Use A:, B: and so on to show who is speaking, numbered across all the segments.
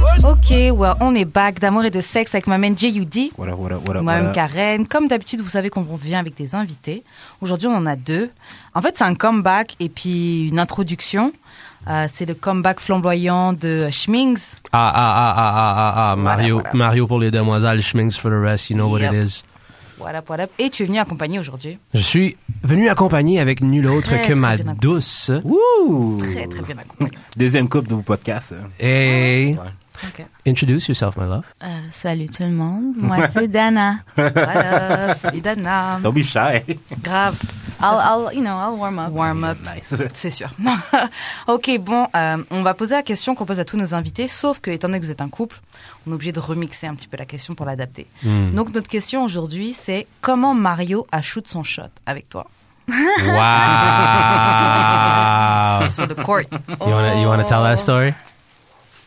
A: Friday. Well, on est back d'amour et de sexe avec ma main J.U.D.
B: Voilà, voilà, voilà.
A: Moi-même
B: voilà.
A: Karen. Comme d'habitude, vous savez qu'on vient avec des invités. Aujourd'hui, on en a deux. En fait, c'est un comeback et puis une introduction. Euh, c'est le comeback flamboyant de Schmings.
C: Ah, ah, ah, ah, ah, ah, ah, Mario,
A: voilà.
C: Mario pour les demoiselles, Schmings for the rest, you know what
A: Yep.
C: it is.
A: Voilà, voilà. Et tu es venu accompagner aujourd'hui.
C: Je suis venu accompagné avec nul autre
A: Très,
C: que
A: très
C: ma
A: bien accompagné.
C: douce.
B: Ouh!
A: Très, très bien accompagné.
B: Deuxième couple de vos podcasts. hein.
C: Hey,
A: Ok.
C: introduce yourself, my love.
D: Euh, salut tout le monde, moi c'est Dana.
A: Voilà. Salut Dana.
B: Don't be shy.
A: Grave.
D: I'll, I'll, you know, I'll warm
C: Ah
D: up.
C: bah,
A: Warm up.
B: Nice.
A: C'est sûr. ok, bon, euh, on va poser la question qu'on pose à tous nos invités, sauf que, étant donné que vous êtes un couple, on est obligé de remixer un petit peu la question pour l'adapter.
C: Hmm.
A: Donc, notre question aujourd'hui, c'est comment Mario a shoot son shot avec toi
C: Wow!
A: sur le court
C: You wanna, you wanna tell that story?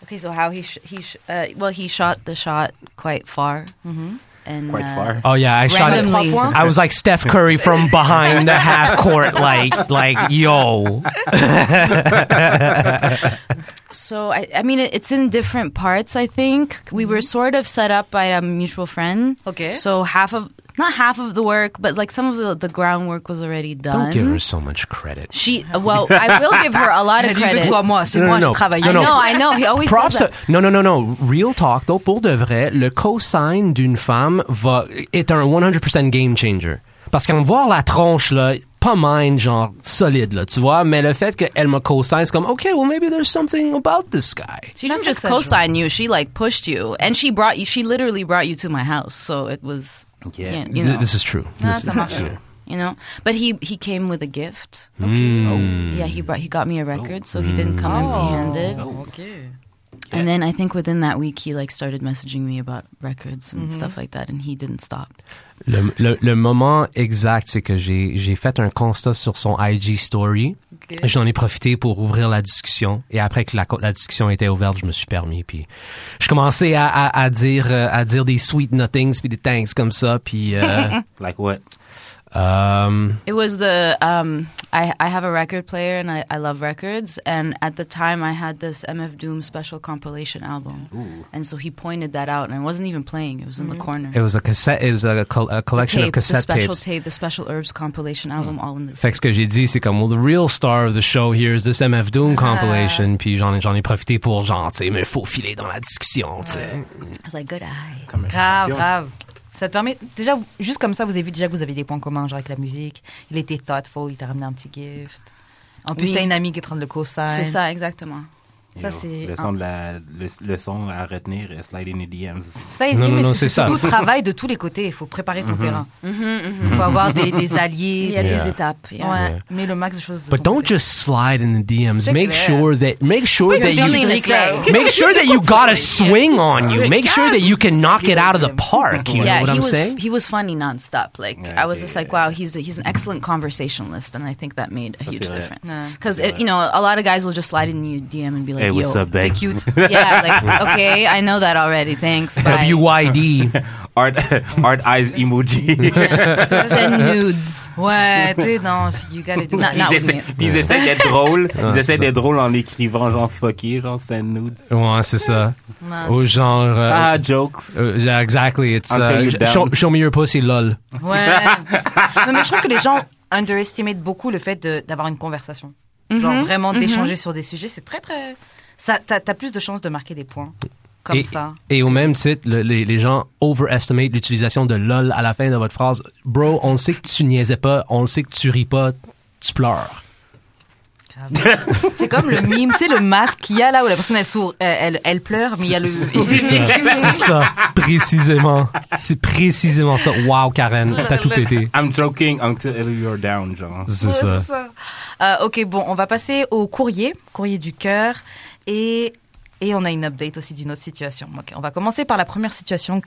D: Okay, so how he sh- he sh- uh, well he shot the shot quite far.
A: Mm-hmm.
D: And,
B: Quite
D: uh,
B: far.
C: Oh yeah, I shot it.
A: Trois
D: Randomly.
A: points.
C: I was like Steph Curry from behind the half court, like, like yo.
D: So I, I mean, it, it's in different parts. I think we were sort of set up by a mutual friend.
A: Mm-hmm. Okay.
D: So half of not half of the work, but like some of the the groundwork was already done.
C: Don't give her so much credit.
D: She well, I will give her a lot of credit.
A: soit moi, c'est
C: Non,
A: moi,
C: non,
A: je
C: non.
A: travaille.
D: I
C: Non, non.
D: know, I know. He always
C: Props.
D: says that.
C: Non, non, non, non. Real talk, though, pour de vrai, le cosign d'une femme va, est un 100% game changer. Parce qu'en voir la tronche, là, pas mine, genre, solide, là, tu vois, mais le fait qu'elle me cosign, c'est comme, OK, well, maybe there's something about this guy.
D: She
A: That's
D: didn't just
A: exceptional.
D: co-sign you. She like pushed you, and she brought you. She literally brought you to my house. So it was, yeah, you know,
C: Th- This is true.
A: Ah,
C: This
A: ça
C: is
A: marche.
C: true.
D: you know. But he he came with a gift.
C: Hmm.
D: Yeah, he brought he got me a record, so he didn't come empty-handed.
C: Oh.
A: ok.
D: And then I think within that week, he like started messaging me about records and stuff like that, and he didn't stop.
C: Le, le- le moment exact, c'est que j'ai j'ai fait un constat sur son IG story.
A: Ok.
C: J'en ai profité pour ouvrir la discussion. Et après que la, co- la discussion était ouverte, je me suis permis. Puis je commençais à, à, à dire, euh, à dire des sweet nothings puis des thanks comme ça. Puis euh,
B: Like what?
C: euh,
D: It was the um, I I have a record player and I, I love records and at the time I had this MF Doom special compilation album and so he pointed that out and I wasn't even playing it was in the corner
C: it was a cassette, it was a, col- a collection
D: tape,
C: of cassette Hmm.
D: the special
C: tapes.
D: tape, the special herbs compilation album, all in the.
C: Fait que ce que j'ai dit, c'est comme, well, the real star of the show here is this MF Doom compilation. Puis j'en ai- j'en ai profité pour, genre, tu sais, me faufiler dans la discussion, tu sais.
D: I was like, good eye.
B: Comme un
A: Grave,
B: champion.
A: grave. Ça te permet, déjà, vous- juste comme ça, vous avez vu déjà que vous avez des points communs, genre avec la musique. Il était thoughtful, il t'a ramené un petit gift. En plus,
D: Oui.
A: t'as une amie qui est en train de le co-sign.
D: C'est ça, exactement.
B: You
A: Ça,
B: know,
A: c'est
B: Le
A: un-
B: son, de la, le, le son à retenir, euh, slide in the DMs.
A: Ça, il
C: Non,
A: dit,
C: non,
A: mais
C: non,
A: c'est
C: c'est ça. Mhm.
A: surtout travail de tous les côtés. Il faut préparer ton terrain. Il faut avoir des, des alliés.
D: Il y a
C: Yeah.
D: des étapes. yeah.
A: Ouais, mais le max de choses. de
C: But
A: ton
C: don't
A: côté.
C: just slide in the DMs. Make
A: clair.
C: sure that make sure that
D: There's
A: you-
D: something
C: you
D: to say.
C: make sure that you got a swing on you. Make sure that you can knock it out of the park. You know
D: yeah,
C: what
D: he
C: I'm
D: was
C: saying?
D: he was funny nonstop. Like
B: Yeah,
D: I was
B: yeah,
D: just like, wow, he's he's an excellent conversationalist, and I think that made a huge
B: feel it.
D: difference.
A: Yeah.
D: Because you know, a lot of guys will just slide in you DM and be like,
B: Hey,
D: yo,
B: what's up, babe?
A: T'es cute.
D: yeah, like okay, I know that already. Thanks. Bye.
C: WYD.
B: Art, art eyes emoji.
D: Send nudes.
A: Ouais, Euh, tu sais, non, you gotta do
D: Not-
A: it.
D: not
B: Ils
D: with
B: essaient,
D: me.
B: puis ils essaient d'être drôles.
C: Ah,
B: Ils essaient d'être drôles en écrivant genre fucké, genre send nudes.
C: ouais, c'est ça.
A: Non,
C: Au genre. euh,
B: Ah, jokes.
C: euh, yeah, exactly. It's
B: Until
C: uh,
B: you're down.
C: show, show me your pussy, lol.
A: Ouais. Non, mais je trouve que les gens underestimate beaucoup le fait de- d'avoir une conversation. Genre vraiment d'échanger sur des sujets, c'est très très. Ça, t'as t'as plus de chances de marquer des points comme
C: Et,
A: ça.
C: et au même titre, le- les, les gens overestimate l'utilisation de lol à la fin de votre phrase. Bro, on le sait que tu niaisais pas, on le sait que tu ris pas, tu pleures.
A: C'est comme le mime, tu sais, le masque qu'il y a là où la personne elle sourd, elle, elle, elle pleure, mais il y a le.
C: C'est ça. C'est ça. Précisément. C'est précisément ça. Wow, Karen, t'as tout pété.
B: I'm joking until you're down, genre.
C: C'est ça.
A: Euh, ok, bon, on va passer au courrier, courrier du cœur, et, et on a une update aussi d'une autre situation. Ok, on va commencer par la première situation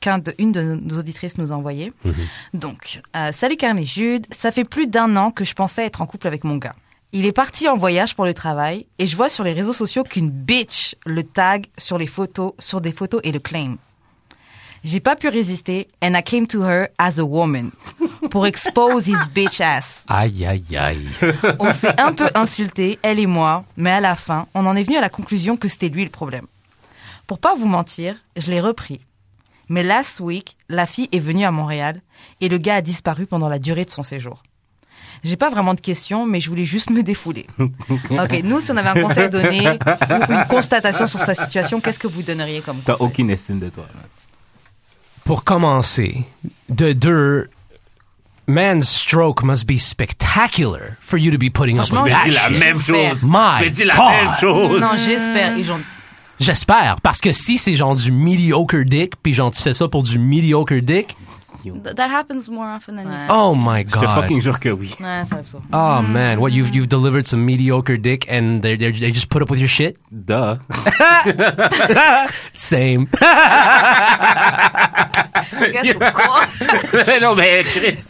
A: qu'une de, une de nos auditrices nous a envoyée.
C: Mhm.
A: Donc, euh, salut Karen et Jude, ça fait plus d'un an que je pensais être en couple avec mon gars. Il est parti en voyage pour le travail et je vois sur les réseaux sociaux qu'une bitch le tag sur les photos, sur des photos et le claim. J'ai pas pu résister and I came to her as a woman pour expose his bitch ass.
C: Aïe, aïe, aïe.
A: On s'est un peu insulté, elle et moi, mais à la fin, on en est venu à la conclusion que c'était lui le problème. Pour pas vous mentir, je l'ai repris. Mais last week, la fille est venue à Montréal et le gars a disparu pendant la durée de son séjour. J'ai pas vraiment de questions, mais je voulais juste me défouler. Ok, nous, si on avait un conseil à donner ou une constatation sur sa situation, qu'est-ce que vous donneriez comme
B: T'as
A: conseil
B: aucune estime de toi. man.
C: Pour commencer, de deux, man's stroke must be spectacular for you to be putting up
A: Franchement,
C: with
A: Ah, je
C: that
A: dis la
C: shit.
A: même chose.
C: My
E: Mais dis la
C: God.
E: même chose.
A: Non, j'espère. Et j'en-
C: J'espère, parce que si c'est genre du mediocre dick, puis genre tu fais ça pour du mediocre dick,
D: Th- that happens more often than you
A: Ouais.
D: think.
C: oh
B: Je
C: my
B: te
C: God.
B: fucking jure que oui.
A: Ouais, ça va ça.
C: Oh man, what
D: Mm.
C: you've you've delivered some mediocre dick and they they they just put up with your shit.
B: Duh.
C: Same.
E: non, mais Chris.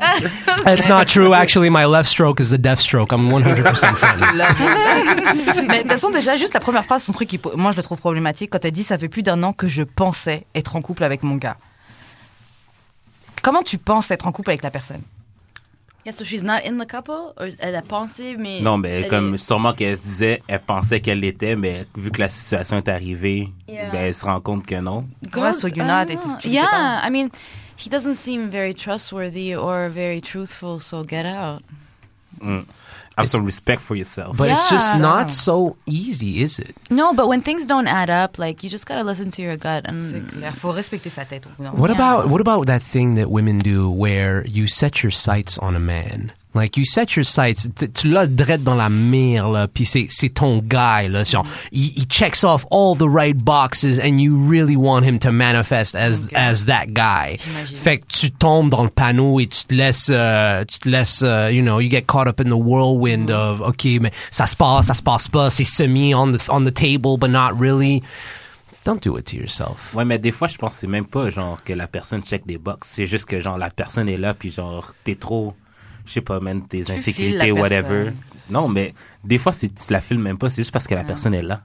C: It's not true. Actually, my left stroke is the death stroke. I'm 100% friendly.
A: Mais de toute façon, déjà, juste la première phrase, son truc, qui po- moi, je le trouve problématique quand elle dit Ça fait plus d'un an que je pensais être en couple avec mon gars. Comment tu penses être en couple avec la personne
D: Yeah, so she's not in the couple, or elle a pensé, mais
B: Non, mais
D: elle
B: comme
D: est-
B: sûrement qu'elle se disait, elle pensait qu'elle l'était, mais vu que la situation est arrivée,
D: Yeah.
B: ben, elle se rend compte que non.
A: Ouais, so you're
D: I
A: not,
D: don't
A: et tu-
D: know.
A: tu le fais
D: yeah, I mean, he doesn't seem very trustworthy or very truthful, so get out.
B: Have some respect for yourself.
C: But it's just
D: Yeah.
C: not so easy, is it?
D: No, but when things don't add up, like you just gotta listen to your gut.
B: Hmm.
D: And
A: Il faut respecter sa tête. au bout d'un moment.
C: What
D: Yeah.
C: about what about that thing that women do where you set your sights on a man? Like you set your sights, tu, tu l'as direct dans la mire là, puis c'est c'est ton guy là, genre he, he checks off all the right boxes and you really want him to manifest as
A: Ok.
C: as that guy.
A: J'imagine.
C: Fait que tu tombes dans le panneau et tu te laisses, euh, tu te laisses, euh, you know, you get caught up in the whirlwind of ok, mais ça se passe, ça se passe pas, c'est semi on the on the table but not really. Don't do it to yourself.
B: Ouais, mais des fois, je pense que c'est même pas genre que la personne check des box. C'est juste que genre la personne est là, puis genre t'es trop, je sais pas, même tes
A: files
B: insécurités,
A: la
B: whatever.
A: personne.
B: Non, mais des fois, c'est, tu la filmes même pas, c'est juste parce
A: Ah.
B: que la personne est là.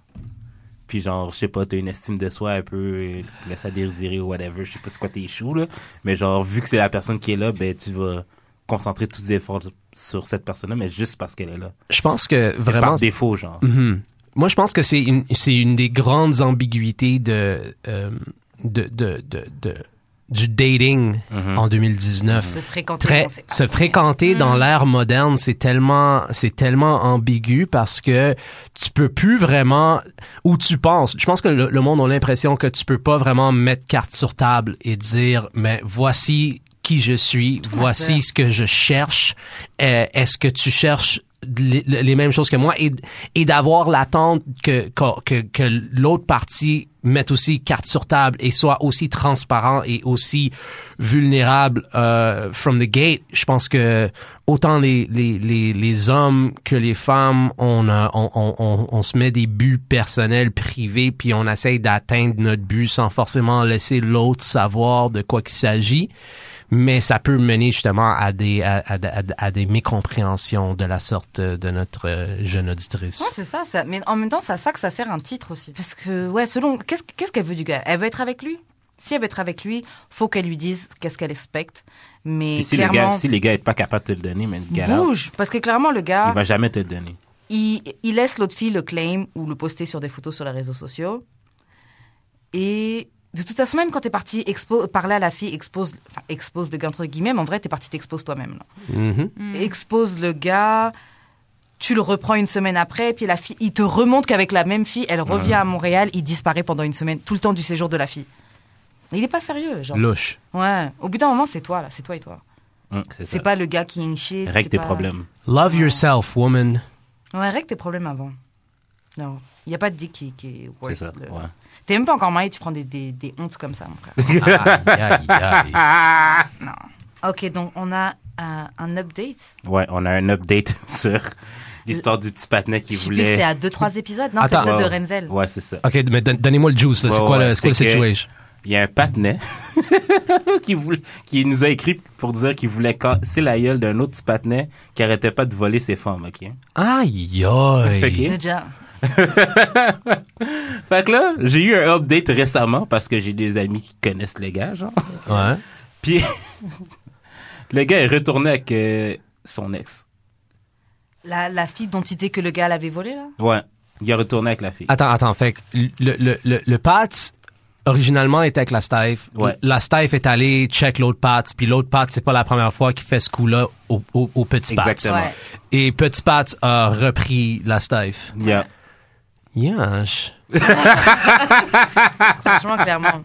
B: Puis genre, je sais pas, t'as une estime de soi un peu, euh, laisse à désirer ou whatever, je sais pas c'est quoi tes choux, là. Mais genre, vu que c'est la personne qui est là, ben tu vas concentrer tous tes efforts sur cette personne-là, mais juste parce qu'elle est là.
C: Je pense que
B: Par
C: vraiment
B: défaut, genre.
C: Mm-hmm. Moi, je pense que c'est une, c'est une des grandes ambiguïtés de, euh, de, de, de, de- du dating en 2019.
A: Se fréquenter.
C: Très,
A: on sait pas. Hmm.
C: se fréquenter dans l'ère moderne, c'est tellement, c'est tellement ambigu parce que tu peux plus vraiment, où tu penses, je pense que le, le monde a l'impression que tu peux pas vraiment mettre carte sur table et dire, mais voici qui je suis, voici ce que je cherche, Euh, est-ce que tu cherches les, les mêmes choses que moi et, et d'avoir l'attente que, que, que, que l'autre partie mette aussi carte sur table et soit aussi transparent et aussi vulnérable euh, from the gate. Je pense que autant les, les, les, les hommes que les femmes, on, a- on, on, on, on se met des buts personnels, privés, puis on essaye d'atteindre notre but sans forcément laisser l'autre savoir de quoi qu'il s'agit mais ça peut mener justement à des, à, à- à- à des mécompréhensions de la sorte euh, de notre euh, jeune auditrice.
A: Ouais, c'est ça, ça- Mais en même temps, c'est à ça que ça sert un titre aussi. Parce que, ouais, selon. Qu'est-ce que- qu'est-ce qu'elle veut du gars Elle veut être avec lui Si elle veut être avec lui, faut qu'elle lui dise qu'est-ce qu'elle expecte. Mais
B: Puis si, les
A: clairement.
B: gars, si les gars est pas capable de te le donner, mais le gars,
A: Bouge, hein. parce que clairement le gars,
B: il va jamais te le donner.
A: il, il laisse l'autre fille le claim ou le poster sur des photos sur les réseaux sociaux. Et de toute façon, même quand t'es parti expo- parler à la fille, expose, enfin, expose le gars entre guillemets, mais en vrai, t'es parti t'exposes toi-même. là.
C: Mhm.
A: Expose le gars, tu le reprends une semaine après, puis la fille, il te remonte qu'avec la même fille, elle revient à Montréal, il disparaît pendant une semaine, tout le temps du séjour de la fille. Il est pas sérieux, genre.
C: Louche.
A: Ouais. Au bout d'un moment, c'est toi, là. C'est toi et toi.
B: Hum, c'est
A: C'est
B: ça.
A: pas le gars qui est shit.
B: Règle
A: c'est
B: tes
A: pas-
B: problèmes.
C: Love yourself, woman.
A: Ouais, règle tes problèmes avant. Non. Il n'y a pas de dick qui, qui est
B: C'est
A: worth
B: ça,
A: le-
B: ouais.
A: T'es même pas encore marié, tu prends des, des, des hontes comme ça, mon frère.
C: Aïe, aïe, aïe.
A: ok, donc on a euh, un update.
B: Ouais, on a un update sur l'histoire du petit patinet qui
A: Je sais plus, c'était
B: voulait...
A: à 2-3 épisodes. Non, c'est
C: Attends.
A: l'épisode de
B: Ouais, ouais.
A: Renzel.
B: Ouais, c'est ça.
C: OK, mais don- donnez-moi le juice, là. c'est
B: Ouais,
C: quoi,
B: ouais,
C: le, c'est quoi le
B: c'est que-
C: situation?
B: Il y a un patinet qui, voulait, qui nous a écrit pour dire qu'il voulait casser la gueule d'un autre petit patinet qui arrêtait pas de voler ses femmes, OK?
C: Aïe, aïe.
B: Ok.
A: Déjà.
B: Fait que là, j'ai eu un update récemment parce que j'ai des amis qui connaissent le gars, genre.
C: Ouais.
B: Puis le gars est retourné avec euh, son ex.
A: La, la fille dont il disait que le gars l'avait volé, là
C: Ah.
B: Ouais, il est retourné avec la fille.
C: Attends, attends, fait que le, le, le, le Pats originalement était avec la staff.
B: Ouais.
C: La staff est allée check l'autre Pat, puis l'autre Pat, c'est pas la première fois qu'il fait ce coup-là au, au, au Petit Pat.
B: Exactement.
D: Ouais.
C: Et Petit Pat a repris la staff.
B: Yeah.
C: Yes.
B: Ah.
A: Franchement, clairement.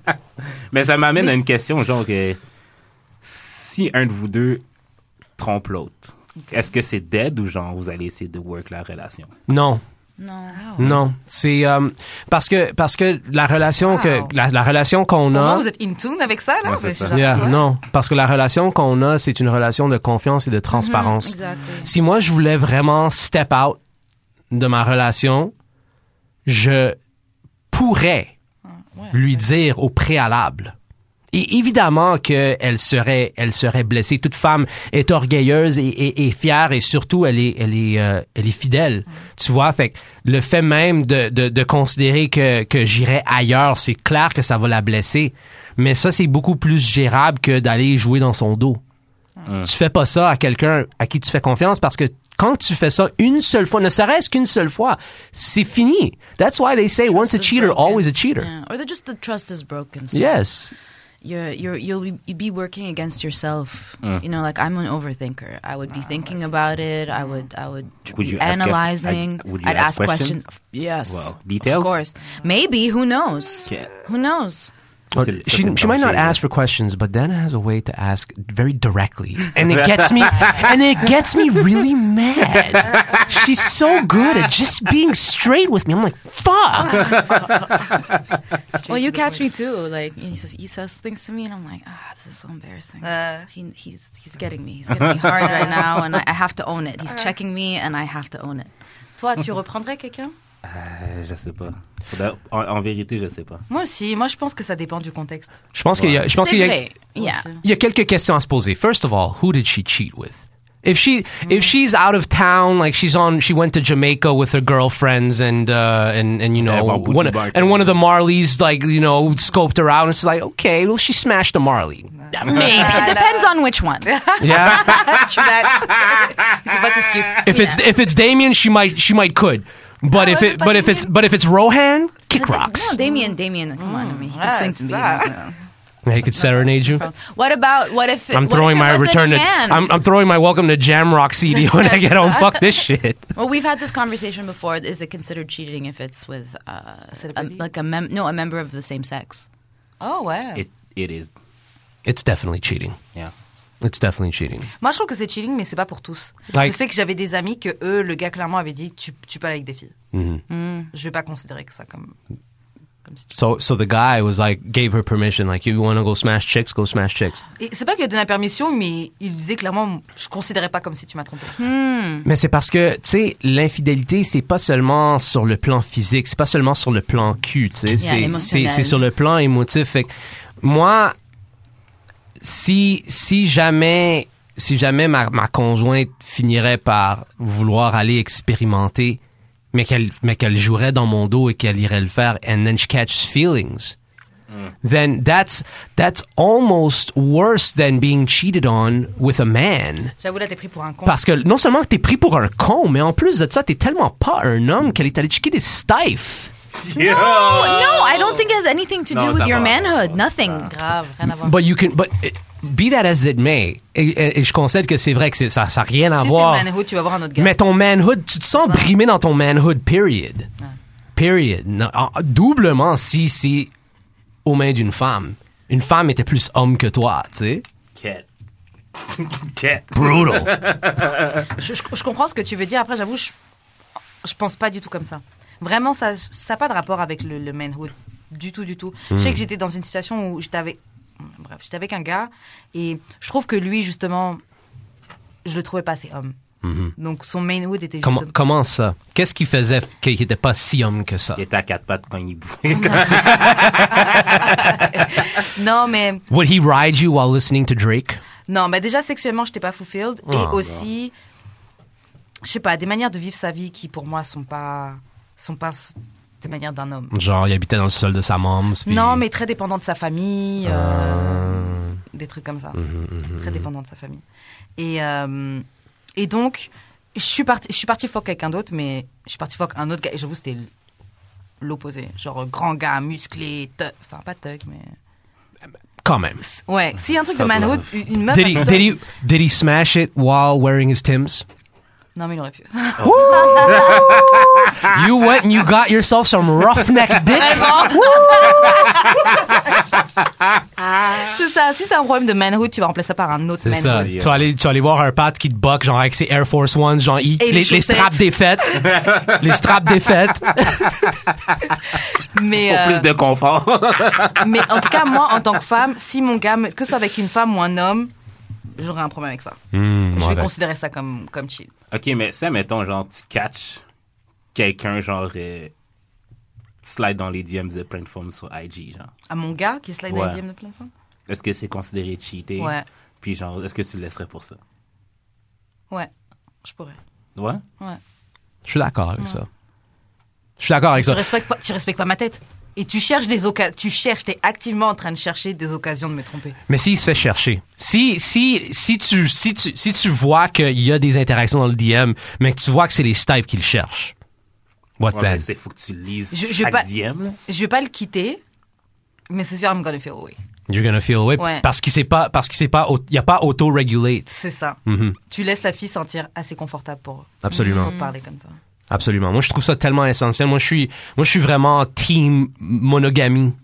B: Mais ça m'amène à une question, genre que si un de vous deux trompe l'autre, est-ce que c'est dead ou genre vous allez essayer de work la relation?
C: Non.
D: Non.
C: Non, c'est euh, parce que parce que la relation
A: Wow.
C: que la, la relation qu'on
A: Au
C: a
A: moins, vous êtes hein? in tune avec ça, là
B: Ouais,
A: Vous
B: c'est
A: êtes
B: ça.
A: genre-
C: Yeah,
A: Ouais.
C: non, parce que la relation qu'on a, c'est une relation de confiance et de transparence.
A: Mhm,
D: Exactly.
C: Si moi je voulais vraiment step out de ma relation, je pourrais lui dire au préalable. Et évidemment qu'elle serait, elle serait blessée. Toute femme est orgueilleuse et, et- et fière et surtout elle est, elle est, euh, elle est fidèle. Tu vois, fait que le fait même de, de, de considérer que, que j'irais ailleurs, c'est clair que ça va la blesser. Mais ça, c'est beaucoup plus gérable que d'aller jouer dans son dos. Tu fais pas ça à quelqu'un à qui tu fais confiance parce que quand tu fais ça une seule fois, ne serait-ce qu'une seule fois, c'est fini. That's why they say once a
D: is
C: cheater,
D: broken.
C: always a cheater.
D: Yeah. Or that just the trust is broken. So
C: Yes.
D: You're, you're, you'll be- you be working against yourself.
B: Mm.
D: You know, like I'm an overthinker. I would be
C: Ah,
D: thinking about it. I would I would, tr-
B: Would
D: be
B: you ask a-
D: analyzing.
B: I'd- would you
D: I'd
B: ask
D: ask,
B: questions?
D: questions. Yes.
B: Wow.
D: Of
B: Details?
D: course. Maybe. Who knows?
B: Okay.
D: Who knows?
B: Ça,
C: Or-
B: c'est- ça,
C: she,
B: c'est
C: she might not
B: dangereux.
C: ask for questions, but Dana has a way to ask very directly, and it gets me, and it gets me really mad. She's so good at just being straight with me. I'm like, fuck.
D: Well, you catch me too. Like he says, he says things to me, and I'm like, ah, this is so embarrassing.
A: Uh.
D: he, he's he's getting me. He's getting me hard right now, and I, I have to own it.
C: Uh.
D: He's checking me, and I have to own it.
A: Toi, tu reprendrais quelqu'un
B: Euh, je sais pas. Faudrait- En, en vérité, je sais pas.
A: Moi aussi. Moi, je pense que ça dépend du contexte.
C: Je pense qu'il y a, je pense
D: C'est
C: qu'il y a,
D: vrai. Yeah.
A: Aussi.
C: il y a quelques questions à se poser. First of all, who did she cheat with? If she if she's out of town, like she's on, she went to Jamaica with her girlfriends, and uh, and and you know,
B: Elle va au bout
C: one,
B: du
C: of-
B: bar,
C: and
B: quoi.
C: one of the Marleys, like you know, scoped her out, and it's like, okay, well, she smashed a Marley, maybe,
D: It depends on which one.
C: yeah.
A: Tu vas- Ils sont pas tous cute.
C: If it's if it's Damien, she might she might could. But if it
A: everybody
C: but if it's
A: in.
C: but if it's Rohan, kick
D: No,
C: rocks.
D: Damien, Damien, come on, I mean, he
A: Ah,
D: can sing to me.
A: ça.
D: no
C: Yeah, he could serenade you.
D: problem. What about what if? It,
C: I'm
D: what if
C: throwing
D: it
C: my
D: wasn't a
C: return to
D: man?
C: I'm, uh, I'm throwing my welcome to Jamrock CD when I get home. Fuck this shit.
D: well, we've had this conversation before. Is it considered cheating if it's with uh, a,
A: Celebrity?
D: like a mem- no a member of the same sex?
A: Oh ouais.
B: It, it is.
C: It's definitely cheating.
B: Yeah.
C: It's definitely cheating.
A: Moi, je trouve que c'est chilling, mais c'est pas pour tous.
C: Like-
A: Je sais que j'avais des amis que eux, le gars clairement avait dit tu, tu parles avec des filles.
C: Mhm.
A: Hmm. Je vais pas considérer que ça comme. comme si tu-
C: So so the guy was like gave her permission, like you want to go smash chicks, go smash chicks.
A: Et c'est pas qu'il a donné la permission, mais il disait clairement je considérais pas comme si tu m'as trompé.
C: Hmm. Mais c'est parce que, tu sais, l'infidélité, c'est pas seulement sur le plan physique, c'est pas seulement sur le plan cul, tu sais, c'est- c'est
D: émotionnel.
C: c'est sur le plan émotif. Fait que moi, si, si jamais, si jamais ma, ma conjointe finirait par vouloir aller expérimenter, mais qu'elle mais qu'elle jouerait dans mon dos et qu'elle irait le faire, and then she catches feelings, then that's, that's almost worse than being cheated on with a man.
A: J'avoue là, t'es pris pour un con.
C: Parce que non seulement que t'es pris pour un con, mais en plus de ça, t'es tellement pas un homme qu'elle est allée checker des stifs.
D: Oh, no, I don't think it has anything to do
B: No, it's
D: with
B: not
D: your
B: about-
D: manhood. Nothing.
A: Grave, rien à voir.
C: But you can, but eh, be that as it may, et, et- et je concède que c'est vrai que c'est- ça n'a rien à
A: si c'est
C: voir.
A: manhood, tu vas voir un autre gars.
C: Mais ton manhood, tu te sens brimé dans ton manhood, period. Period. Non, en- doublement si c'est aux mains d'une femme. Une femme était plus homme que toi, tu sais.
B: Cat. Cat.
C: Brutal.
A: Je, je- je comprends ce que tu veux dire. Après, j'avoue, je, je pense pas du tout comme ça. Vraiment, ça n'a pas de rapport avec le, le manhood. Du tout, du tout. Je
C: Hmm.
A: sais que j'étais dans une situation où j'étais avec, bref, j'étais avec un gars et je trouve que lui, justement, je le trouvais pas assez homme. Donc son manhood était juste.
C: Hmm. comment, comment ça? Qu'est-ce qui faisait qu'il n'était pas si homme que ça?
B: Il était à quatre pattes quand il bouffe.
A: Non, mais
C: Would he ride you while listening to Drake?
A: non, mais déjà sexuellement, j'étais pas fulfilled et
C: Oh,
A: aussi, je sais pas, des manières de vivre sa vie qui pour moi sont pas sont pas s- des manières d'un homme.
C: Genre, il habitait dans le sol de sa mom. puis-
A: Non, mais très dépendant de sa famille, euh,
B: Ah.
A: des trucs comme ça.
B: Mmh,
A: Très dépendant de sa famille. Et, euh, et donc, je suis partie, je suis partie fuck quelqu'un d'autre, mais je suis partie fuck un autre gars. Et j'avoue, c'était l'opposé. Genre grand gars, musclé, thug. Enfin, pas thug, mais.
C: Quand même.
A: Ouais, s'il y a un truc de
B: Thug
A: manhood,
B: love.
A: une une meuf.
C: Did he,
A: avec-
C: did, he, did he smash it while wearing his Tim's?
A: Non, mais il aurait pu. Ah.
C: You went and you got yourself some roughneck dick?
A: c'est ça, si c'est un problème de manhood, tu vas remplacer ça par un autre
C: C'est ça.
A: manhood.
C: Tu vas, aller, tu vas aller voir un pat qui te buck, genre avec ses Air Force Ones, genre il-
A: Et les
C: les, les
A: chaussettes.
C: straps des fêtes. les straps des fêtes.
A: Mais,
B: Pour
A: euh,
B: plus de confort.
A: mais en tout cas, moi, en tant que femme, si mon gars, me- que ce soit avec une femme ou un homme, j'aurais un problème avec ça. Je vais considérer ça comme, comme chill.
B: Ok, mais ça, mettons, genre, tu catches quelqu'un, genre, euh, slide dans les DMs de plein de formes sur IG, genre.
A: À mon gars qui slide dans
B: Ouais.
A: les DM de plein de femmes
B: Est-ce que c'est considéré cheaté?
A: Ouais.
B: Puis, genre, est-ce que tu le laisserais pour ça?
A: Ouais, je pourrais.
B: Ouais?
A: Ouais.
C: Je suis d'accord avec ça. Je suis d'accord avec
A: Tu
C: ça.
A: respectes pas, tu respectes pas ma tête. Et tu cherches des occasions, tu cherches, t'es activement en train de chercher des occasions de me tromper.
C: Mais s'il se fait chercher, si si si tu si tu si tu vois qu'il y a des interactions dans le DM, mais que tu vois que c'est les Stives qui le cherchent, what
B: Ouais,
C: then?
B: mais c'est faut que tu lises
A: Je- je vais
B: chaque
A: pas-
B: DM, là.
A: Je vais pas le quitter, mais c'est sûr, I'm gonna feel away.
C: You're gonna feel away
A: Ouais.
C: parce qu'il sait pas parce qu'il sait pas au- il y a pas auto regulate.
A: C'est ça. Tu laisses la fille sentir assez confortable pour,
C: Absolument.
A: pour parler comme ça.
C: Absolument. Moi, je trouve ça tellement essentiel. Moi, je suis, moi, je suis vraiment team monogamie.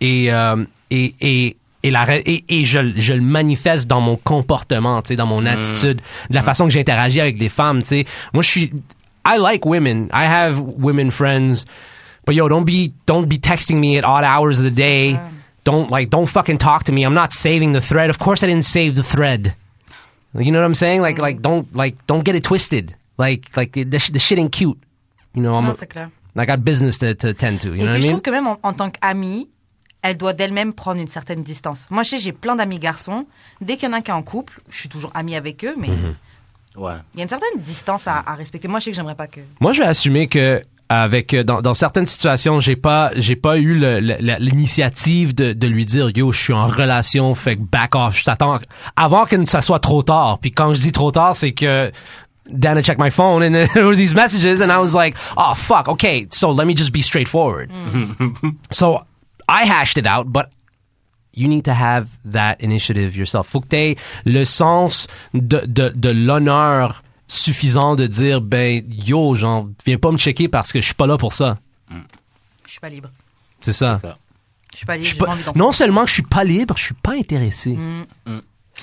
C: Et, euh, et, et, et, la, ra- et, et je, je le manifeste dans mon comportement, tu sais, dans mon attitude, de la façon que j'interagis avec les femmes, tu sais. Moi, je suis, I like women. I have women friends. But yo, don't be, don't be texting me at odd hours of the day. Don't, like, don't fucking talk to me. I'm not saving the thread. Of course I didn't save the thread. You know what I'm saying? Like, like don't like don't get it twisted. Like, like the, the, sh- the shit ain't cute. You know, I'm
A: Non,
C: a-
A: c'est clair.
C: I got business to, to attend to. You
A: Et puis,
C: know what
A: je
C: I
A: trouve
C: mean?
A: que même en, en tant qu'amie, elle doit d'elle-même prendre une certaine distance. Moi, je sais, j'ai plein d'amis garçons. Dès qu'il y en a un qui est en couple, je suis toujours amie avec eux, mais il
C: Mhm.
B: Ouais.
A: y a une certaine distance à, à respecter. Moi, je sais que j'aimerais pas que.
C: Moi, je vais assumer que avec euh, dans, dans certaines situations, j'ai pas j'ai pas eu le- le- la- l'initiative de, de lui dire yo, je suis en relation, fait que back off, je t'attends avant que ça soit trop tard. Puis quand je dis trop tard, c'est que Dana checked my phone and then there were these messages and I was like, oh fuck, okay, so let me just be straightforward. so I hashed it out, but you need to have that initiative yourself. Faut que t'aies le sens de, de, de l'honneur suffisant de dire, ben, yo, genre, viens pas me checker parce que je suis pas là pour ça.
A: Je suis pas libre.
C: C'est ça.
B: Ça.
A: Je suis pas libre.
C: Je suis
A: J'ai
C: pas-
A: pas envie d'en Mm.
C: non seulement que je suis pas libre, je suis pas intéressé.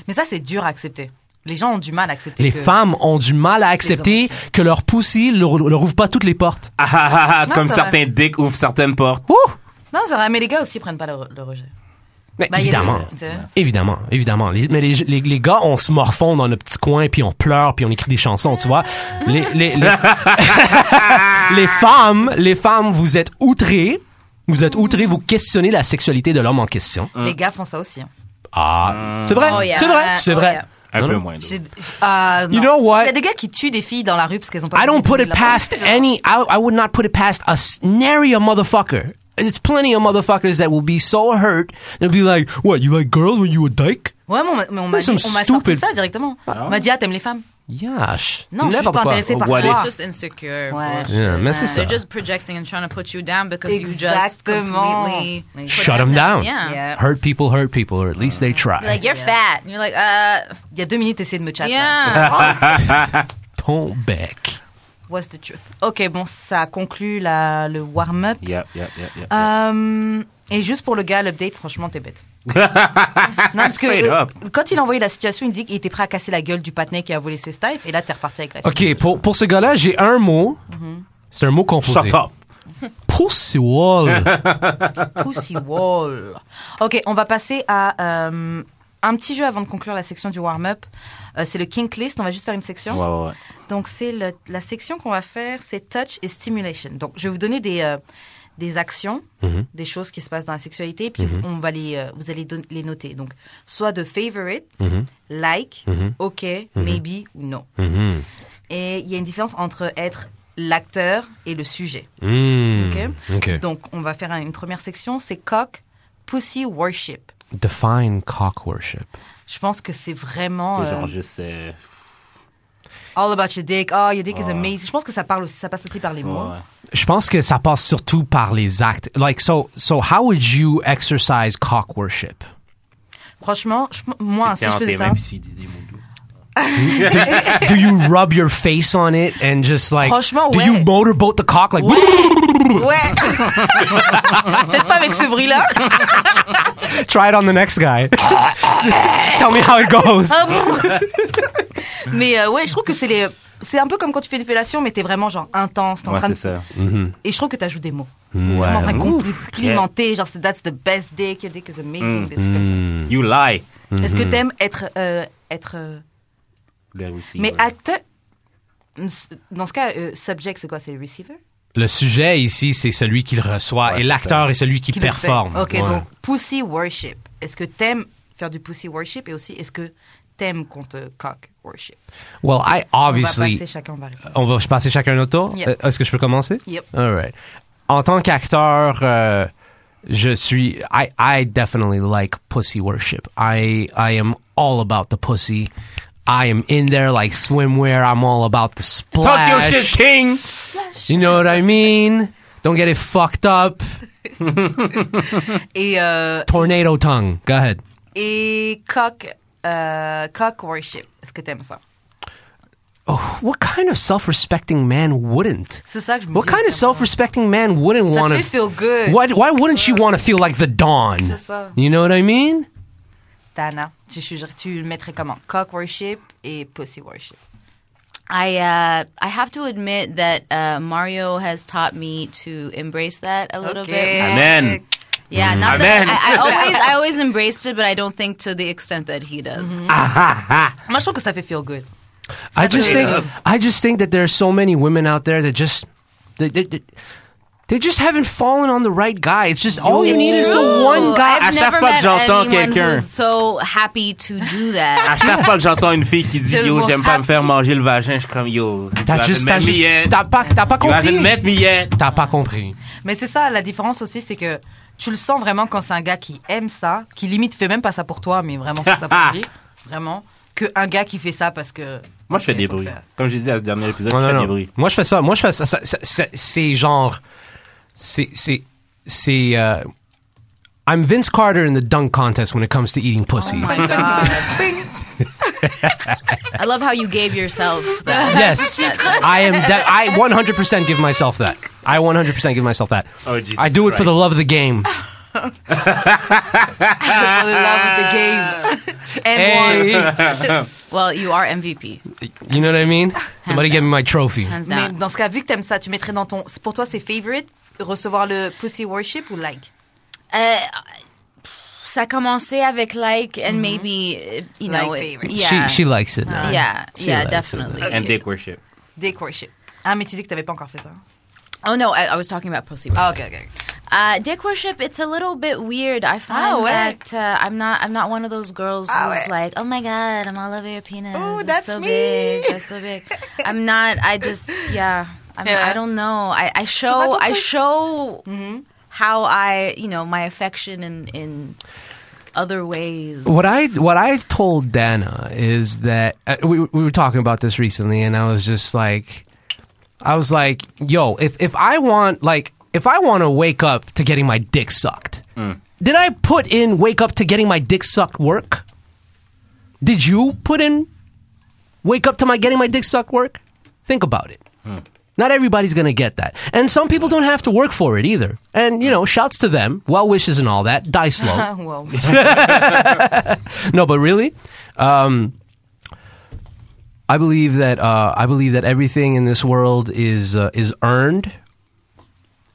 A: Mais ça, c'est dur à accepter. Les gens ont du mal à accepter.
C: Les
A: que-
C: femmes ont du mal à accepter
A: hommes aussi.
C: que leur poussi leur, leur ouvre pas toutes les portes.
B: Ah, ah, ah, ah,
A: Non,
B: comme
A: ça va.
B: certains dicks ouvrent certaines portes.
C: Ouh!
A: Non, c'est vrai, mais les gars aussi prennent pas le, re- le rejet.
C: Mais
A: Bah, il y a des-
C: évidemment.
A: c'est vrai.
C: Évidemment, évidemment. Les- mais les, les, les gars, on se morfond dans nos petits coins, puis on pleure, puis on écrit des chansons, tu vois. Les, les, les, les femmes, les femmes, vous êtes outrées. Vous êtes outrées, vous questionnez la sexualité de l'homme en question.
A: Les gars font ça aussi. hein.
C: Ah, c'est vrai,
D: Oh yeah.
C: c'est vrai,
D: Oh
C: c'est vrai.
D: yeah.
B: Un
C: Non,
B: peu
C: non.
B: moins. là.
A: J'ai- j'- ah, non.
C: You know what?
A: Il y a des gars qui tuent des filles dans la rue parce qu'elles ont pas.
C: I don't put it
A: la police.
C: past any. I, I would not put it past a nary a motherfucker. It's plenty of motherfuckers that will be so hurt. They'll be like, "What? You like girls when you a dyke?"
A: Ouais, mais on m'a- mais on m'a dit-
C: Some
A: on m'a sorti
C: stupid-
A: ça directement. On m'a dit, ah, t'aimes les femmes.
C: Yash.
A: Non, je suis
C: N'importe
A: pas
C: quoi.
A: intéressée par
B: What
A: toi.
D: It's just insecure.
A: Ouais.
D: bullshit.
C: Yeah, mais c'est ça.
D: They're just projecting and trying to put you down because
A: Exactement.
D: you just completely
C: Shut them down.
D: Yeah.
A: Yeah.
C: Hurt people hurt people, or at least they try.
D: You're like you're fat. And you're like, uh,
A: Il y a deux minutes, essayer de me chatter.
D: yeah.
C: Ton bec.
A: What's the truth? Ok, bon, ça conclut la, le warm-up.
B: Yep, yep, yep, yep.
A: Euh, et juste pour le gars, l'update, franchement, t'es bête. non, parce que
B: Straight
A: euh,
B: up.
A: quand il a envoyé la situation, il dit qu'il était prêt à casser la gueule du patinet qui a volé ses staffs. Et là, t'es reparti avec la fille.
C: OK, pour, pour ce gars-là, j'ai un mot.
A: Mm-hmm.
C: C'est un mot composé.
B: Shut up.
C: Pussy wall.
A: Pussy wall. Ok, on va passer à euh, un petit jeu avant de conclure la section du warm-up. Euh, c'est le kink list. On va juste faire une section.
B: Ouais, ouais, ouais.
A: Donc, c'est le- la section qu'on va faire, c'est touch et stimulation. Donc, je vais vous donner des, euh, des actions, des choses qui se passent dans la sexualité, puis on va les, euh, vous allez don- les noter. Donc, soit de favorite, like, ok, maybe ou non. Mm-hmm.
C: Mhm.
A: Et il y a une différence entre être l'acteur et le sujet.
C: Mm.
A: Ok.
C: OK.
A: Donc, on va faire un- une première section, c'est cock, pussy worship.
C: Define cock worship.
A: Je pense que c'est vraiment
B: C'est
A: euh,
B: genre juste. euh,
A: all about your dick. Oh, your dick is
B: Ouais.
A: amazing. Je pense que ça parle aussi, ça passe aussi par les mots.
B: ouais.
C: Je pense que ça passe surtout par les actes. Like, so, so how would you exercise cock worship?
A: Franchement, je- moi, si
B: C'est
A: je
B: en
A: faisais
B: tes
A: ça.
B: mains, puis tu dis des mots doux.
C: Do you rub your face on it and just like,
A: Franchement,
C: do
A: ouais.
C: you motorboat the cock? Like,
A: Ouais! Peut-être pas avec ce bruit-là.
C: try it on the next guy. Tell me how it goes.
A: Ah bon mais euh, ouais, je trouve que c'est les. C'est un peu comme quand tu fais des fellations, mais t'es vraiment genre intense. t'es en
B: Ouais,
A: train
B: c'est
A: de-
B: ça.
A: Et je trouve que t'ajoutes des mots. Vraiment,
B: Ouais.
A: enfin,
B: Ouh.
A: complimenter, genre, c'est- that's the best dick, your dick is amazing, des trucs comme ça.
B: You lie.
A: Est-ce
B: mm,
A: que t'aimes être euh, être euh,
B: Le Russie,
A: mais
B: ouais.
A: acte mm, dans ce cas euh, subject c'est quoi c'est le receiver
C: Le sujet ici, c'est celui qui le
B: Ouais,
C: reçoit et
B: c'est
C: l'acteur est celui qui,
A: Qui le fait.
C: performe.
A: Ok
C: Ouais.
A: donc pussy worship. Est-ce que t'aimes faire du pussy worship et aussi est-ce que t'aimes qu'on te cock worship
C: Well, I
A: On va
C: obviously.
A: passer chacun par exemple.
C: On va passer chacun notre tour.
A: Yep.
C: Euh, Est-ce que je peux commencer?
A: Yep.
C: All right. En tant qu'acteur, euh, je suis. I, I definitely like pussy worship. I, I am all about the pussy. I am in there like swimwear. I'm all about the
B: Talk
C: splash.
B: your shit, King!
C: You know what I mean? Don't get it fucked up.
A: Et euh,
C: Tornado tongue. Go ahead.
A: et cock euh, cock worship. Est-ce que t'aimes ça
C: What kind of self-respecting man wouldn't?
A: C'est ça que je me
C: What
A: dis
C: kind of
A: aussi, moi.
C: self-respecting man wouldn't
A: Ça
C: want
A: te
C: to
A: fait feel good.
C: Why, why wouldn't she want to feel like the dawn?
A: C'est
D: uh,
A: ça.
C: You know what I mean?
A: Tana, tu suggères- tu le mettrais comment Cock worship et pussy worship.
D: I uh, I have to admit that uh, Mario has taught me to embrace that a little bit. more.
B: Amen.
D: Yeah, not
B: Amen.
D: that I, I always I always embraced it, but I don't think to the extent that he does.
A: Moi je trouve que ça fait feel good.
C: I just think
A: Yeah.
C: I just think that there are so many women out there that just they, they, they, they just haven't fallen on the right guy. It's just all you
D: It's
C: need is the
D: true.
C: one guy.
B: À
D: I've
B: chaque
D: never
B: fois que
D: met
B: j'entends
D: anyone
B: quelqu'un.
D: who's so happy to do that.
B: À chaque fois que j'entends une fille qui dit
A: C'est le
B: yo,
A: mot
B: j'aime pas me
A: happy.
B: faire manger le vagin, je suis comme yo. you
C: T'as
B: haven't
C: juste,
B: met
C: t'as
B: me
C: juste-
B: yet.
C: t'as pas, t'as pas
B: You haven't
C: compris.
B: met me yet.
C: T'as pas compris.
A: Mais c'est ça, la différence aussi, c'est que tu le sens vraiment quand c'est un gars qui aime ça, qui limite fait même pas ça pour toi, mais vraiment fait ça pour lui, vraiment, que un gars qui fait ça parce que.
B: Moi, je fais
A: il
B: des
A: faut le
B: bruits.
A: faire.
B: Comme j'ai dit à ce dernier épisode,
C: Non,
B: je
C: non,
B: fais
C: non.
B: des bruits.
C: Moi, je fais ça. Moi, je fais ça. ça- ça- ça- c'est genre, c'est, c'est, c'est. euh, I'm Vince Carter in the dunk contest when it comes to eating pussy.
D: Oh my god! I love how you gave yourself that.
C: yes, I am. That I 100% give myself that. I 100% give myself that.
B: Oh, Jesus
C: I do it for the
B: Christ.
C: love of the game.
A: For the love of the game. And one.
C: Hey,
D: Well, you are MVP,
C: you know what I mean? Somebody give me my trophy.
D: hands
A: Mais
D: down.
A: dans ce cas, vu que t'aimes ça, tu mettrais dans ton. Pour toi, c'est favorite recevoir le pussy worship ou like
D: Euh, ça a commencé avec like
C: Mm-hmm.
D: and maybe uh, you know
A: Like
D: it-
A: favorite.
D: yeah
C: She she likes it.
D: yeah yeah
C: likes it.
D: definitely
B: And dick worship.
A: dick worship Ah, mais tu dis que t'avais pas encore fait ça.
D: oh no I, I was talking about pussy
A: Ah, ok, ok.
D: uh, dick worship it's a little bit weird I find
A: Oh, ouais.
D: that uh, I'm not I'm not one of those girls
A: Ah,
D: who's
A: ouais.
D: like oh my god I'm all over your penis
A: Ooh,
D: It's
A: that's
D: so
A: me."
D: big that's so big I'm not I just yeah I mean,
A: Yeah.
D: I don't know I, I
A: va
D: show
A: ton
D: I
A: truc.
D: show
A: Mm-hmm.
D: how I you know my affection in in other ways
C: What I what I told Dana is that uh, we we were talking about this recently, and I was just like, I was like, yo, if if I want like if I want to wake up to getting my dick sucked, did I put in wake up to getting my dick sucked work? Did you put in wake up to my getting my dick sucked work? Think about it. Not everybody's going to get that. And some people don't have to work for it either. And, you know, shouts to them, well wishes and all that. Die slow.
A: Ah, wow.
C: No, but really, um, I believe that uh, I believe that everything in this world is uh, is earned,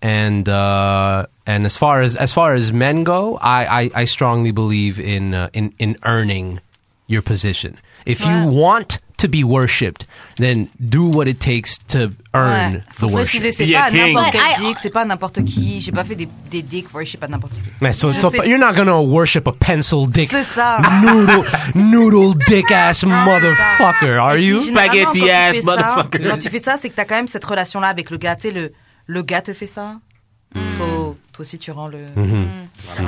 C: and uh, and as far as as far as men go, I I, I strongly believe in uh, in in earning your position. If you want to be worshipped, then do what it takes to earn
A: Ouais. Faut
C: the
A: préciser,
C: worship.
A: c'est
B: Be a
A: pas
B: king.
A: n'importe
D: But I-
A: quel dick, c'est pas n'importe qui. J'ai pas fait des, des dick worship à n'importe qui.
C: Man, so,
A: Je
C: so
A: sais-
C: you're not gonna worship a pencil dick,
A: C'est ça.
C: noodle, noodle dick ass motherfucker, are
A: Et puis,
C: you?
A: généralement,
B: Spaghetti
A: quand tu
B: ass
A: fais ça-
B: motherfucker.
A: Quand tu fais ça, c'est que t'as quand même cette relation-là avec le gars. Tu sais, le, le gars te fait ça. So, toi aussi, tu rends le.
C: Mhm.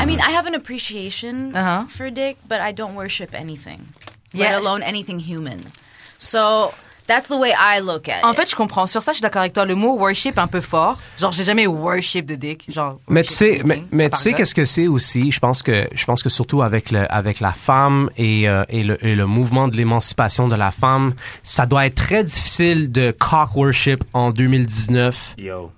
D: I mean, I have an appreciation
A: Uh-huh.
D: for dick, but I don't worship anything,
A: Yeah.
D: let alone anything human. So That's the way I look at
A: En
D: it.
A: fait, je comprends. Sur ça, je suis d'accord avec toi. Le mot worship est un peu fort. Genre, j'ai jamais worship de dick. Genre,
C: Mais tu
A: worship
C: sais,
A: de
C: mais,
A: dick, à
C: mais tu
A: part
C: sais
A: God.
C: qu'est-ce que c'est aussi. Je pense que je pense que surtout avec le avec la femme et euh, et, le, et le mouvement de l'émancipation de la femme, ça doit être très difficile de cock worship en 2019.
B: Yo.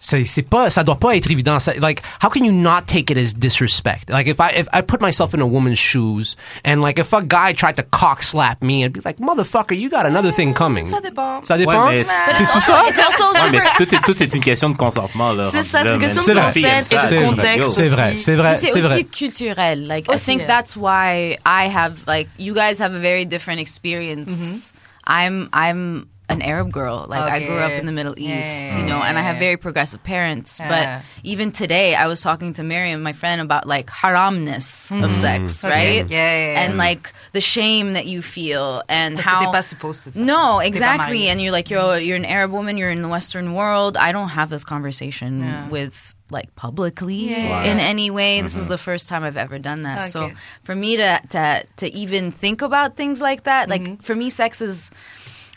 C: C'est c'est pas ça doit pas être évident. Ça- like how can you not take it as disrespect? Like if I if I put myself in a woman's shoes and like if a guy tried to cock slap me, I'd be like motherfucker, you got another thing coming.
A: Ça dépend.
C: Ça dépend.
B: Ouais, mais c'est-
C: T'es sous ça?
D: It's also
B: Ouais, mais
D: super-
B: tout est, tout est une question de consentement, là.
A: C'est
B: rendu
A: ça,
B: là,
A: c'est une
B: man.
A: question
C: de
B: La
C: concept
B: fille
A: et
B: aime
A: de
B: ça,
C: C'est
B: là.
C: vrai,
A: contexte.
C: c'est vrai,
A: aussi.
C: c'est vrai,
D: Mais c'est
C: c'est vrai.
D: aussi culturel. Like I
A: Aussi,
D: think
A: yeah.
D: that's why I have like you guys have a very different experience.
A: Mm-hmm.
D: I'm I'm an Arab girl. Like I grew up
A: Okay.
D: in the Middle East,
A: Yeah.
D: you know, and I have very progressive parents.
A: Yeah.
D: But even today, I was talking to Miriam, my friend, about like haramness of sex,
A: Okay.
D: right?
A: Mm-hmm. Yeah, yeah, yeah.
D: And like the shame that you feel and
A: Parce que
D: how
A: t'es pas supposed to. faire.
D: no,
A: T'es pas
D: exactly.
A: mariée.
D: And you're like, yo, you're an Arab woman. You're in the Western world. I don't have this conversation with like publicly
A: Yeah.
D: in any way. This is the first time I've ever done that. So
A: Okay.
D: for me to to to even think about things like that,
A: Mm-hmm.
D: like for me, sex is.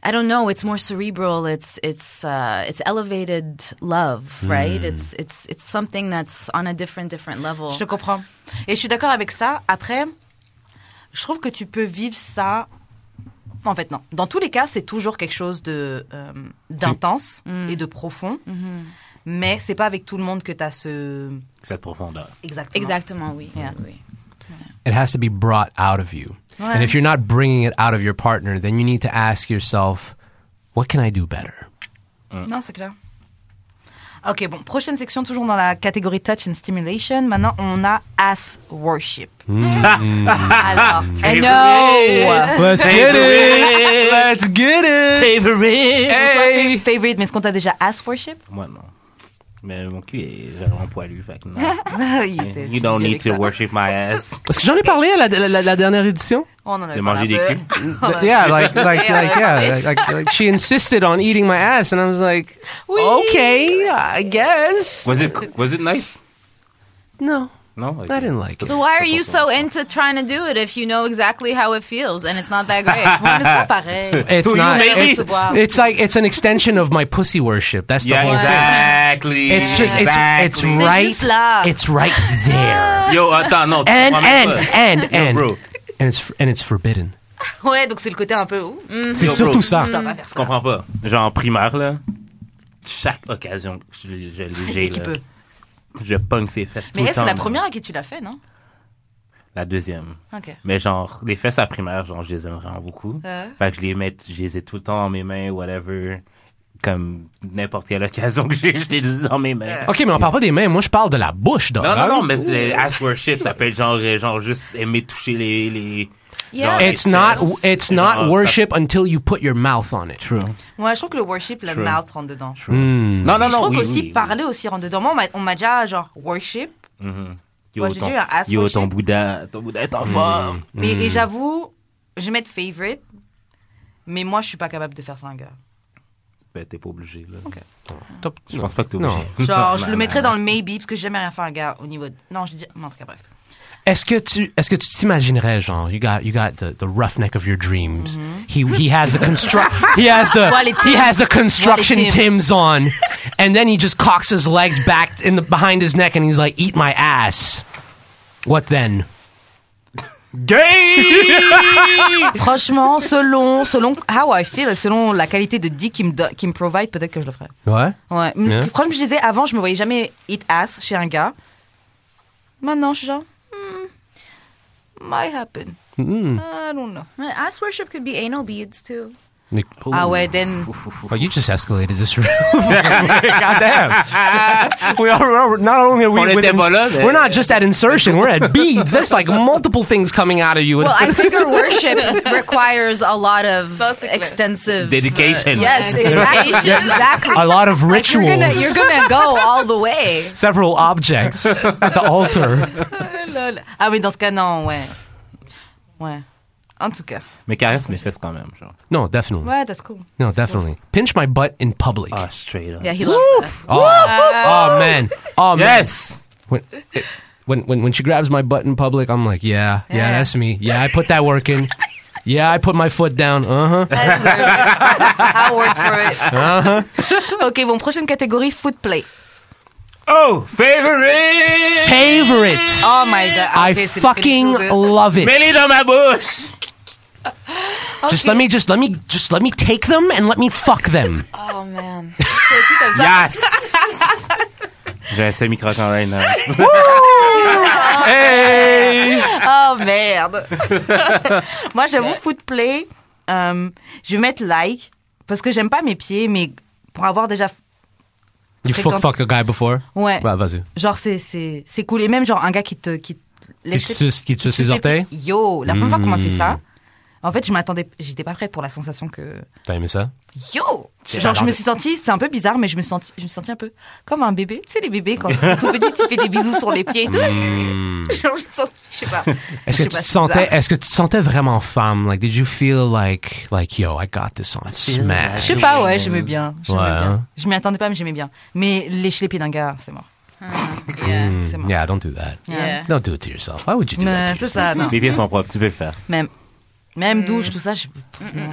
D: I don't know. It's more cerebral. It's it's uh, it's elevated love, right? It's it's it's something that's on a different different level.
A: Je te comprends. Et je suis d'accord avec ça. Après, je trouve que tu peux vivre ça. En fait, non. Dans tous les cas, c'est toujours quelque chose de euh, d'intense et de profond. Mais c'est pas avec tout le monde que tu as ce.
B: Cette profondeur.
A: Exactement.
D: Exactement. Oui. oui.
C: it has to be brought out of you. And if you're not bringing it out of your partner, then you need to ask yourself, what can I do better?
A: Non, c'est clair. Ok, bon, prochaine section, toujours dans la catégorie touch and stimulation. Maintenant, on a ass worship. Alors,
B: Favorite.
D: No.
C: Let's
B: get it.
C: Let's get it.
B: Favorite.
A: Hey. favorite, mais est-ce qu'on t'a déjà ass worship?
B: Moi, non. Mais mon cul est vraiment poilu, fait que non.
A: Ah, Il était-
B: You don't
A: il
B: need
A: était
B: to
A: avec ça.
B: worship my ass.
C: Est-ce que j'en ai parlé à la, la- la- la dernière édition?
A: Oh, On en avait
B: De
A: parlé
B: manger
A: un
B: des
A: peu.
B: culs.
C: yeah, like, like, like, yeah, like, like, like, she insisted on eating my ass, and I was like, okay, I guess.
B: Was it, was it nice?
C: No,
B: No?
C: I didn't like it.
D: So why are you so into trying to do it if you know exactly how it feels and it's not that great?
A: Ouais, mais c'est pas pareil.
C: It's
B: To you,
C: not.
B: maybe.
C: It's, it's like it's an extension of my pussy worship. That's the
B: Yeah,
C: whole
B: exactly.
C: thing. It's just it's it's
B: Exactly.
C: right.
A: juste là.
C: It's right there.
B: Yo, attends, non. tu
C: and
B: comprends même
C: and
B: pas.
C: and
B: Yo,
C: and
B: bro.
C: and it's and it's forbidden.
A: Ouais, donc c'est le côté un peu. ouh,
C: C'est
B: Yo,
C: surtout
B: bro.
C: ça.
A: je dois pas faire
B: Tu
A: ça.
B: comprends pas. Genre, en primaire, là, chaque occasion que je, l'ai- je l'ai- j'ai,
A: Et tu
B: là,
A: peux.
B: je punk ses fesses. tout
A: Mais
B: le
A: elle, c'est
B: temps,
A: la
B: man.
A: première à qui tu l'as fait, non
B: La deuxième.
A: Ok.
B: Mais genre, les fesses à primaire, genre, je les aime vraiment beaucoup.
A: Euh.
B: Fait que je les mets, je les ai tout le temps dans mes mains, whatever. Comme n'importe quelle occasion que j'ai, je les ai dans mes mains.
C: Ok, mais on parle pas des mains. Moi, je parle de la bouche, donc.
B: Non, non, non, mais c'est ass worship, ça peut être genre, euh, genre juste aimer toucher les. les
D: Yeah.
B: les
C: It's not.
B: fesses.
C: It's
B: Genre,
C: not
B: ça-
C: worship until you put your mouth on it.
B: True.
A: Ouais, je trouve que le worship, le
B: True.
A: mouth rentre dedans.
C: Hmm.
B: Non, non, non.
A: je trouve
B: oui,
A: qu'aussi
B: oui.
A: parler aussi rentre dedans. Moi, on m'a- on m'a déjà, genre, worship.
B: Mm-hmm. Yo,
A: Moi, j'ai
B: ton,
A: dit un ass
B: yo
A: worship.
B: ton Bouddha, ton Bouddha est en forme.
A: Mais, et j'avoue, je vais mettre favorite. Mais moi, je suis pas capable de faire ça à un gars.
B: Ben, t'es pas obligé, là.
C: Top-
B: Je pense pas que t'es
C: Non.
B: obligé.
A: Genre, je
B: Non,
A: le
B: non,
A: mettrais
B: non.
A: dans le maybe parce que j'ai jamais rien fait à un gars au niveau. de- Non, je dis. Non, en tout cas, bref.
C: Est-ce que tu, est-ce que tu t'imaginerais, genre, you got, you got the, the roughneck of your dreams. He, he has the construct, he has the,
A: Well, it
C: he
A: is.
C: has the construction
A: Well, it is.
C: Tim's on, and then he just cocks his legs back in the behind his neck, and he's like, "Eat my ass." What then? Gay.
A: Franchement, selon, selon how I feel, et selon la qualité de dick qu'il me, do- qu'il me provide, peut-être que je le ferais.
C: Ouais.
A: Ouais. Mm,
C: Yeah.
A: Franchement, je disais, avant, je me voyais jamais eat ass chez un gars. Maintenant, je suis genre, hmm, might happen.
C: Hmm.
A: I don't know.
D: Ass worship could be anal beads too.
C: Nick-
A: Ah ouais, then.
C: Oh, you just escalated this room. Goddamn. we are, we're- not only are we
B: On
C: with
B: était pas là, mais-
C: we're not just at insertion, we're at beads. That's like multiple things coming out of you.
D: Well, I figure worship requires a lot of extensive
A: euh,
B: Dedication.
D: yes, exactly. exactly.
C: a lot of
D: Like, you're
C: rituals.
D: gonna you're gonna go all the way.
C: Several objects at the altar.
A: Lol. Ah oui, dans ce cas, non, ouais. Ouais. En tout cas.
B: Mais caresse mes fesses quand même, genre.
C: No, definitely.
A: Ouais, that's cool.
C: No, definitely. Pinch my butt in public.
B: Ah, straight up.
D: Yeah, he loves that.
C: oh, oh, man. Oh man.
B: Yes!
C: When, it- when when when she grabs my butt in public, I'm like, yeah, yeah,
A: Yeah.
C: that's me. Yeah, I put that work in. Yeah, I put my foot down. Uh huh.
A: I deserve it. I worked for it.
C: Uh-huh.
A: ok, bon, prochaine catégorie, food play.
B: Oh, favorite!
C: Favorite.
A: Oh my god.
C: I
A: okay, c'est le
C: fucking
A: Félix Auger.
C: love it.
B: Mets-les dans ma bouche!
C: Just let me, just let me, just let me take them and let me fuck them.
A: Oh man. C'est aussi comme ça.
B: Yes! J'ai un semi-croquant right now. hey!
A: Oh merde. Moi, j'avoue, foot play, euh, je vais mettre like parce que j'aime pas mes pieds, mais pour avoir déjà.
C: You fuck
A: Fréquent-
C: fuck a guy before?
A: Ouais.
C: Bah vas-y.
A: Genre, c'est- c'est c'est cool. Et même, genre, un gars qui te. Qui, te lèche-
C: te suce- qui te suce les orteils? Hmm.
A: Yo, la première fois qu'on m'a fait ça, en fait, je m'attendais. J'étais pas prête pour la sensation que.
C: T'as aimé ça?
A: Yo!
B: C'est
A: Genre, je
B: la
A: me
B: langue.
A: suis sentie, c'est un peu bizarre, mais je me, suis sentie, je me suis sentie un peu comme un bébé. Tu sais, les bébés, quand ils sont tout petits, tu fais des bisous sur les pieds et tout. Genre, je me suis sentie, je sais pas. Je
C: Hmm. Est-ce
A: sais
C: que tu
A: pas,
C: te
A: c'est
C: sentais,
A: bizarre.
C: est-ce que tu te sentais vraiment femme? Like, did you feel like, like, yo, I got this on
A: Je
C: smash?
A: sais pas, ouais, j'aimais bien. J'aimais
C: Ouais,
A: bien.
C: hein.
A: Je m'y attendais pas, mais j'aimais bien. Mais lécher les pieds d'un gars, c'est mort.
D: Yeah.
A: C'est
C: Mm,
A: mort.
C: Yeah, don't do that.
D: Yeah.
C: Don't do it to yourself. Why would you do
A: Non,
C: that to
A: c'est
C: yourself?
A: ça, non.
B: Les pieds sont propres, tu peux le faire.
A: Même,
D: Mm.
A: même douche, tout ça, je. pff, non.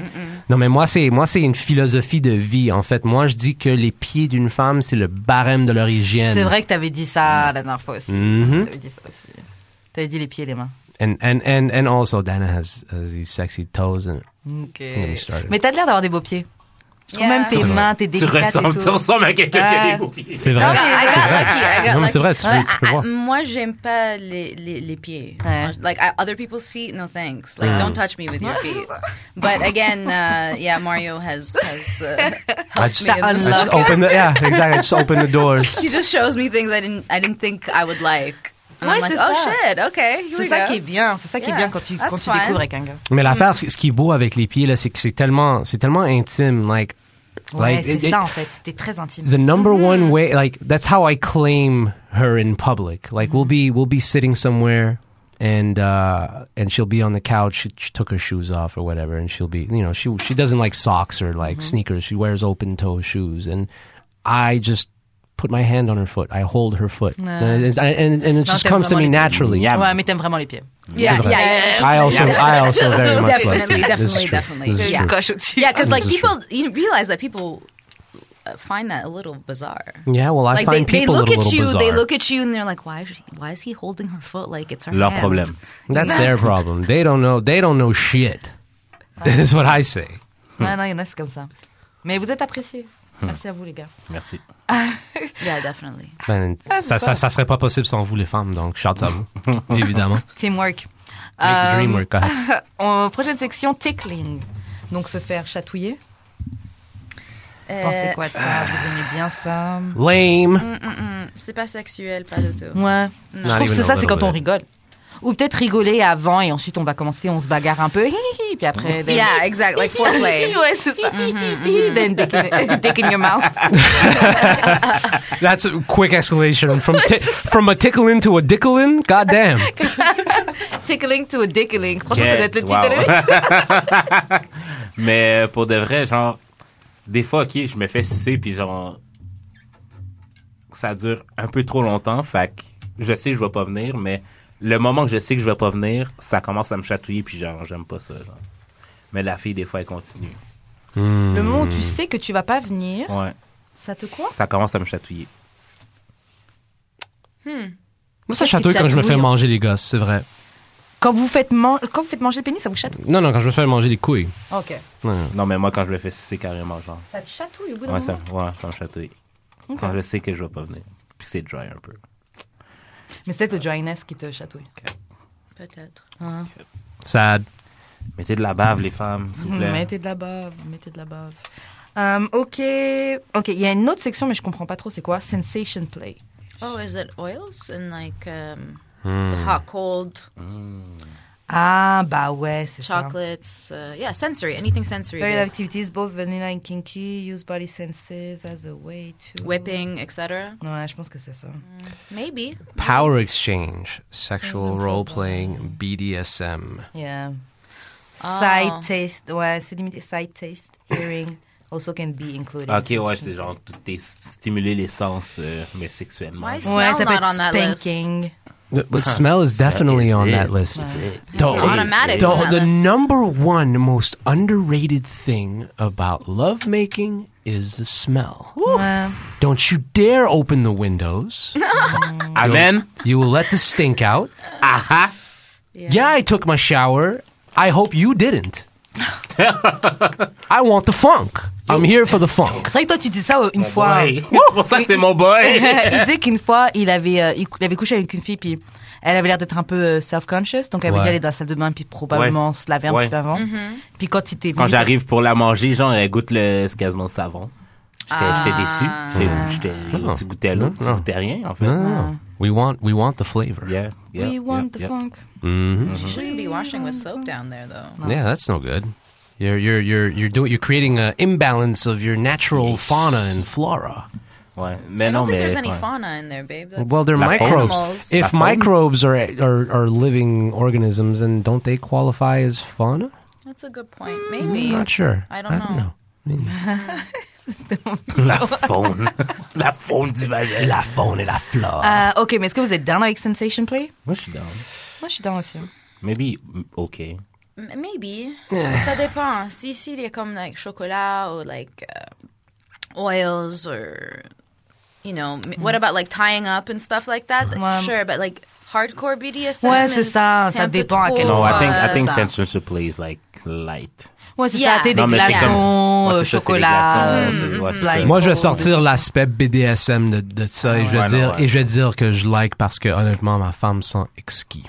C: Non, mais moi, c'est, moi, c'est une philosophie de vie, en fait. Moi, je dis que les pieds d'une femme, c'est le barème de leur hygiène.
A: C'est vrai que t'avais dit
C: Mm.
A: ça la dernière fois aussi.
C: Mhm.
A: T'avais dit ça aussi. T'avais dit les pieds et les mains.
C: And, and, and, and also, Dana has, has these sexy toes. And,
A: Ok.
C: me started.
A: Mais t'as l'air d'avoir des beaux pieds. Je trouve
D: Yeah.
A: même tes mains, tes
B: Tu
A: délicates. et
B: ressembles,
A: tout.
B: tu ressembles à quelqu'un qui a des beaux pieds.
C: c'est vrai.
D: Ah, I got lucky. I got
C: Non, mais
D: lucky. Ah,
C: c'est vrai, tu peux-
D: Ouais,
C: tu peux
D: I-
C: voir.
D: Moi, j'aime pas les, les, les pieds.
A: Ouais.
D: Like I, other people's feet, no thanks. Like don't touch me with your feet. But again, uh, yeah, Mario has has uh,
C: I just,
D: me in
C: I
D: the
C: just open the, yeah, exactly. I just open the doors.
D: he just shows me things I didn't I didn't think I would like. And I'm
A: Ouais,
D: like,
A: c'est
D: oh
A: ça.
D: shit, okay, here
A: C'est
D: we
A: ça
D: go.
A: qui est bien, c'est ça qui est
D: Yeah,
A: bien quand tu, quand
D: that's
A: tu
D: fine.
A: découvres avec un gars.
C: Mais l'affaire, c'est- ce qui est beau avec les pieds, là, c'est que c'est tellement, c'est tellement intime. Like,
A: Ouais,
C: like,
A: c'est
C: it- it-
A: ça Mm-hmm. en fait, c'était très intime.
C: the number one way like that's how i claim her in public like we'll be we'll be sitting somewhere and uh and she'll be on the couch she, she took her shoes off or whatever and she'll be you know she she doesn't like socks or
A: Mm-hmm.
C: like sneakers she wears open toe shoes and i just put my hand on her foot i hold her foot and, it- and, and it just
A: t'aimes
C: comes to
A: vraiment
C: me
A: les-
C: naturally
A: Ouais, mais t'aimes vraiment les pieds.
D: Yeah, yeah, yeah,
C: i also i also very much like
D: Definitely,
C: this. This is
D: definitely,
C: true.
D: definitely.
C: This is
D: Yeah.
C: true.
A: Coche au-dessus.
D: yeah, because like
C: This is true.
D: people, you realize that people uh, find that a little bizarre.
C: yeah well i
D: like
C: find
D: they, they
C: people
D: look
C: a little
D: at you,
C: bizarre
D: they look at you, and they're like, why is she, why is he holding her foot like it's her
B: Leur
D: hand?
B: problème.
C: That's their problem. They don't know. They don't know shit. Is what I say.
A: Ouais, non, il y en a, c'est comme ça. Mais vous êtes appréciés.
C: Hmm.
A: Merci à vous, les gars.
B: Merci.
D: Yeah, definitely.
C: Ben, ça, ça, ça serait pas possible sans vous les femmes. Donc, shout à vous, évidemment.
A: Teamwork.
C: Make the
A: Euh,
C: dream work. go ahead.
A: on- prochaine section, tickling. Donc, se faire chatouiller. Vous Pensez quoi de
C: Ah.
A: ça Vous aimez bien ça
D: Um,
C: Lame.
D: C'est pas sexuel, pas du tout.
A: Ouais. Je trouve que
C: even a
A: ça, c'est quand
C: little
A: on
C: bit.
A: rigole. Ou peut-être rigoler avant et ensuite on va commencer, on se bagarre un peu, hi, hi, hi, puis après. then-
D: Yeah, exactly. Like foreplay.
A: Ouais, c'est ça. Mm-hmm, Then dick in- dick in your mouth.
C: That's a quick exclamation from ti- from a tickle in to a dickle in. Goddamn.
A: Tickling to a dickling. Franchement, ça
B: Yeah,
A: doit être le titre
B: wow.
A: de la-
B: Mais euh, pour de vrai, genre, des fois, ok, je me fais sucer, puis genre, ça dure un peu trop longtemps, fait que je sais que je vais pas venir, mais le moment que je sais que je vais pas venir, ça commence à me chatouiller, puis genre, j'aime pas ça, genre. Mais la fille, des fois, elle continue.
A: Le moment où tu sais que tu vas pas venir,
B: Ouais.
A: ça te coince.
B: Ça commence à me chatouiller.
C: Moi,
A: Qu'est-ce
C: ça
A: qui
C: chatouille
A: te
C: quand je me fais
A: chatouille?
C: manger les gosses. C'est vrai.
A: Quand vous faites man- quand vous faites manger le pénis, ça vous chatouille.
C: Non, non, quand je me fais manger les couilles.
A: Ok.
B: Non, mais moi, quand je me fais sucer carrément, genre,
A: Ça te chatouille au bout d'un
B: ouais, ça,
A: moment.
B: ouais, ça me chatouille. Quand je sais que je vais pas venir, puis c'est dry un peu.
A: Mais c'est peut-être le dryness qui te chatouille.
D: Peut-être.
C: Sad.
B: Mettez de la bave, les femmes, s'il vous plaît.
A: Mhm, Mettez de la bave, mettez de la bave. Euh, ok, ok. Il y a une autre section, mais je comprends pas trop. C'est quoi Sensation play.
D: Oh, is it oils and like um,
C: Hmm.
D: the hot, cold,
A: Ah bah ouais, c'est ça.
D: chocolates? Uh, yeah, sensory. Anything sensory.
A: Varied
D: based.
A: activities, both vanilla and kinky, use body senses as a way to.
D: Whipping, etc.
A: Ouais, je pense que c'est ça.
D: Mm. Maybe.
C: Power exchange, sexual role playing, BDSM.
A: Yeah.
D: Ah.
A: Side taste, ouais, c'est limité. Side taste, hearing, also can be included.
B: Ah, Ok, ouais, c'est genre tout est stimuler les sens, euh, mais sexuellement.
D: Ouais,
A: Ouais,
D: Smell
A: ça peut
D: not
A: être
D: on that list.
A: spanking.
C: The- But smell is definitely on that list. The-
D: Automatic.
C: The,
D: on that
C: the
D: list.
C: number one most underrated thing about lovemaking is the smell.
A: Ouais.
C: Don't you dare open the windows.
B: Amen.
C: You will let the stink out.
B: Aha.
C: Uh-huh. Yeah, I took my shower. I hope you didn't. I want the funk. I'm here for the funk.
A: C'est vrai que toi, tu dis ça euh, une fois.
B: Boy. C'est pour ça que c'est mon boy.
A: il dit qu'une fois, il avait, euh, il cou- il avait couché avec une fille, puis elle avait l'air d'être un peu euh, self-conscious, donc elle avait
C: Ouais.
A: dit aller dans la salle de bain, puis probablement
B: Ouais.
A: se laver un
B: Ouais.
A: petit peu avant. Puis quand il était
B: Quand
A: venu-
B: j'arrive pour la manger, genre, elle goûte le, c'est quasiment le savon. J'étais j'étais déçu. J'étais-
C: Ah.
B: J'étais, tu goûtais l'eau, tu
C: Non.
B: goûtais rien, en fait.
C: Ah, we want we want the flavor.
B: Yeah, yeah,
A: We
B: yeah,
A: want the
B: yeah.
A: funk. Mm-hmm.
C: Mhm.
D: You shouldn't be washing with soap down there, though.
C: Yeah, that's no good. You're you're you're you're doing you're creating an imbalance of your natural fauna and flora.
B: Ouais. Mais
D: I
B: non,
D: don't think
B: mais.
D: there's any
B: ouais.
D: fauna in there, babe. That's
C: Well, they're
B: La faune.
C: microbes.
D: Animals.
C: If
B: La faune.
C: microbes are, are are living organisms, then don't they qualify as fauna?
D: That's a good point. Maybe.
C: Mm, Not sure.
D: I don't know.
B: La faune. la faune du vagin.
C: La faune et la flore.
A: Euh, ok, mais est-ce que vous êtes down avec Sensation Play
B: Moi, je suis down.
A: Moi, je suis down aussi.
B: Maybe, mm, OK.
D: M- maybe. Ça dépend. Si si il y a comme like chocolat or like uh, oils or you know, m-
A: Mm-hmm.
D: what about like tying up and stuff like that?
A: Ouais.
D: Sure, but like hardcore BDSM.
A: Ouais, c'est
D: is-
A: ça. uh, Ça
D: un peu
A: dépend à
D: trop,
A: quel
B: No, I think,
D: euh,
B: I think
D: ça.
B: censorship play is like light.
A: Ouais, c'est
D: Yeah.
A: ça. T'es des
B: Non, mais c'est comme-
A: glaçons,
B: Ouais, c'est
A: euh,
B: ça, c'est des
A: chocolat.
B: glaçons, c'est- ouais, c'est
A: blind.
B: ça.
C: Moi, je vais sortir l'aspect BDSM de, de ça et, je vais
B: Ouais, non,
C: dire,
B: ouais.
C: et je vais dire que je like parce que honnêtement, ma femme sent exquis.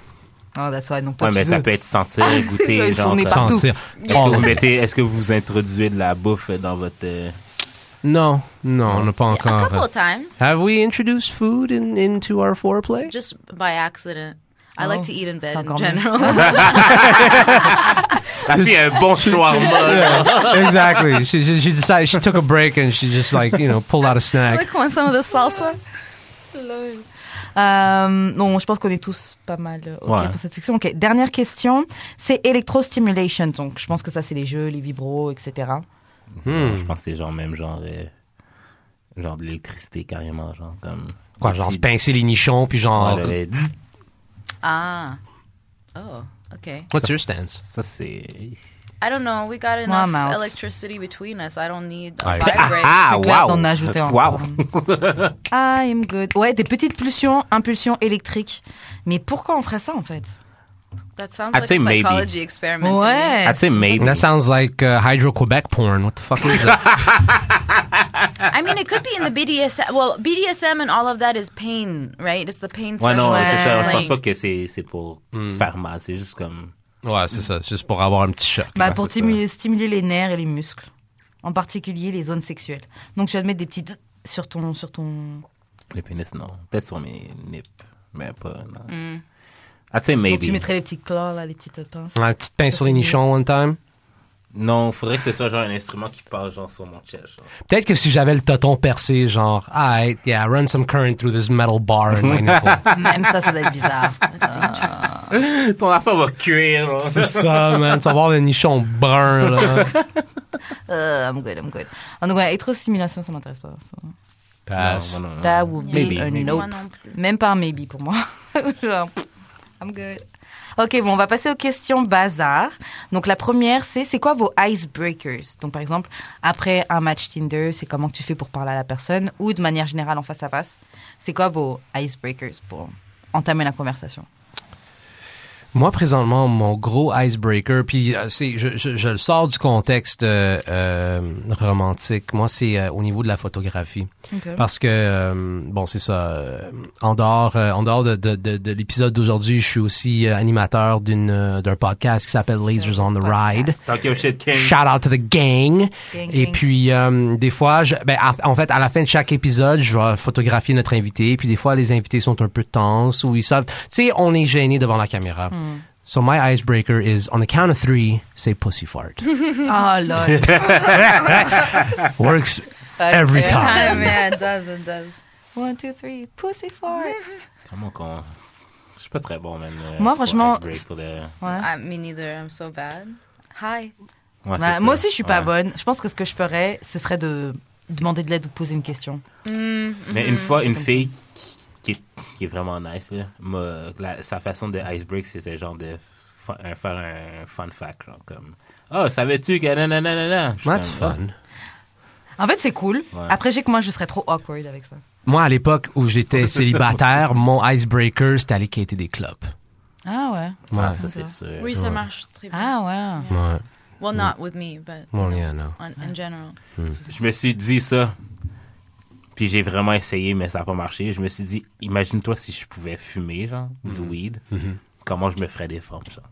A: Oh, that's why. Donc, toi,
B: Ouais, mais
A: tu
B: ça
A: veux.
B: peut être sentir,
A: Ah,
B: goûter,
A: Ils sont
B: genre.
A: nés
B: comme-
A: partout.
C: Sentir.
B: Est-ce que, vous mettez, est-ce que vous introduisez de la bouffe dans votre. euh,
C: Non, non, on n'a pas
D: A couple
C: encore.
D: of times.
C: Have we introduced food in, into our foreplay?
D: Just by accident. I
A: Oh,
D: like to eat in bed
A: ça
D: in
A: quand même.
D: general.
B: La fille a Ah, un bon shawarma.
C: exactly. She, she, she decided she took a break and she just like you know pulled out a
D: I
C: snack.
D: like want some of the salsa.
A: Euh, non, je pense qu'on est tous pas mal euh, OK
B: Ouais.
A: pour cette section. Ok, dernière question. C'est electrostimulation. Donc, je pense que ça, c'est les jeux, les vibros, etc.
B: Hmm. Je pense que c'est genre même genre. euh, genre de l'électricité carrément, genre comme. euh,
C: Quoi, genre se pincer les nichons puis genre.
B: Ouais, le- le-
D: Ah. Oh, okay.
C: What's your stance?
B: Ça, c'est.
D: I don't know. We got
A: Well,
D: enough
A: I'm out.
D: electricity between us. I don't need a
C: I-
D: vibrator.
B: Ah,
A: C'est clair
B: wow!
A: d'en ajouter encore.
B: Wow!
A: I'm good. Ouais, des petites pulsions, impulsions électriques. Mais pourquoi on ferait ça, en fait
D: That sounds
B: I'd
D: like
B: say
D: a
B: maybe.
D: psychology experiment. to me.
A: Ouais.
B: I'd say Ah, maybe.
C: That sounds like uh, Hydro Quebec porn. What the fuck is that?
D: I mean, it could be in the BDSM. Well, BDSM and all of that is pain, right? It's the pain
B: Ouais,
D: threshold.
B: non, c'est ça. Je
D: Like,
B: pense pas que c'est c'est pour
C: Hmm.
B: faire mal. C'est juste comme.
C: ouais, c'est ça. C'est juste pour avoir un petit choc.
A: Bah, pour
B: Ah, c'est ça.
A: stimuler, stimuler les nerfs et les muscles. En particulier les zones sexuelles. Donc, tu vas te mettre des petites sur ton. Sur ton...
B: Les pénis, non. Peut-être sur mes nips, mais pas. Non. I'd say
A: Hmm. Donc, tu
B: maybe.
A: mettrais les petites claws, là, les petites pinces.
C: Un petit pince sur les nichons one time.
B: Non, faudrait que ce soit genre un instrument qui passe genre sur mon chest. genre.
C: Peut-être que si j'avais le toton percé, genre, alright, yeah, run some current through this metal bar in my nipple.
A: Même ça, ça doit être bizarre.
B: Ton affaire va cuire. genre.
C: C'est ça, man. Tu vas voir le nichon brun, là.
A: Euh, I'm good, I'm good. Ah, donc, ouais, électrostimulation, ça m'intéresse pas.
C: Pass.
B: Non, non, non.
A: That would be
B: Maybe,
A: a
B: maybe.
A: nope.
D: moi non plus.
A: Même pas un maybe pour moi. Genre, pff, I'm good. Ok, bon, on va passer aux questions bazar. Donc, la première, c'est c'est quoi vos icebreakers Donc, par exemple, après un match Tinder, c'est comment tu fais pour parler à la personne ou de manière générale en face à face. C'est quoi vos icebreakers pour entamer la conversation
C: Moi, présentement, mon gros icebreaker, puis euh, c'est, je, je, je le sors du contexte euh, euh, romantique. Moi, c'est euh, au niveau de la photographie. Parce que, euh, bon, c'est ça. euh, en dehors, euh, en dehors de, de, de, de l'épisode d'aujourd'hui, je suis aussi euh, animateur d'une, euh, d'un podcast qui s'appelle
A: Euh,
C: Lasers on the Ride.
B: Talk your shit, King.
C: Shout out to the gang.
A: Gang,
C: et
A: gang.
C: puis, euh, des fois, je, ben, à- en fait, à la fin de chaque épisode, je vais photographier notre invité. Puis des fois, les invités sont un peu tenses ou ils savent... Tu sais, on est gêné devant la caméra.
A: Hmm.
C: So my icebreaker is, on the count of three, say pussy fart.
A: Oh lol.
C: Works every time.
D: Time, yeah, it does, it does.
A: One, two, three, pussy fart.
B: Comment qu'on. Je suis pas très bon, même. euh,
A: Moi,
B: pour
A: franchement,
B: icebreak, pour le-
A: Ouais.
D: I, me neither. I'm so bad. Hi.
B: Ouais,
A: Bah,
B: c'est
A: moi
B: ça.
A: aussi, je suis pas
B: Ouais.
A: bonne. Je pense que ce que je ferais, ce serait de demander de l'aide ou poser une question. Mm.
B: Mais une fois, une fille qui- qui est, qui est vraiment nice, là, m'a- la- sa façon de icebreak, c'était genre de fa- un- faire un fun fact, genre comme Oh, savais-tu que nanana, nanana? Je suis
C: That's
B: comme, ah,
C: fun.
A: En fait, c'est cool.
B: Ouais.
A: Après, j'ai que moi, je serais trop awkward avec ça.
C: Moi, à l'époque où j'étais célibataire, mon icebreaker, c'était aller quitter des clubs.
A: Ah ouais.
B: Ah,
C: Ouais.
B: ça, c'est sûr.
D: Oui, ça marche très bien.
A: Ah ouais.
C: Ouais.
D: Well, not with me, but
C: Well, yeah, no.
D: on- in general.
B: Je me suis dit ça. Puis j'ai vraiment essayé, mais ça n'a pas marché. Je me suis dit, imagine-toi si je pouvais fumer, genre, du weed. Comment je me ferais des formes, genre.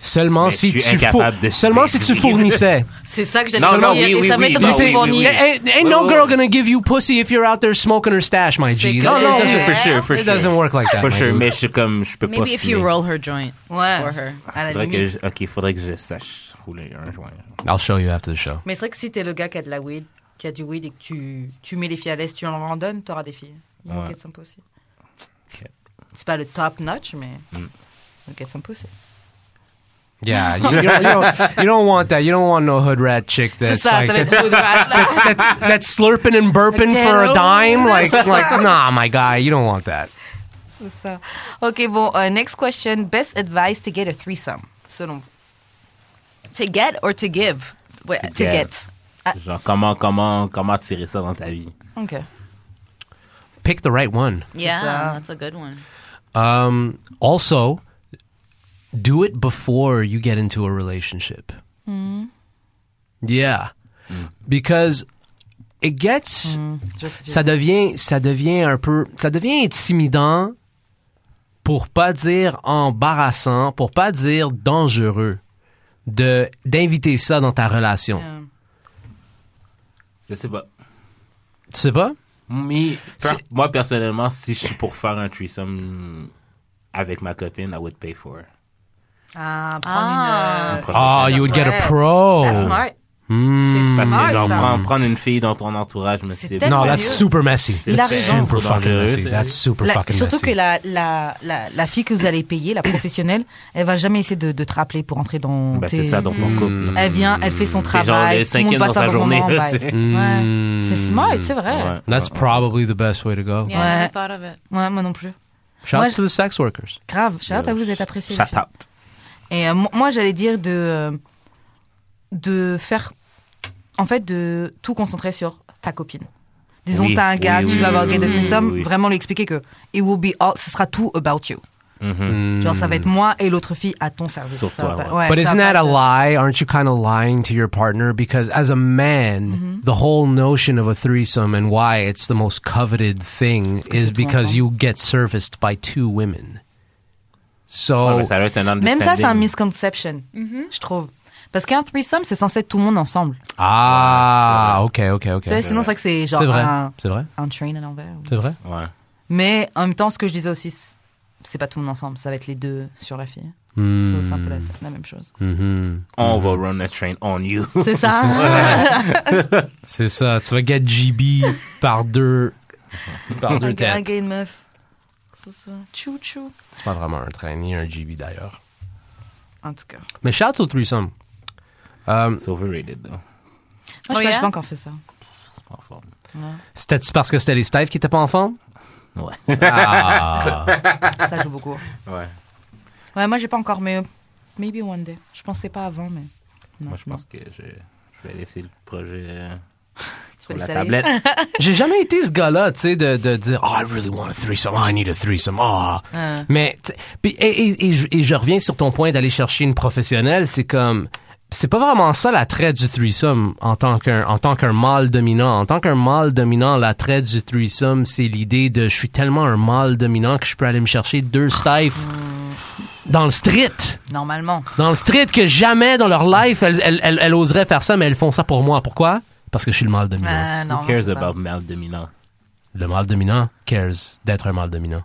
C: Seulement
B: Mais
C: si
B: je suis
C: tu four-
B: incapable de-
C: Seulement si tu fournissais.
A: C'est ça que j'allais
B: Non,
A: dire.
B: non, oui,
A: Et
B: oui,
A: ça
B: oui,
A: m'étonne
B: non,
A: que vous
B: oui, oui,
A: veniez.
B: oui.
C: Ain't, ain't no girl gonna give you pussy if you're out there smoking her stash, my G.
A: C'est
C: No, no,
A: clair.
C: it doesn't,
B: For sure, for
C: it
B: sure.
C: doesn't work like that.
B: For
C: my
B: sure,
C: dude.
B: mais je suis comme, je peux pas
D: Maybe if you
B: fumer.
D: roll her joint
A: Ouais.
D: for her.
A: À la
B: Faudrait que
A: limite.
B: je- ok, faudrait que je sache rouler un joint.
C: I'll show you after the show.
A: Mais c'est vrai que si t'es le gars qui a de la weed, qui a du weed et que tu, tu mets les filles à l'aise, tu en randonnes, t'auras des filles. You
B: Ouais.
A: ouais. get some pussy.
B: Ok. Mm.
A: C'est pas le top notch, mais you get some pussy.
C: Yeah, you, you, don't, you, don't, you don't want that. You don't want no hood rat chick
A: C'est
C: that's
A: ça,
C: like
A: ça va
C: that's,
A: être good rap.
C: that's, that's, that's slurping and burping
A: Okay,
C: for a
A: no,
C: dime. Like,
A: that's-
C: like, nah, my guy, you don't want that.
A: C'est ça. Ok, bon, euh, next question. Best advice to get a threesome, selon vous.
D: To get or to give? Wait,
A: To
B: Yeah.
A: get. Ah.
B: Genre, comment, comment, comment tirer ça dans ta vie?
A: Ok.
C: Pick the right one.
D: yeah,
A: ça.
D: that's a good one.
C: Um, also, do it before you get into a relationship. Yeah, because it gets
A: Je- je-
C: ça devient ça devient un peu ça devient intimidant pour pas dire embarrassant, pour pas dire dangereux de d'inviter ça dans ta relation.
A: Euh,
B: Je sais pas.
C: Tu sais pas
B: Mais,
C: C'est-
B: per- moi, personnellement, si je suis pour faire un threesome avec ma copine, I would pay for it.
A: Ah, prendre
D: Ah.
A: une. euh,
C: Oh, you would get a
B: Oh.
C: pro.
A: That's smart.
C: Hmm.
A: C'est
B: Parce que,
A: smart,
B: genre,
A: ça.
B: prendre, prendre une fille dans ton entourage, mais
A: C'est
B: c'est
A: tellement
C: No,
A: Oh,
C: that's
A: yeah.
C: super messy.
B: Il a
C: That's
A: raison.
C: super fucking
B: Dangereux,
C: messy.
B: c'est-
C: That's super
A: La-
C: fucking
A: surtout
C: messy.
A: que la, la, la, la fille que vous allez payer, la professionnelle, elle va jamais essayer de, de te rappeler pour entrer dans.
B: Ben,
A: tes-
B: c'est ça hmm, dans ton couple. là.
A: Hmm. Elle vient, elle fait son
B: C'est genre
A: travail,
B: le
A: tout le monde
B: cinquième
A: passe
B: dans
A: un
B: sa
A: bon
B: journée,
A: moment.
B: là,
A: bye.
B: tu sais.
A: Ouais. C'est smart, c'est vrai.
B: Ouais.
C: Hmm. That's probably the best way to go.
D: Yeah, I
A: Ouais.
D: never thought of it.
A: Ouais, moi non plus.
C: Shout
A: Moi,
C: out
A: je-
C: to the sex workers.
A: Grave, shout out à vous, vous êtes appréciés. les
B: Shut
A: filles.
B: up.
A: Et euh, mo- moi, j'allais dire de, euh, de faire. En fait, de tout concentrer sur ta copine. Disons,
B: Oui,
A: t'as un
B: oui,
A: gars,
B: oui,
A: tu
B: oui,
A: vas avoir
B: oui,
A: get
B: oui,
A: a threesome,
B: oui, oui.
A: vraiment lui expliquer que it will be all, ce sera tout about you.
C: Mm-hmm.
A: Genre, ça va être moi et l'autre fille à ton service.
B: Hmm. Sur
A: Ça va
B: toi,
A: pas-
B: ouais.
A: ouais,
C: But
A: ça
C: isn't
A: va
C: that
A: pas
C: a
A: te-
C: lie? Aren't you kind of lying to your partner? Because as a man,
A: Mm-hmm.
C: the whole notion of a threesome and why it's the most coveted thing is
A: c'est tout
C: because
A: ensemble.
C: you get serviced by two women. So,
B: Ouais, mais ça doit être un
A: Oh. Même ça, c'est un
B: understanding.
A: misconception, je trouve. Parce qu'un threesome, c'est censé être tout le monde ensemble.
C: ah, okay, okay,
A: Tu sais,
C: okay.
A: sinon, c'est vrai que c'est genre ah.
C: C'est vrai.
A: un,
C: C'est vrai.
A: un train à l'envers.
C: C'est vrai.
B: Ouais.
A: Mais en même temps, ce que je disais aussi, c'est- c'est pas tout le monde ensemble, ça va être les deux sur la fille. C'est
C: Hmm.
A: au simple
B: Hmm.
A: la, la même chose.
C: Mhm.
A: Mm-hmm.
B: On va run a train on you.
A: C'est ça.
C: C'est ça. Tu vas get GB par deux. Par
A: un
C: deux
A: gars, un
C: têtes.
A: gars, une meuf. C'est ça. Chou chou.
C: C'est pas vraiment un train, ni un GB d'ailleurs.
A: En tout cas. Moi,
C: Mais shout out au threesome. Um,
B: It's overrated, though.
A: je
D: Oh,
A: sais pas, j'ai
D: yeah?
A: pas encore fait ça.
B: C'est pas en forme.
C: C'était-tu parce que c'était les Steve qui étaient pas en forme?
B: Ouais.
C: Ah.
A: Ça joue beaucoup.
B: Ouais.
A: Ouais, moi, j'ai pas encore, mais euh, maybe one day. Je pensais pas avant, mais.
B: Moi, je pense que je, je vais laisser le projet euh, sur
A: le
B: la
A: soleil.
B: tablette.
C: J'ai jamais été ce gars-là, tu sais, de, de dire Oh, I really want a threesome, oh, I need a threesome, ah.
A: Euh,
C: Mais, tu sais, puis- et, et- et je- et je reviens sur ton point d'aller chercher une professionnelle, c'est comme. C'est pas vraiment ça l'attrait du threesome en tant qu'un en tant qu'un mâle dominant. En tant qu'un mâle dominant, l'attrait du threesome, c'est l'idée de je suis tellement un mâle dominant que je peux aller me chercher deux Steve dans le street.
A: Normalement.
C: dans le street que jamais dans leur life elles, elles, elles- elles oseraient faire ça, mais elles font ça pour moi. Pourquoi? Parce que je suis le mâle dominant.
A: Euh,
B: Who
A: normalement,
B: cares
A: c'est ça.
B: about male dominant?
C: Le mâle dominant cares d'être un mâle dominant.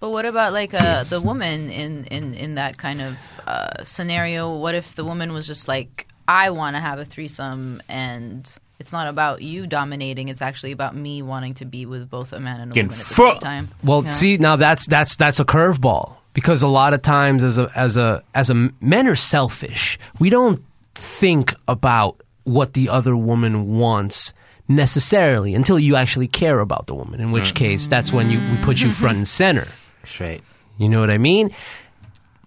D: But what about like uh, the woman in, in, in that kind of uh, scenario? What if the woman was just like, I want to have a threesome and it's not about you dominating, it's actually about me wanting to be with both a man and a
B: Can
D: woman at the
B: fuck.
D: same time?
C: Well,
A: Yeah.
C: see, now that's that's that's a curveball because a lot of times as a as a as a men are selfish. We don't think about what the other woman wants necessarily until you actually care about the woman, in which case that's when you, we put you front and center.
B: Straight.
C: You know what I mean?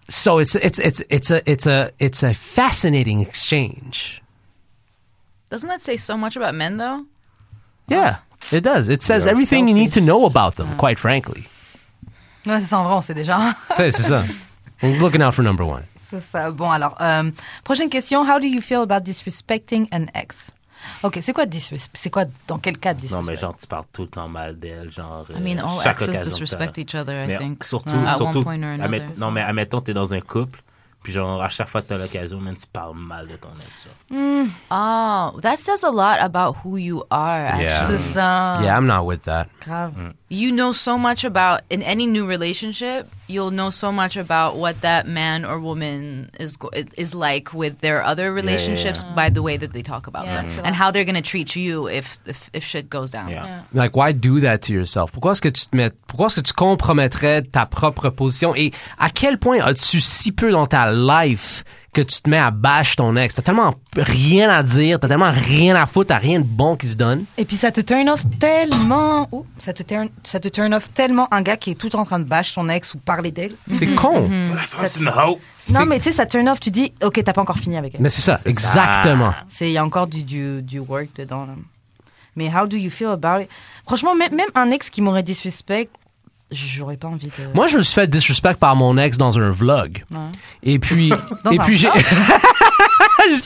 C: So it's it's it's it's a it's a it's a fascinating exchange.
D: Doesn't that say so much about men, though?
C: Yeah, it does. It says
B: You're
C: everything you need to know about them, quite frankly.
A: Non, c'est sans vrai, on sait déjà.
C: This is a- I'm looking out for number one.
A: C'est ça. Bon, alors, euh, prochaine question. How do you feel about disrespecting an ex? Ok, c'est quoi disrespect? C'est quoi, dans quel cas
B: Non,
A: disrespect?
B: mais genre, tu parles tout le temps mal d'elle, genre.
D: I mean,
B: euh,
D: all
B: chaque
D: exes
B: occasion que
D: disrespect
B: t'as.
D: each other, I
B: Mais
D: think.
B: Surtout,
D: uh, at
B: surtout.
D: one point or another.
B: admet- non, mais admettons, t'es dans un couple, puis genre, à chaque fois que t'as l'occasion, même tu parles mal de ton ex. genre.
D: Oh, that says a lot about who you are. Actually.
A: C'est ça.
C: Yeah, I'm not with that.
A: Grave.
D: You know so much about in any new relationship. You'll know so much about what that man or woman is go- is like with their other relationships by the way that they talk about
A: Yeah,
D: them
A: so-
D: and how they're gonna treat you if if, if shit goes down.
B: Yeah.
C: Like, why do that to yourself? Pourquoi est-ce que tu te mets, pourquoi est-ce que tu compromettrais ta propre position? Et à quel point as-tu si peu dans ta life que tu te mets à bash ton ex? T'as tellement rien à dire, t'as tellement rien à foutre, t'as rien de bon qui se donne.
A: Et puis ça te turn off tellement. Ouh, ça te turn, ça te turn off tellement un gars qui est tout en train de bâcher son ex ou parler d'elle.
C: C'est con.
B: La femme, c'est une hoe.
A: Non,
C: C'est-
A: mais tu sais, ça turn off, tu dis, ok, t'as pas encore fini avec elle.
C: Mais c'est ça, exactement.
A: C'est il y a encore du, du du work dedans. là. Mais how do you feel about it? Franchement, même, même un ex qui m'aurait disrespect, j'aurais pas envie de.
C: Moi, je me suis fait disrespect par mon ex dans un vlog. Et puis,
A: Dans
C: et
A: un
C: puis j'ai. Je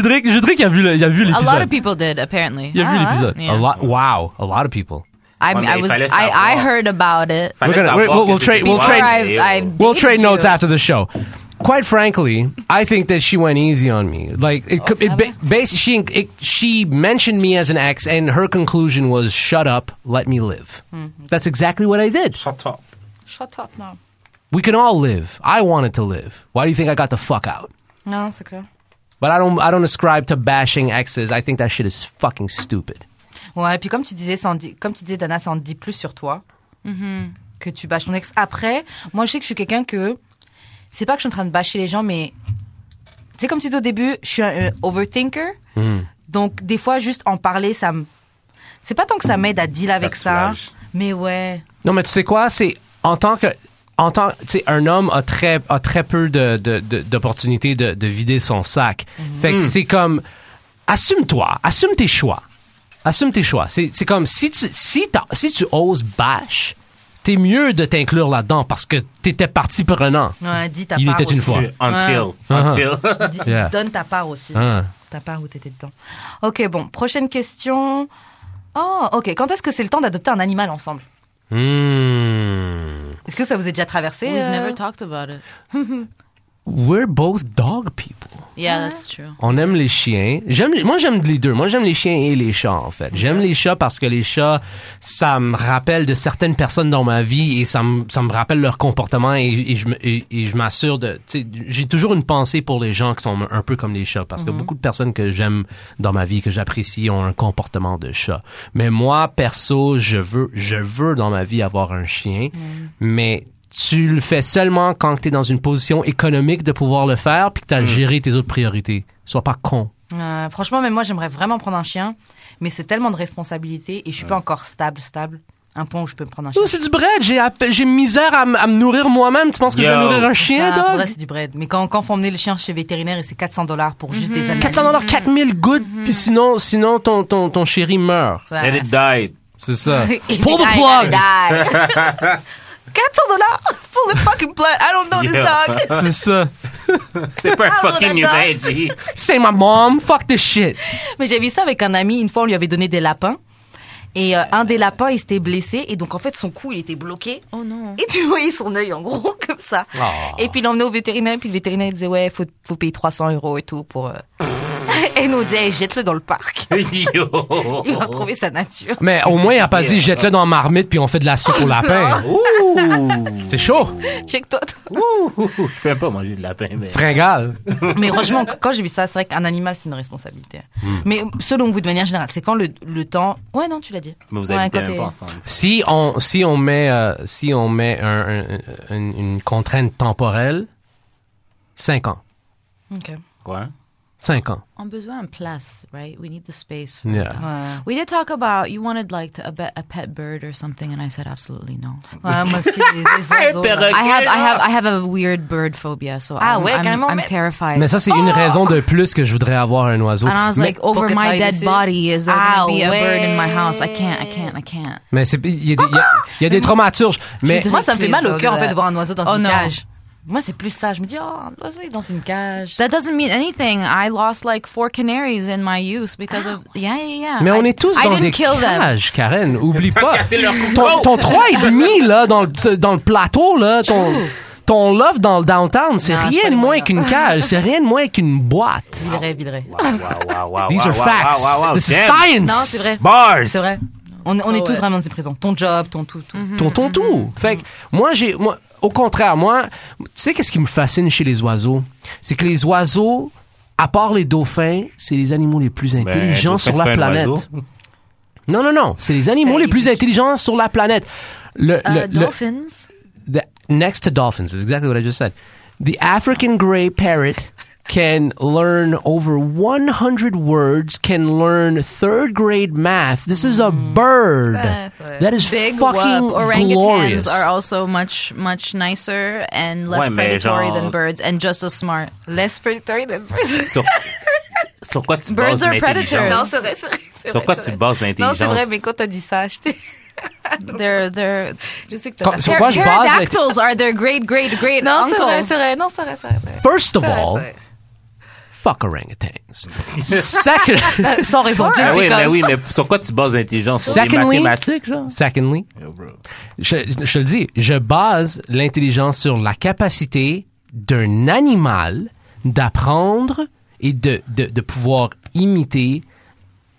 C: dirais que- je dirais qu'il a vu le- il a vu
D: A lot of
C: l'épisode.
D: people did apparently.
C: Il a vu
A: Ah,
C: l'épisode.
D: yeah.
C: A lot. Wow, a lot of people.
D: I,
B: Ouais, mais
D: I
B: il
D: was
B: fallait
D: I, I
B: savoir.
D: heard about it.
B: Fallait
C: gonna-
B: savoir
C: we'll- we'll
B: que
C: trade-
B: c'était
C: we'll
B: pas
D: trade-
B: pareil,
D: I-
B: oh.
D: I-
C: We'll
D: Did
C: trade
D: you?
C: notes after the show. Quite frankly, I think that she went easy on me. Like it, co-
D: Oh,
C: it ba- basically, she it, she mentioned me as an ex, and her conclusion was, "Shut up, let me live."
D: Mm-hmm.
C: That's exactly what I did.
B: Shut up.
A: Shut up now.
C: We can all live. I wanted to live. Why do you think I got the fuck out?
A: Non, c'est clair.
C: But I don't. I don't ascribe to bashing exes. I think that shit is fucking stupid.
A: Ouais, et puis comme tu disais, ça en dit- comme tu disais, Dana, ça en dit plus sur toi
D: Mm-hmm.
A: que tu bâches ton ex. Après, moi, je sais que je suis quelqu'un que. C'est pas que je suis en train de bâcher les gens, mais. Tu sais, comme tu dis au début, je suis un euh, overthinker.
C: Hmm.
A: Donc, des fois, juste en parler, ça me. C'est pas tant que ça m'aide à deal avec
B: te
A: ça,
B: soulage.
A: mais ouais.
C: Non, mais tu sais quoi? C'est en tant que. En tant, tu sais, un homme a très, a très peu de, de, de- d'opportunités de, de vider son sac.
A: Mhm.
C: Fait que
A: Hmm.
C: c'est comme. Assume-toi. Assume tes choix. Assume tes choix. C'est, c'est comme si tu, si, t'as- si tu oses bash, t'es mieux de t'inclure là-dedans parce que t'étais partie prenante.
A: Ouais, dis ta
C: Il
A: part.
C: était une
A: aussi.
C: fois.
B: Until.
C: Uh-huh.
B: Until.
A: Dis-
C: Yeah.
A: Donne ta part aussi.
C: Hein.
A: Ta part où t'étais dedans. Ok, bon, prochaine question. Oh, ok. Quand est-ce que c'est le temps d'adopter un animal ensemble
C: Hmm.
A: Est-ce que ça vous est déjà traversé
D: We've
A: euh,
D: never talked about it.
C: We're both dog people.
D: Yeah, that's true.
C: On aime les chiens. J'aime les- moi j'aime les deux. Moi j'aime les chiens et les chats en fait. J'aime les chats parce que les chats ça me rappelle de certaines personnes dans ma vie et ça me ça me rappelle leur comportement et, et je me- et- et je m'assure de tu sais, j'ai toujours une pensée pour les gens qui sont un peu comme les chats parce que beaucoup de personnes que j'aime dans ma vie que j'apprécie ont un comportement de chat. Mais moi perso, je veux je veux dans ma vie avoir un chien mais tu le fais seulement quand tu es dans une position économique de pouvoir le faire puis que tu as géré tes autres priorités. Sois pas con.
A: Euh, franchement, même moi, j'aimerais vraiment prendre un chien, mais c'est tellement de responsabilité et je suis pas encore stable, stable. Un point où je peux me prendre un chien.
C: Oh, c'est du bread, j'ai app- j'ai misère à, m- à me nourrir moi-même. Tu penses que je vais
B: Yo.
C: nourrir
A: Ça,
C: un chien,
A: pour
C: dog?
A: vrai, c'est du bread. Mais quand, quand faut emmener le chien chez le vétérinaire et c'est 400 dollars pour juste des animaux.
C: 400 dollars, 4000 good, puis sinon, sinon ton, ton, ton chéri meurt.
A: Ça-
B: And it died.
C: C'est ça.
A: If
C: Pull
A: they
C: the
A: die,
C: plug!
A: they die. 400 dollars pour the fucking plug. I don't know this
B: Yeah.
A: dog.
C: C'est ça.
B: C'était pas un
A: Ah,
B: fucking
A: on a
B: euthanasie.
C: C'est ma mom, fuck this shit.
A: Mais j'ai vu ça avec un ami. Une fois, on lui avait donné des lapins. Et euh, un des lapins, il s'était blessé. Et donc, en fait, son cou, il était bloqué.
D: Oh no.
A: Et tu voyais son œil en gros comme ça.
B: Ah.
A: Et puis il l'emmenait au vétérinaire, puis le vétérinaire il disait ouais, faut, faut payer 300 euros et tout pour. euh. et nous on disait Hey, jette-le dans le parc.
B: Yo.
A: Il va retrouver sa nature.
C: Mais au moins, il a pas dit, jette-le dans la marmite, puis on fait de la soupe au lapin.
B: Ouh.
C: C'est chaud.
B: Oh.
A: Check toi.
B: Ouh. Je peux même pas manger de lapin, mais.
C: Fringale.
A: Mais franchement, quand j'ai vu ça, c'est vrai qu'un animal c'est une responsabilité.
B: Hmm.
A: Mais selon vous, de manière générale, c'est quand le, le temps. Ouais, non, tu l'as dit.
B: Mais vous
A: Ouais,
B: habitez
A: quand
B: même
A: t'es-
B: pas ensemble.
C: Si on si on met euh, si on met un- un- un-
B: hein.
C: une, une contrainte temporelle, 5 ans.
A: Ok.
B: Quoi?
C: Cinq ans.
D: On besoin en place, right? We need the space. For
C: Yeah.
D: that.
A: Ouais.
D: We did talk about you wanted like to, a, be- a pet bird or something, and I said absolutely no.
A: Ouais, moi aussi, les, les oiseaux. là.
D: I have I have I have a weird bird phobia, so
A: Ah
D: I'm,
A: ouais,
D: I'm,
A: carrément,
D: I'm
A: mais-
D: terrified.
C: Mais ça, c'est
D: Oh!
C: une raison de plus que je voudrais avoir un oiseau.
D: and I was
C: Mais-
D: like, over
A: Pour que
D: my
A: t'ailles
D: dead
A: dessus.
D: body, is there
A: Ah
D: gonna be a bird in my house? I
A: ouais.
D: can't, I can't, I can't.
C: Mais c'est, il y a des, il y a- il y a des traumaturges. Mais,
D: dirais-
A: Moi, ça me fait mal au
D: Please,
A: cœur, en
D: oh,
A: fait, de
D: that.
A: voir un oiseau dans
D: Oh,
A: une
D: non.
A: cage. Moi, c'est plus ça. Je me dis, oh, un oiseau est dans une cage.
D: That doesn't mean anything. I lost like four canaries in my youth because of yeah, yeah, yeah.
C: mais on
D: I-
C: est tous
D: I
C: dans
D: didn't
C: des
D: kill them.
C: cages, Karen. Oublie pas.
B: Casser leur cou-
C: Ton, ton trois et demi, là, dans le, dans le plateau, là, ton, ton love dans le downtown, c'est
D: Non, c'est pas
C: rien de
D: des
C: moins
D: moyens.
C: qu'une cage. C'est rien de moins qu'une boîte.
D: Villeray, Villeray.
B: Wow, wow, wow, wow,
C: These
B: wow,
C: are
B: wow,
C: facts.
B: wow, wow, wow.
C: This is
B: Damn.
C: science.
A: Non, c'est vrai.
B: Bars.
A: C'est vrai. On, on est
D: ouais.
A: tous vraiment dans une prison. Ton job, ton tout, tout.
D: Mm-hmm.
C: Ton ton tout. Fait que moi j'ai moi au contraire moi tu sais qu'est-ce qui me fascine chez les oiseaux C'est que les oiseaux à part les dauphins, c'est les animaux les plus
B: Ben,
C: intelligents
B: faut
C: sur
B: faire
C: la
B: un
C: planète.
B: oiseau.
C: Non non non, c'est les animaux les plus intelligents sur la planète. Le,
D: Uh,
C: le- le-
D: dolphins.
C: the- next to dolphins is exactly what I just said. The African gray parrot can learn over 100 words, can learn third grade math. This is a bird. That is
D: Mm. Big
C: fucking
D: whoop. Orangutans
C: glorious.
D: are also much much nicer and less
B: Ouais, mais
D: predatory
B: genre-
D: than birds and just as smart.
A: Less predatory than prison.
B: Sur, sur quoi tu
D: Birds
B: bases
D: are
B: l'intelligence?
D: predators.
A: c'est vrai, c'est vrai. c'est
B: Sur
A: vrai,
B: quoi
A: c'est vrai.
B: tu bases
A: Non,
B: l'intelligence?
A: c'est vrai, mais quand t'as dit ça, je, t'ai-
D: They're they're
A: je sais que t'as.
C: Quand-
A: raison.
C: Sur quoi je base la-
D: pterodactyls are their great great great
A: Non, c'est
D: uncles.
A: vrai, c'est vrai. Non, c'est vrai, c'est vrai. c'est vrai.
C: First of
A: C'est vrai,
C: all,
A: c'est vrai.
C: fuck orangutans. Second,
A: Sans raison. just
B: Ah oui, mais
A: because.
B: oui, mais sur quoi tu bases l'intelligence? Sur des
C: Secondly-
B: mathématiques, genre?
C: secondly, je, je le dis, je base l'intelligence sur la capacité d'un animal d'apprendre et de, de, de pouvoir imiter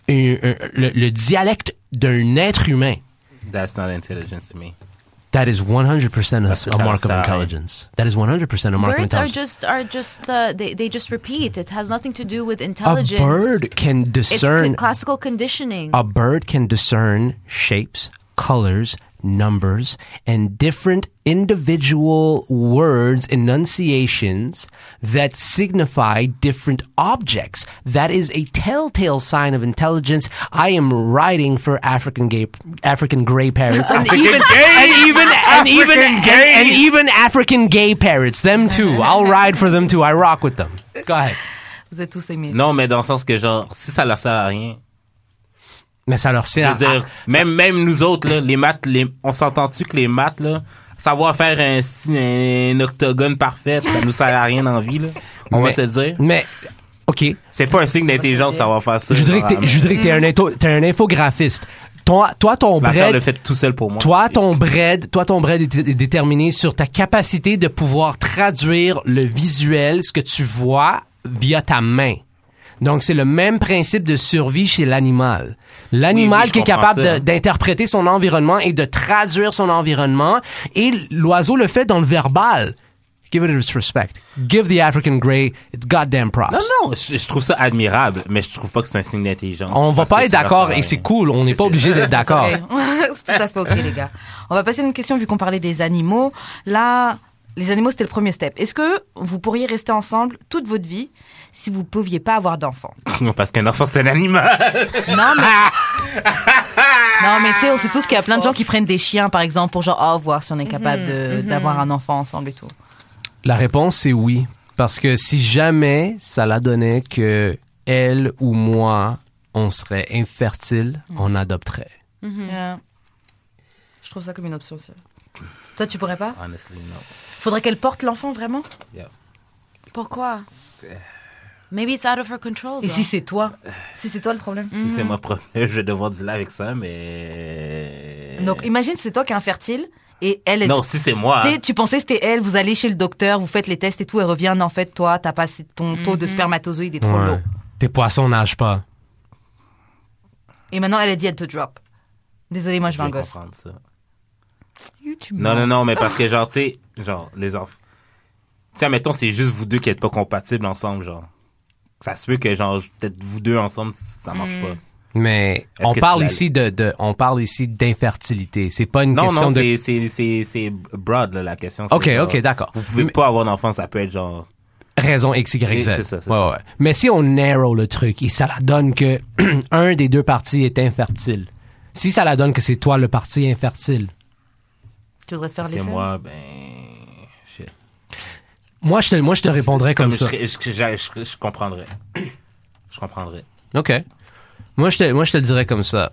C: un- un- le, le dialecte d'un être humain.
B: That's not intelligence to me.
C: That is 100% a, a mark of
B: Ça-
C: intelligence. That is 100% a mark of
D: Birds are
C: intelligence.
D: just are just uh, they they just repeat. It has nothing to do with
C: a
D: intelligence.
C: bird can
D: It's
C: discern
D: cl- classical conditioning.
C: A bird can discern shapes, colors, numbers, and different individual words, enunciations that signify different objects. That is a telltale sign of intelligence. I am writing for African gay, African gray parrots, and even and even and even and, and even African gay parrots. Them too. I'll ride for them too. I rock with them. Go ahead.
A: Vous êtes tous aimés.
B: Non, mais dans le sens que, genre, si ça leur sert à rien,
C: Mais ça leur sert
B: Je
C: à-
B: veux dire, même, même nous autres, là, les maths, les, on s'entend-tu que les maths, là, savoir faire un, si- un octogone parfait, ça nous sert à rien en vie, là. On
C: mais,
B: va se le dire.
C: Mais ok,
B: C'est pas un signe d'intelligence savoir faire ça.
C: Je voudrais que t'aies- je voudrais que t'aies un, into- t'aies un infographiste. Toi, toi ton
B: L'affaire
C: bread,
B: le fait tout seul pour moi.
C: toi ton bread, toi ton bread est, est déterminé sur ta capacité de pouvoir traduire le visuel, ce que tu vois via ta main. Donc c'est le même principe de survie chez l'animal. L'animal
B: Oui, oui, je
C: qui est
B: comprends
C: capable
B: ça.
C: de- d'interpréter son environnement et de traduire son environnement et l'oiseau le fait dans le verbal. Give it its respect. Give the African grey its goddamn props.
B: Non, non, je, je trouve ça admirable, mais je trouve pas que c'est un signe d'intelligence.
C: On va
B: Parce
C: pas
B: que
C: être
B: ça leur
C: d'accord
B: sert à
C: et c'est
B: rien.
C: cool. On n'est pas obligé d'être d'accord.
A: Ok. c'est tout à fait ok, les gars. On va passer à une question vu qu'on parlait des animaux. Là, les animaux, c'était le premier step. Est-ce que vous pourriez rester ensemble toute votre vie si vous pouviez pas avoir d'enfants
B: Parce qu'un enfant, c'est un animal.
A: Non, mais. Oh. non, mais tu sais, on sait tous qu'il y a plein de gens qui prennent des chiens, par exemple, pour genre, oh, voir si on est capable de- d'avoir un enfant ensemble et tout.
C: La réponse c'est oui, parce que si jamais ça la donnait que elle ou moi on serait infertile,
A: Mm.
C: on adopterait.
A: Euh, Je trouve ça comme une option aussi. Toi, tu pourrais pas
B: Honestly, no.
A: Faudrait qu'elle porte l'enfant vraiment
D: Pourquoi? Maybe it's out of her control.
A: Et
D: though.
A: si c'est toi Si c'est toi le problème
B: Si
C: Mm.
B: c'est moi premier, je vais devoir dealer avec ça, mais. euh,
A: Donc imagine, c'est toi qui es infertile et elle est.
B: Non, si c'est moi.
A: Tu sais, tu pensais que c'était elle, vous allez chez le docteur, vous faites les tests et tout, elle revient, en fait, toi, t'as passé ton taux de spermatozoïde est trop
C: Ouais.
A: low.
C: Tes poissons nagent pas.
A: Et maintenant, elle a dit, elle te drop. Désolée, moi, je
B: je
A: veux un
B: vais
A: gosse.
B: comprendre ça.
A: Tu
B: Non,
A: mens.
B: non, non, mais parce que genre, tu sais, genre, les enfants. Tu sais, mettons, c'est juste vous deux qui êtes pas compatibles ensemble, genre. Ça se peut que, genre, peut-être vous deux ensemble, ça
C: Mm.
B: marche pas.
C: Mais
B: Est-ce
C: on
B: que tu
C: parle,
B: l'as-
C: ici de, de- on parle ici d'infertilité. C'est pas une
B: Non,
C: question
B: non,
C: de.
B: c'est- c'est c'est- c'est broad, là, la question. c'est
C: Ok,
B: genre,
C: ok, d'accord.
B: Vous pouvez
C: Mais-
B: pas avoir d'enfant, ça peut être genre.
C: raison X, Y, Z.
B: Oui, c'est ça, c'est
C: Ouais,
B: ça.
C: ouais. Mais si on narrow le truc et ça la donne que un des deux partis est infertile, si ça la donne que c'est toi le parti infertile,
A: Tu voudrais te faire
B: Si
A: les
B: C'est
A: scènes
B: moi, ben. shit.
C: moi je te, moi, je te répondrais comme,
B: je
C: ça.
B: serais- Je, je, je- je comprendrais. Je comprendrais.
C: OK. Moi, je te, moi, je te le dirais comme ça.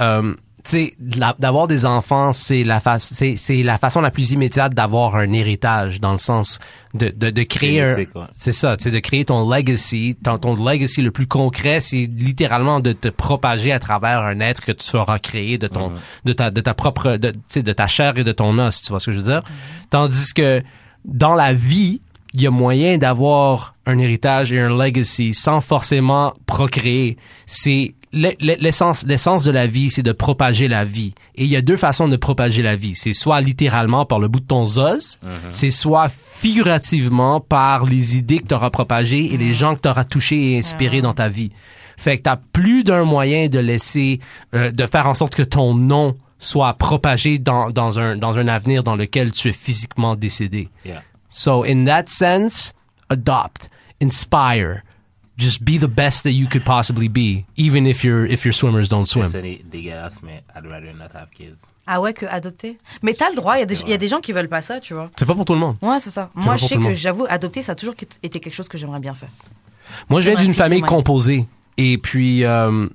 C: Euh, tu sais, de la- d'avoir des enfants, c'est la, fa- c'est, c'est la façon la plus immédiate d'avoir un héritage, dans le sens de, de, de créer un-
B: Génétique, ouais.
C: C'est ça, tu sais, de créer ton legacy. Ton, ton legacy le plus concret, c'est littéralement de te propager à travers un être que tu auras créé de ton, de ta, de ta propre, de, tu sais, de ta chair et de ton os, tu vois ce que je veux dire? Tandis que dans la vie, il y a moyen d'avoir un héritage et un legacy sans forcément procréer. C'est l'e- l'e- l'essence, l'essence de la vie, c'est de propager la vie. Et il y a deux façons de propager la vie. C'est soit littéralement par le bout de ton os, c'est soit figurativement par les idées que tu auras propagées et les gens que tu auras touchés et inspirés dans ta vie. Fait que t'as plus d'un moyen de laisser, euh, de faire en sorte que ton nom soit propagé dans, dans un, dans un avenir dans lequel tu es physiquement décédé.
B: Yeah.
C: So in that sense, adopt, inspire, just be the best that you could possibly be, even if your if your swimmers don't swim.
B: C'est dé- dégueulasse, mais I'd rather not have kids.
A: Ah ouais, que adopter Mais t'as le droit, il y, a des- il y a des gens qui veulent pas ça, tu vois.
C: C'est pas pour tout le monde.
A: Ouais, c'est ça.
C: pas
A: Moi, je
C: pour
A: sais
C: tout le
A: que
C: monde.
A: j'avoue, adopter, ça a toujours été quelque chose que j'aimerais bien faire.
C: Moi, je viens
A: Moi
C: d'une
A: aussi,
C: famille
A: j'aimerais.
C: composée. Et puis, euh,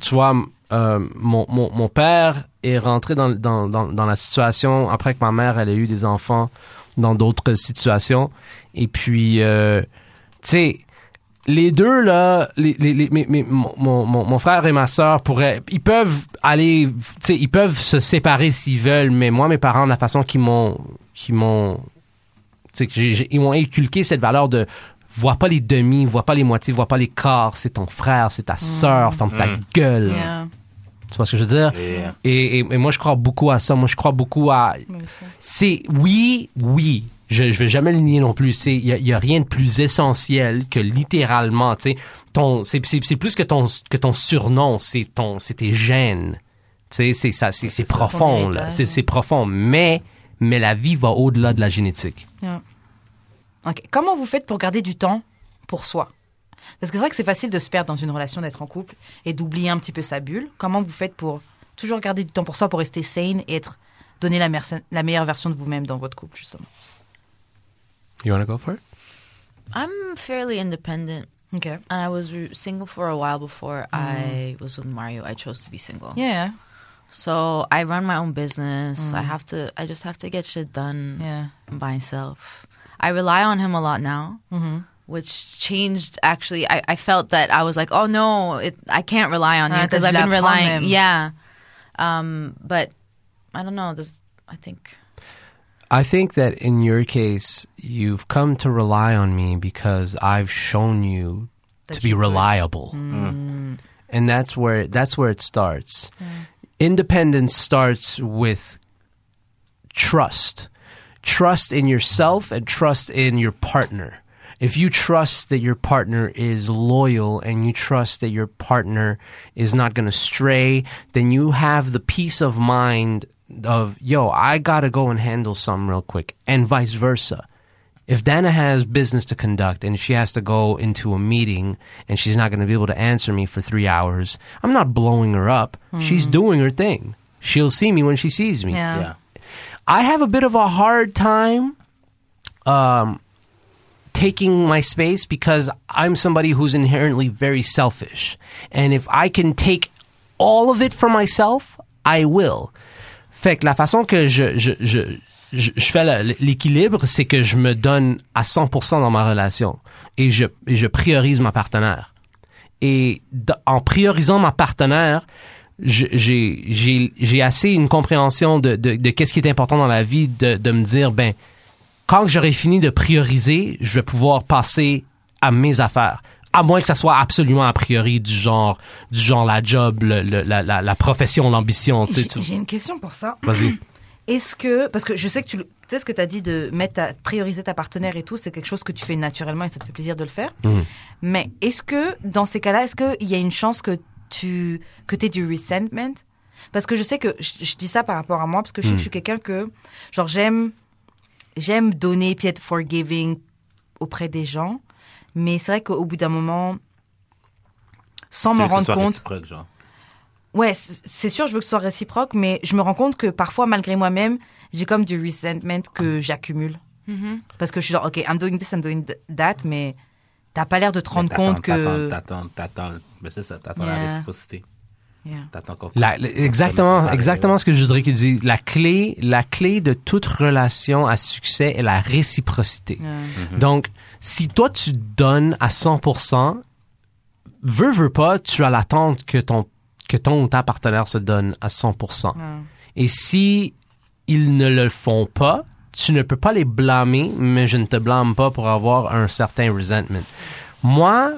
C: tu vois, m- euh, mon, mon, mon père est rentré dans, dans, dans, dans la situation après que ma mère, elle a eu des enfants dans d'autres situations. Et puis, euh, tu sais, les deux, là, les, les, les- mes- mes- mon, mon, mon- mon frère et ma sœur pourraient, ils peuvent aller, tu sais, ils peuvent se séparer s'ils veulent, mais moi, mes parents, de la façon qu'ils m'ont, qu'ils m'ont, tu sais, que j'ai- j'ai- ils m'ont inculqué cette valeur de vois pas les demi, vois pas les moitiés, vois pas les quarts, c'est ton frère, c'est ta sœur, ferme ta
B: Mm.
C: gueule.
A: Yeah.
C: Tu vois ce que je veux dire?
B: Yeah.
C: Et, et- et moi, je crois beaucoup à ça. Moi, je crois beaucoup à. C'est oui, oui. Je, je vais jamais le nier non plus. C'est il y, a- il y a rien de plus essentiel que littéralement, tu sais, ton c'est c'est- c'est plus que ton que ton surnom, c'est ton c'est tes gènes. Tu sais, c'est ça, c'est c'est profond
A: ton
C: là.
A: héritage. hein.
C: C'est c'est profond. Mais mais la vie va au-delà de la génétique.
A: Yeah. Ok. Comment vous faites pour garder du temps pour soi Parce que c'est vrai que c'est facile de se perdre dans une relation, d'être en couple et d'oublier un petit peu sa bulle. Comment vous faites pour toujours garder du temps pour soi, pour rester sane et être donner la, merce- la meilleure version de vous-même dans votre couple justement
C: You wanna go for it?
D: I'm fairly independent,
A: Ok.
D: and I was re- single for a while before
C: Mm.
D: I was with Mario. I chose to be single,
A: Yeah.
D: so I run my own business.
C: Mm.
D: I have to. I just have to get shit done
A: Yeah.
D: by myself. I rely on him a lot now. Which changed actually. I, I felt that I was like, oh no, it, I can't rely on
A: Ah,
D: you because
A: t'as
D: I've
A: dû
D: been
A: l'apprendre même.
D: relying. Yeah, um, but I don't know. This I think
C: I think that in your case, you've come to rely on me because I've shown you to
A: That
C: be
A: you could. Mm.
C: reliable. And that's where that's where it starts. Independence starts with trust. Trust in yourself and trust in your partner. If you trust that your partner is loyal and you trust that your partner is not going to stray, then you have the peace of mind of, yo, I got to go and handle something real quick, and vice versa. If Dana has business to conduct and she has to go into a meeting and she's not going to be able to answer me for three hours, I'm not blowing her up. She's doing her thing. She'll see me when she sees me.
A: Yeah.
B: Yeah.
C: I have a bit of a hard time um, taking my space because I'm somebody who's inherently very selfish. And if I can take all of it for myself, I will. Fait que la façon que je, je, je, je, je fais la- l'équilibre, c'est que je me donne à 100% dans ma relation et je, et je priorise ma partenaire. Et d- en priorisant ma partenaire, je- j'ai j'ai- j'ai assez une compréhension de, de, de qu'est-ce qui est important dans la vie, de, de me dire, ben, quand j'aurai fini de prioriser, je vais pouvoir passer à mes affaires. À moins que ça soit absolument a priori du genre, du genre la job, le- le- la, la, la profession, l'ambition. tu sais,
A: J'ai
C: tu-
A: j'ai une question pour ça.
C: Vas-y.
A: Est-ce que parce que je sais que tu le- tu sais ce que tu as dit de mettre ta, prioriser ta partenaire et tout, c'est quelque chose que tu fais naturellement et ça te fait plaisir de le faire.
B: Mm.
A: Mais est-ce que dans ces cas-là, est-ce qu'il y a une chance que tu que aies du resentment Parce que je sais que je, je dis ça par rapport à moi parce que je,
B: Mm.
A: sais que je suis quelqu'un que genre j'aime j'aime donner puis être forgiving auprès des gens. Mais c'est vrai qu'au bout d'un moment, sans
B: Tu veux
A: m'en
B: que ce
A: rendre
B: soit
A: compte,
B: réciproque, genre.
A: Ouais, c- c'est sûr, je veux que ce soit réciproque, mais je me rends compte que parfois, malgré moi-même, j'ai comme du resentment que j'accumule.
D: Mhm.
A: Parce que je suis genre, OK, I'm doing this, I'm doing th- that, mais t'as pas l'air de te rendre
B: T'attends,
A: compte que.
B: T'attends, t'attends, t'attends. Ben, c'est ça, t'attends la
A: Yeah.
B: réciprocité.
A: Yeah.
B: T'attends qu'on-
C: La- la- exactement,
B: Pareil.
C: exactement ce que je dirais qu'il dit. La clé, la clé de toute relation à succès est la réciprocité.
A: Yeah.
C: Donc, si toi tu donnes à 100%, veux, veux pas, tu as l'attente que ton, que ton ou ta partenaire se donne à 100%. Et si ils ne le font pas, tu ne peux pas les blâmer, mais je ne te blâme pas pour avoir un certain resentment. Moi,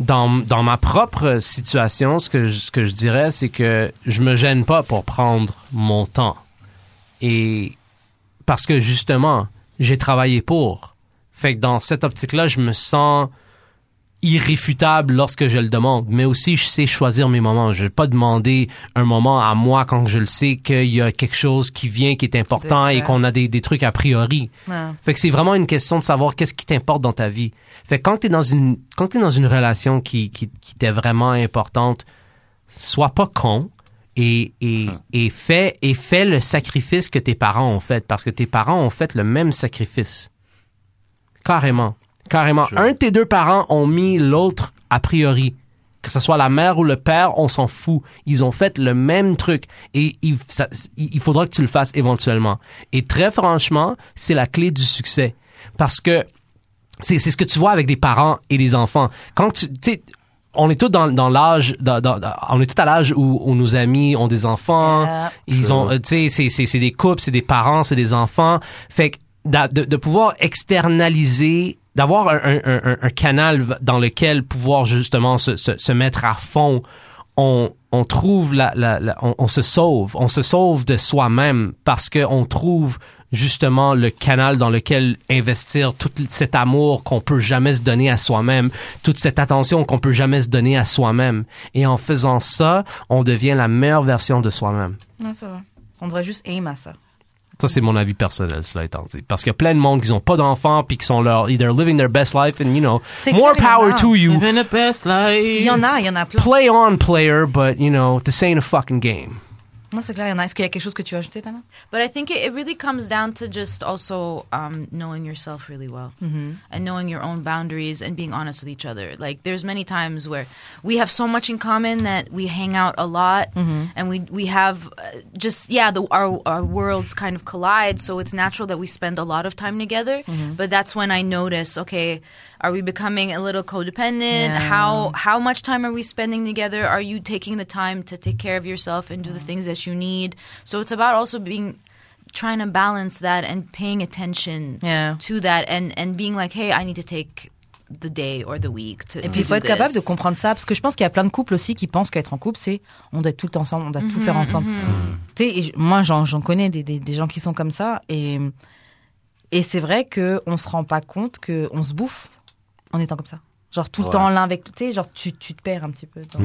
C: dans, dans ma propre situation, ce que, je, ce que je dirais, c'est que je me gêne pas pour prendre mon temps. Et parce que justement, j'ai travaillé pour. Fait que dans cette optique-là, je me sens irréfutable lorsque je le demande, mais aussi je sais choisir mes moments. Je vais pas demander un moment à moi quand je le sais qu'il y a quelque chose qui vient, qui est important et
A: clair.
C: qu'on a des, des trucs a priori.
A: Yeah.
C: Fait que c'est vraiment une question de savoir qu'est-ce qui t'importe dans ta vie. Fait que quand t'es dans une quand t'es dans une relation qui qui, qui t'est vraiment importante, sois pas con et et, et fais et fais le sacrifice que tes parents ont fait parce que tes parents ont fait le même sacrifice. Carrément, carrément.
B: Sure.
C: Un de tes deux parents ont mis l'autre a priori. Que ce soit la mère ou le père, on s'en fout. Ils ont fait le même truc. Et il, ça- il faudra que tu le fasses éventuellement. Et très franchement, c'est la clé du succès. Parce que c'est c'est ce que tu vois avec des parents et des enfants. Quand tu tu sais on est tous dans, dans l'âge dans- dans- dans- on est tous à l'âge où, où nos amis ont des enfants,
A: Yeah.
C: ils ont euh, tu sais c'est c'est c'est des couples, c'est des parents, c'est des enfants. Fait que d'a- de, de pouvoir externaliser d'avoir un, un- un- un- un canal v- dans lequel pouvoir justement se, se, se mettre à fond on, on trouve la, la, la- on, on se sauve, on se sauve de soi-même parce que on trouve justement le canal dans lequel investir tout cet amour qu'on peut jamais se donner à soi-même, toute cette attention qu'on peut jamais se donner à soi-même. Et en faisant ça, on devient la meilleure version de soi-même.
A: Non, ça va. On devrait juste aim à ça.
C: Ça, c'est mon avis personnel, cela étant dit. Parce qu'il y a plein de monde qui n'ont pas d'enfants puis qui sont leur, they're living their best life and, you know,
A: C'est
C: more
A: clair, il y en
C: power
A: a.
C: to you.
B: Living the best
A: Il
B: life.
A: y en a, il y en a plein.
C: Play on, player, but, you know, this ain't a fucking game.
A: Non, c'est clair, il y en a. Est-ce qu'il y a quelque chose que tu as ajouté, Tana
D: But I think it, it really comes down to just also um, knowing yourself really well and knowing your own boundaries and being honest with each other. Like there's many times where we have so much in common that we hang out a lot and we we have uh, just yeah the, our our worlds kind of collide. So it's natural that we spend a lot of time together. But that's when I notice okay. Are we becoming a little codependent?
A: Yeah.
D: How how much time are we spending together? Are you taking the time to take care of yourself and do the things that you need? So it's about also being trying to balance that and paying attention
A: Yeah.
D: to that and and being like, hey, I need to take the day or the week to.
A: Et puis, il faut être capable de comprendre ça, parce que je pense qu'il y a plein de couples aussi qui pensent qu'être en couple, c'est on doit être tout le temps ensemble, on doit tout faire ensemble. Tu sais, et j- moi, j'en j'en connais des, des, des gens qui sont comme ça, et, et c'est vrai qu'on se rend pas compte qu'on se bouffe en étant comme ça. Genre tout le
B: Ouais.
A: temps l'un avec. Tu sais, genre tu, tu te perds un petit peu dans,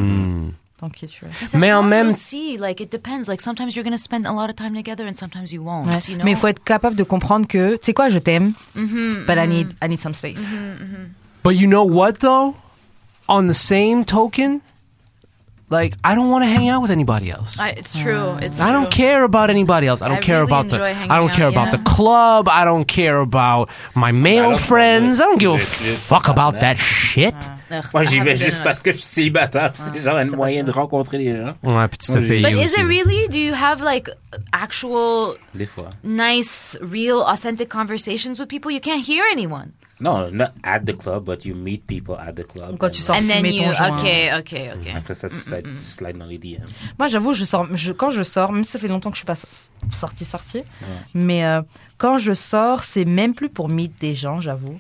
A: dans qui tu es.
C: Mais en même-
D: see, like it depends. Like sometimes you're gonna spend a lot of time together and sometimes you won't.
A: Ouais.
D: You know?
A: Mais il faut être capable de comprendre que, tu sais quoi, je t'aime, but I, need, I need some space.
C: But you know what though? On the same token, like I don't want to hang out with anybody else. I,
D: I, it's true. It's.
C: don't
D: true.
C: care about anybody else. I don't
D: I
C: care
D: really
C: about the
D: enjoy
C: I
D: hanging
C: don't
D: out,
C: care about
D: yeah.
C: the club. I don't care about my male
B: don't
C: friends. I don't give a
B: want to-
C: fuck about that shit.
D: Ugh,
B: Moi,
D: I
B: j'y vais
D: haven't
B: juste
D: been
B: parce que je suis célibataire.
A: Ah.
B: puis C'est genre un moyen de rencontrer les gens.
C: Ouais, puis tu te
B: Oui.
C: fais
D: But
C: aussi.
D: is it really? Do you have like actual
B: Des fois.
D: nice, real, authentic conversations with people? You can't hear anyone.
B: Non, not at the club, but you meet people at the club.
A: Quand tu sors
D: and then
A: fumer
D: you
A: ton joint.
D: okay, okay, okay.
B: Après ça, tu slides, tu slides dans les DM.
A: Moi, j'avoue, je sors, je- quand je sors, même si ça fait longtemps que je suis pas so- sortie, sortie, mais euh, quand je sors, c'est même plus pour meet des gens, j'avoue.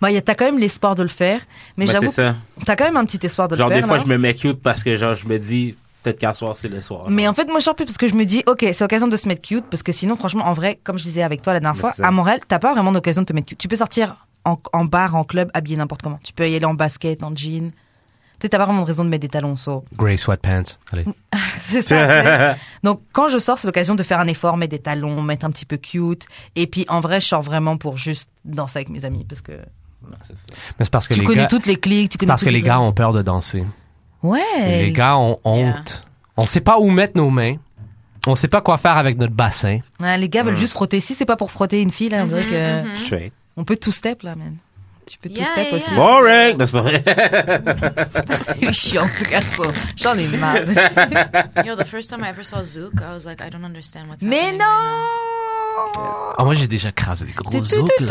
A: Bah, y a- t'as quand même l'espoir de le faire, mais
B: Ben,
A: j'avoue,
B: c'est ça.
A: t'as quand même un petit espoir de
B: Genre,
A: le faire.
B: des fois,
A: non
B: je me mets cute parce que, genre, je me dis, peut-être qu'un soir, c'est le soir.
A: Mais en fait, moi, je sors plus parce que je me dis, ok, c'est l'occasion de se mettre cute, parce que sinon, franchement, en vrai, comme je disais avec toi la dernière
B: Mais
A: fois,
B: Bah, c'est ça.
A: à Montréal, t'as pas vraiment d'occasion de te mettre cute. Tu peux sortir en, en bar, en club, habillé n'importe comment. Tu peux y aller en basket, en jean. Tu sais, t'as pas vraiment de raison de mettre des talons, so.
C: Grey sweatpants. Allez.
A: C'est ça. tu sais. Donc, quand je sors, c'est l'occasion de faire un effort, mettre des talons, mettre un petit peu cute. Et puis, en vrai, je sors vraiment pour juste danser avec mes amis parce que
B: Non, c'est ça.
A: Hein?
C: Mais c'est parce que
A: Tu
C: les
A: connais
C: gars,
A: toutes les cliques, tu
C: c'est
A: connais
C: parce que
A: toutes
C: les gars ont peur de danser.
A: Ouais.
C: Les gars ont honte. On sait pas où mettre nos mains. On sait pas quoi faire avec notre bassin.
A: Ouais, Ah, les gars veulent juste frotter. Si c'est pas pour frotter une fille, là, on dirait que
B: Straight.
A: on peut tout step là, man. Tu peux tout
D: Mhm, Yeah,
A: step
D: yeah,
A: aussi.
D: yeah.
B: Boring! Non, c'est pas vrai.
A: Ah. C'est chiant, ce garçon. J'en ai marre.
D: Yo, the first time I ever saw Zook, I was like, I don't understand what's
A: Mais
D: happening. right
A: non.
C: Ah, moi, j'ai déjà crasé des gros zouk, là.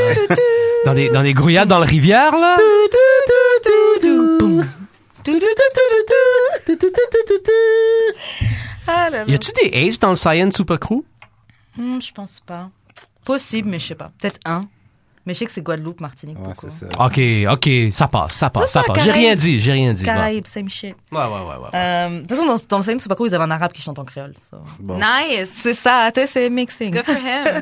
C: Dans des, dans des grouillades dans le rivière, là.
A: Ah là là.
C: Y a-tu des H dans le Saiyan Super Crew?
A: Hmm, je pense pas. Possible, mais je sais pas. Peut-être un. Mais je sais que c'est Guadeloupe, Martinique,
B: Ouais,
A: beaucoup.
B: c'est ça.
C: Ok, ok, ça passe, ça passe,
A: Ça,
C: ça,
A: ça,
C: passe. J'ai
A: Caraïbes.
C: rien dit, j'ai rien dit. va.
A: Caraïbes, same shit.
C: Ouais, ouais, ouais, ouais.
A: Euh, De toute façon, dans, dans le Saguenay, c'est pas cool, ils avaient un arabe qui chante en créole. so.
B: Bon.
D: now. Nice.
A: C'est ça, tu sais, c'est mixing.
D: Good for him.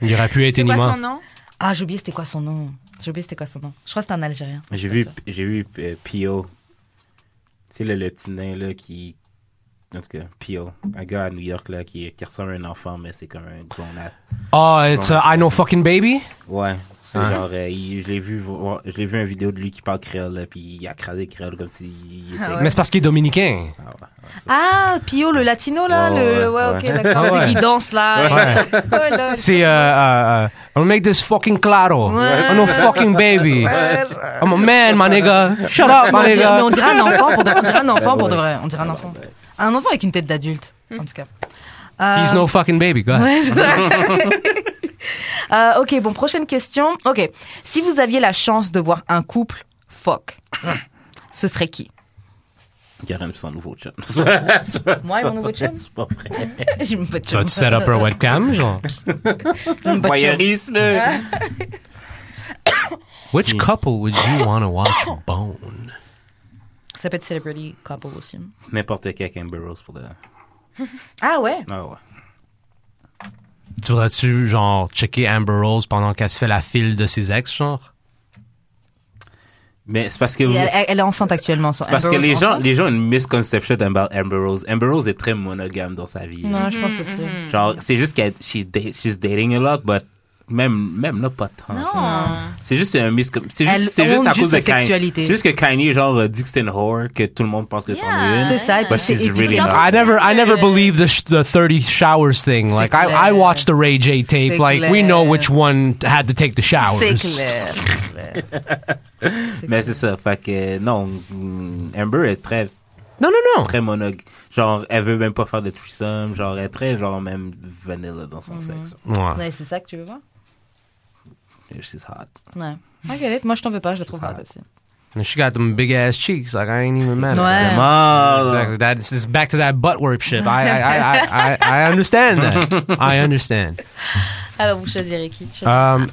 C: Il aurait pu être
D: C'est quoi
C: Inima.
D: son nom?
A: Ah, j'ai oublié c'était quoi son nom. J'ai oublié c'était quoi son nom. Je crois que c'était un Algérien.
B: J'ai vu, j'ai vu euh, P.O. Tu sais, le, le petit nain, là, qui... En tout cas, P.O. Un gars à New York, là, qui, qui ressemble à un enfant, mais c'est comme un grown-up.
C: Oh, it's uh, I Know Fucking Baby?
B: Ouais. C'est
C: Hein?
B: genre, euh, il- je l'ai vu, voir- je l'ai vu une vidéo de lui qui parle créole, là, puis il a crasé créole comme s'il était...
C: Mais c'est parce qu'il est dominicain.
B: Ah ouais, ouais, ça.
A: Ah, Pio, le latino, là.
B: Ouais,
A: le...
B: Oh, ouais,
A: ouais,
B: ouais.
A: ok, d'accord.
C: Ah ouais.
A: Celui qui danse, là.
C: Ouais.
A: Oh, là.
C: C'est, euh, euh, euh, I'll make this fucking claro.
A: Ouais.
C: I Know Fucking Baby.
B: euh,
C: I'm a man, my nigga. Shut up,
A: On
C: my
A: dirait, mais
C: nigga.
A: on dirait un enfant, pour de, on dirait un enfant pour de
B: Ouais.
A: vrai. On dirait un enfant. Un enfant avec une tête d'adulte, en tout cas. Euh,
C: He's no fucking baby, go ahead.
A: Ouais, c'est ça. Euh, ok, bon, prochaine question. Ok, si vous aviez la chance de voir un couple fuck, ce serait qui
B: Karen pis son nouveau chum.
A: Moi et mon nouveau chum
B: C'est pas vrai.
A: J'ai mon pote
C: Tu
A: chum.
C: vas-tu set up un webcam, genre?
A: J'ai mon pote chum.
B: Voyeurisme!
C: Which couple would you want to watch bone?
A: Ça peut être Celebrity Couple aussi.
B: N'importe quel Ken Burroughs pour de...
A: Ah ouais
B: Ah ouais.
C: Tu voudrais-tu, genre, checker Amber Rose pendant qu'elle se fait la file de ses ex, genre?
B: Mais c'est parce que...
A: Et
B: vous-
A: elle, elle- elle est enceinte actuellement. so
B: Parce que
A: Amber Rose
B: les
A: est
B: gens,
A: enceinte
B: les gens ont une misconception about Amber Rose. Amber Rose est très monogame dans sa vie.
A: Non, je pense que c'est.
B: Genre, c'est juste qu'elle she's, da- she's dating a lot, but même, même là, pas tant.
D: Non.
B: C'est juste un miscom... C'est
A: Elle
B: juste, c'est juste
A: honte
B: à
A: juste
B: cause de
A: sa
B: Kanye.
A: sexualité.
B: C'est juste que Kanye, genre, euh, dit que c'est une whore, que tout le monde pense que c'en
D: Yeah.
B: est
A: C'est
B: une.
A: ça, et puis
B: But
A: c'est
B: she's
A: et puis
B: really
A: c'est
B: not.
A: un-
C: I never, I never
D: Yeah.
C: believed the, sh- the 30 showers thing. Like, I, I
A: clair.
C: watched the Ray J
A: C'est
C: tape. Like, we
A: clair.
C: know which one had to take the showers.
A: C'est clair.
B: Mais c'est ça, fait que, non, mm, Amber est très,
C: Non, non, non.
B: très monog... Genre, elle veut même pas faire de threesome, genre, elle est très, genre, même vanilla dans son sexe.
C: Ouais.
A: Ouais, c'est ça que tu veux voir
B: She's hot.
A: Ouais. Ah. Ok, elle est- moi je t'en veux pas, je la trouve hot aussi.
C: And she got them big ass cheeks. Like, I ain't even mad at
A: Ouais.
C: that.
B: Vraiment,
C: Exactly. That's it's back to that butt work shit. I, I, I, I, I- I understand that. I understand.
A: Alors vous choisirez qui tu
C: Um,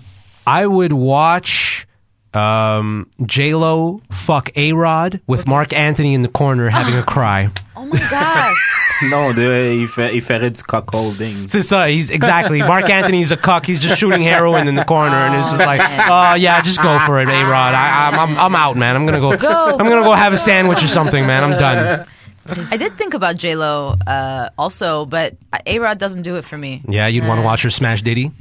C: I would watch um, J Lo fuck A Rod with Mark Anthony in the corner having a cry.
D: Oh my god.
B: Non, de- il, fait, il ferait du cockholding.
C: It's, uh, he's exactly Mark Anthony's a cuck. He's just shooting heroin in the corner, and it's just like, oh yeah, just go for it, A Rod. I, I'm, I'm I'm out, man. I'm gonna go.
A: Go.
C: I'm gonna go have a sandwich or something, man. I'm done.
D: I did think about J Lo uh, also, but A Rod doesn't do it for me.
C: Yeah, you'd want to watch her smash Diddy.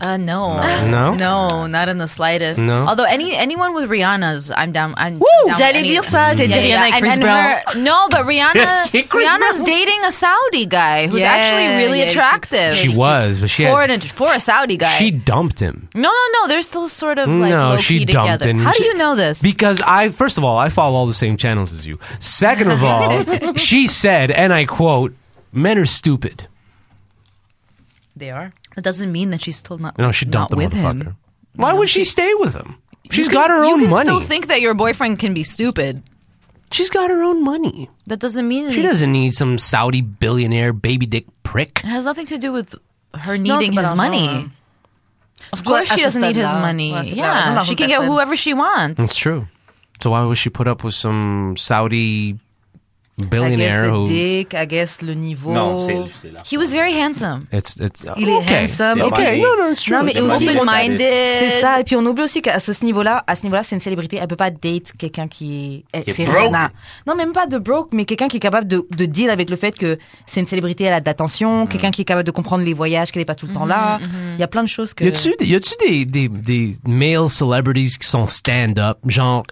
D: Uh, no.
C: No?
D: No, not in the slightest.
C: No?
D: Although any anyone with Rihanna's, I'm down. I'm Woo! Down
A: J'allais
D: any-
A: dire ça, j'ai dit
D: Yeah, yeah,
A: Rihanna et
D: and-
A: Chris
D: and
A: Brown.
D: her- no, but Rihanna,
B: Yeah, Chris
D: Rihanna's
B: Brown.
D: dating a Saudi guy who's
A: Yeah,
D: actually really
A: yeah, she-
D: attractive.
C: She was, but she
D: for,
C: had,
D: an, for a Saudi guy.
C: she dumped him
D: no, no, no. They're still sort of like
C: No,
D: low
C: she
D: key
C: dumped
D: together.
C: him.
D: How do
C: She-
D: you know this?
C: because I first of all I follow all the same channels as you. Second of all, she said, and I quote, "Men are stupid."
A: They are.
D: that doesn't mean that she's still not.
C: No, she dumped
D: not
C: the
D: with
C: motherfucker.
D: him.
C: Why would she stay with him? She's
D: You
C: got
D: can-
C: her
D: you
C: own
D: can
C: money.
D: Still think that your boyfriend can be stupid.
C: She's got her own money.
D: That doesn't mean
C: She doesn't need some Saudi billionaire baby dick prick.
D: It has nothing to do with her
A: No,
D: needing
A: it's
D: his
A: about
D: money.
A: her.
D: Of course,
A: Well,
D: she
A: as a
D: doesn't need his
A: standard.
D: money.
A: Well, as a- yeah,
D: yeah,
A: as a
D: she can get
A: person.
B: Mm.
D: whoever she wants.
C: It's true. So why would she put up with some Saudi
A: I
C: billionaire
A: guess the
C: oh. who.
A: dick, I guess le niveau.
B: Non, c'est c'est la
D: He was very handsome.
C: It's, it's,
A: Il
C: okay.
A: est handsome.
B: Yeah,
C: Okay,
B: Demandé.
C: no, no, it's true.
A: Non, mais
B: Demandé
A: aussi,
B: le status.
D: open-minded.
B: Euh,
A: C'est ça. Et puis on oublie aussi qu'à ce ce niveau-là, à ce niveau-là, c'est une célébrité. Elle peut pas date quelqu'un qui est,
B: Qui est
A: c'est
B: broke.
A: Rihanna. Non, même pas de broke, mais quelqu'un qui est capable de, de deal avec le fait que c'est une célébrité, elle a d'attention,
B: Mm.
A: quelqu'un qui est capable de comprendre les voyages, qu'elle est pas tout le temps là.
B: Mm-hmm,
A: Il y a plein de choses que.
C: Y a-tu, des- y a-tu des, des, des male celebrities qui sont stand-up? Genre,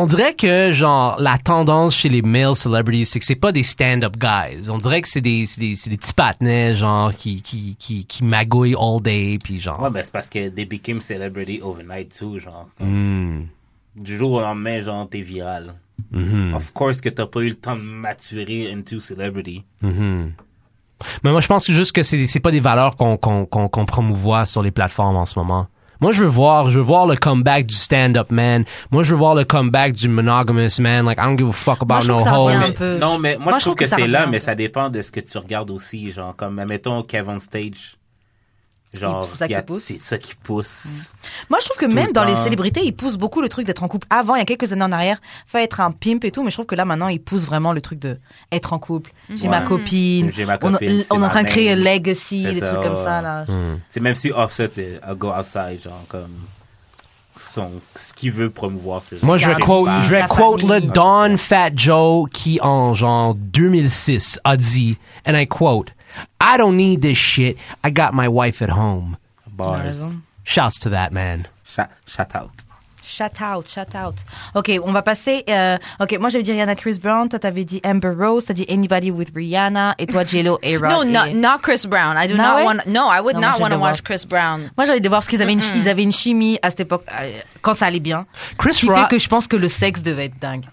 C: on dirait que, genre, la tendance chez les male celebrities, c'est que c'est pas des stand-up guys. On dirait que c'est des, c'est des, c'est des petits patinets, genre, qui, qui, qui, qui magouillent all day, puis genre.
B: Ouais, ben c'est parce que they became celebrity overnight too, genre.
C: Hmm.
B: Du jour au lendemain, genre, t'es viral.
C: Hmm.
B: Of course que t'as pas eu le temps de maturer into celebrity.
C: Mais moi, je pense que juste que c'est, c'est pas des valeurs qu'on, qu'on, qu'on, qu'on promouvoit sur les plateformes en ce moment. Moi, je veux voir, je veux voir le comeback du stand-up man. Moi, je veux voir le comeback du monogamous man. Like, I don't give a fuck about
A: Moi, je
C: no
A: trouve que ça revient
C: hoes.
A: un peu.
B: Non, mais moi, je trouve que, c'est
A: revient
B: là,
A: un
B: mais
A: peu.
B: ça dépend de ce que tu regardes aussi, genre, comme, mettons, Kevin Stage. Genre,
A: C'est ça qui
B: y a-
A: pousse.
B: C'est ça qui pousse.
A: Moi, je trouve que
B: le
A: même dans les
B: temps.
A: célébrités, ils poussent beaucoup le truc d'être en couple. Avant, il y a quelques années en arrière, fallait être un pimp et tout, mais je trouve que là, maintenant, ils poussent vraiment le truc de être en couple. J'ai ma
B: Ouais.
A: copine.
B: J'ai ma
A: On-
B: copine, c'est
A: On, est en
B: ma
A: train de créer
B: main.
A: legacy,
B: C'est
A: des
B: ça,
A: trucs comme ça,
B: ouais.
A: là.
C: Hmm.
B: C'est même si Offset est à go outside, genre, comme, son, ce qu'il veut promouvoir, c'est
C: Moi, je vais
A: Garde
C: quote,
A: pas.
C: je vais
A: Sa
C: quote le
A: famille.
C: Don Fat Joe qui, en genre 2006, a dit, and I quote, I don't need this shit. I got my wife at home.
A: T'as raison.
B: Bars.
C: Shouts to that man.
B: Shout, shout out.
A: Shout out, shout out. Ok, on va passer. euh, ok, moi j'avais dit Rihanna Chris Brown, toi t'avais dit Amber Rose, t'as dit Anybody with Rihanna, et toi Jello A Rock.
D: No, not not Chris Brown. I do
A: No
D: not
A: way?
D: want. No, I would
A: No,
D: not
A: Michelle
D: want to
A: Obama.
D: watch Chris Brown.
A: Moi j'allais de voir parce qu'ils avaient, une chi- ils avaient une chimie à cette époque, euh, quand ça allait bien.
C: Chris
A: qui
C: Rock-
A: fait que je pense que le sexe devait être dingue.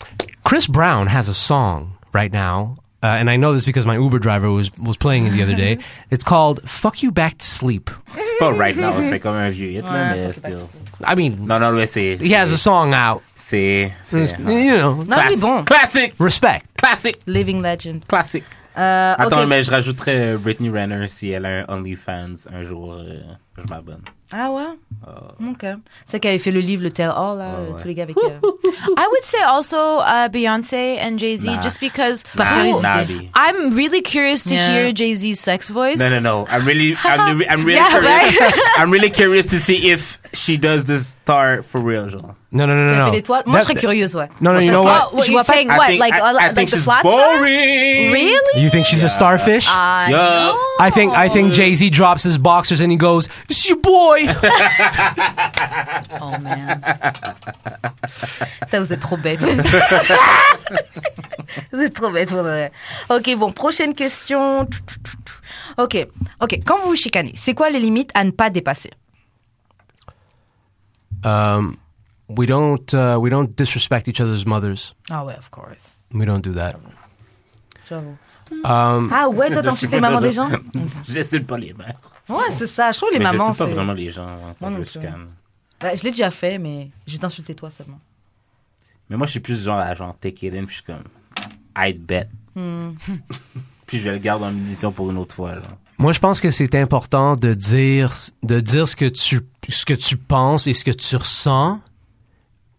C: Chris Brown has a song right now, uh, and I know this because my Uber driver was, was playing it the other day. It's called Fuck You Back to Sleep.
B: C'est pas right now, c'est comme un vieux hit, là, mais still.
C: I mean,
B: Non, non, mais c'est.
C: he has a song out.
B: C'est. c'est-
C: It's- You know,
A: Non, mais Mm. bon,
B: Classic!
C: respect.
B: Classic!
A: Living Legend.
B: Classic!
A: Euh, ok.
B: Attends, mais je rajouterais euh, Britney Renner si elle a un OnlyFans un jour. euh, je m'abonne.
A: Ah ouais Ok. C'est qu'elle avait fait le livre, le Tell All, là, euh,
B: ouais.
A: tous les gars avec. euh,
D: I would say also uh, Beyonce and Jay Z,
B: Nah.
D: just because.
A: Nah.
D: Who-
A: Who-
B: Nobby.
D: I'm really curious to
A: Yeah.
D: hear Jay Z's sex voice.
B: No, no, no. I'm really, I'm, re- I'm really
D: Yeah,
B: curious. I'm really curious to see if she does this star for real, genre.
C: No, no, no,
A: elle
C: no,
A: fait
C: no.
A: des toiles. Moi je
C: That-
A: serais curieuse, ouais.
C: No, no, you know
D: Oh,
C: what?
D: what
A: Je
D: you
A: vois pas-
D: saying?
B: I
D: What
B: think,
D: like
B: I,
D: uh,
B: I
D: like
B: think
D: the
B: she's
D: flat
B: boring.
D: side? Really?
C: You think she's a starfish?
A: Ah,
D: Uh,
B: Yeah.
C: I think I think Jay Z drops his boxers and he goes, "It's your boy."
D: Oh man.
A: Putain, vous êtes trop bête. vous êtes trop bête. Ok, bon, prochaine question. Ok, ok. Quand vous vous chicanez, c'est quoi les limites à ne pas dépasser
C: um, we don't uh, we don't disrespect each other's mothers.
A: Ah ouais, of course.
C: We don't do that.
A: J'avoue.
C: Euh,
A: ah ouais, toi t'insultes les mamans des gens
B: J'insulte pas les mères.
A: Ouais, c'est ça. Je trouve les
B: Mais
A: mamans.
B: j'insulte pas
A: c'est-
B: vraiment les gens. hein, quand
A: Moi non
B: je
A: plus.
B: chicane.
A: Bah, je l'ai déjà fait, mais je vais t'insulter toi seulement.
B: Mais moi, je suis plus genre à genre take it in, puis je suis comme, I'd bet.
A: Hmm.
B: puis je vais le garder en munition pour une autre fois, genre.
C: Moi, je pense que c'est important de dire de dire ce que tu ce que tu penses et ce que tu ressens,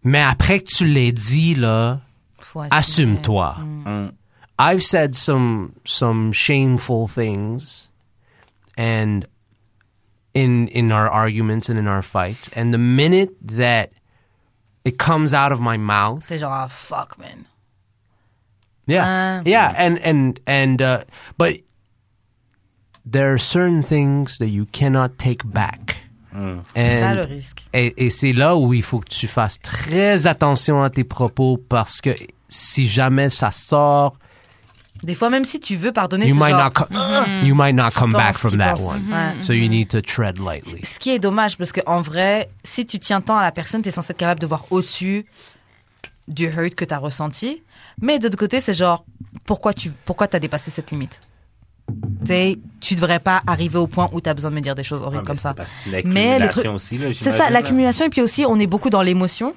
C: mais après que tu l'aies dit là,
A: Faut assumer.
C: assume-toi.
A: Hmm.
B: Mm.
C: I've said some some shameful things and in in our arguments and in our fights and the minute that it comes out of my mouth
A: C'est genre, ah fuck, man. Ah.
C: yeah yeah and and and uh, but there are certain things that you cannot take back
A: Mm. C'est ça le
C: and
A: risque.
C: Et, et c'est là où il faut que tu fasses très attention à tes propos parce que si jamais ça sort,
A: Des fois, même si tu veux pardonner,
C: you
A: c'est
C: might
A: genre,
C: not co- you might not come
A: penses,
C: back
A: tu
C: from that
A: penses.
C: one.
A: Ouais.
C: So you need to tread lightly.
A: Ce qui est dommage, parce qu'en vrai, si tu tiens tant à la personne, tu es censé être capable de voir au-dessus du hurt que tu as ressenti. Mais d'autre côté, c'est genre, pourquoi tu pourquoi as dépassé cette limite T'sais, Tu devrais pas arriver au point où tu as besoin de me dire des choses horribles
B: Ah, mais
A: comme
B: c'est
A: ça.
B: parce que
A: Mais le
B: l'accumulation
A: truc-
B: aussi, là,
A: C'est
B: j'imagine, hein.
A: ça,
B: là.
A: l'accumulation. Et puis aussi, on est beaucoup dans l'émotion.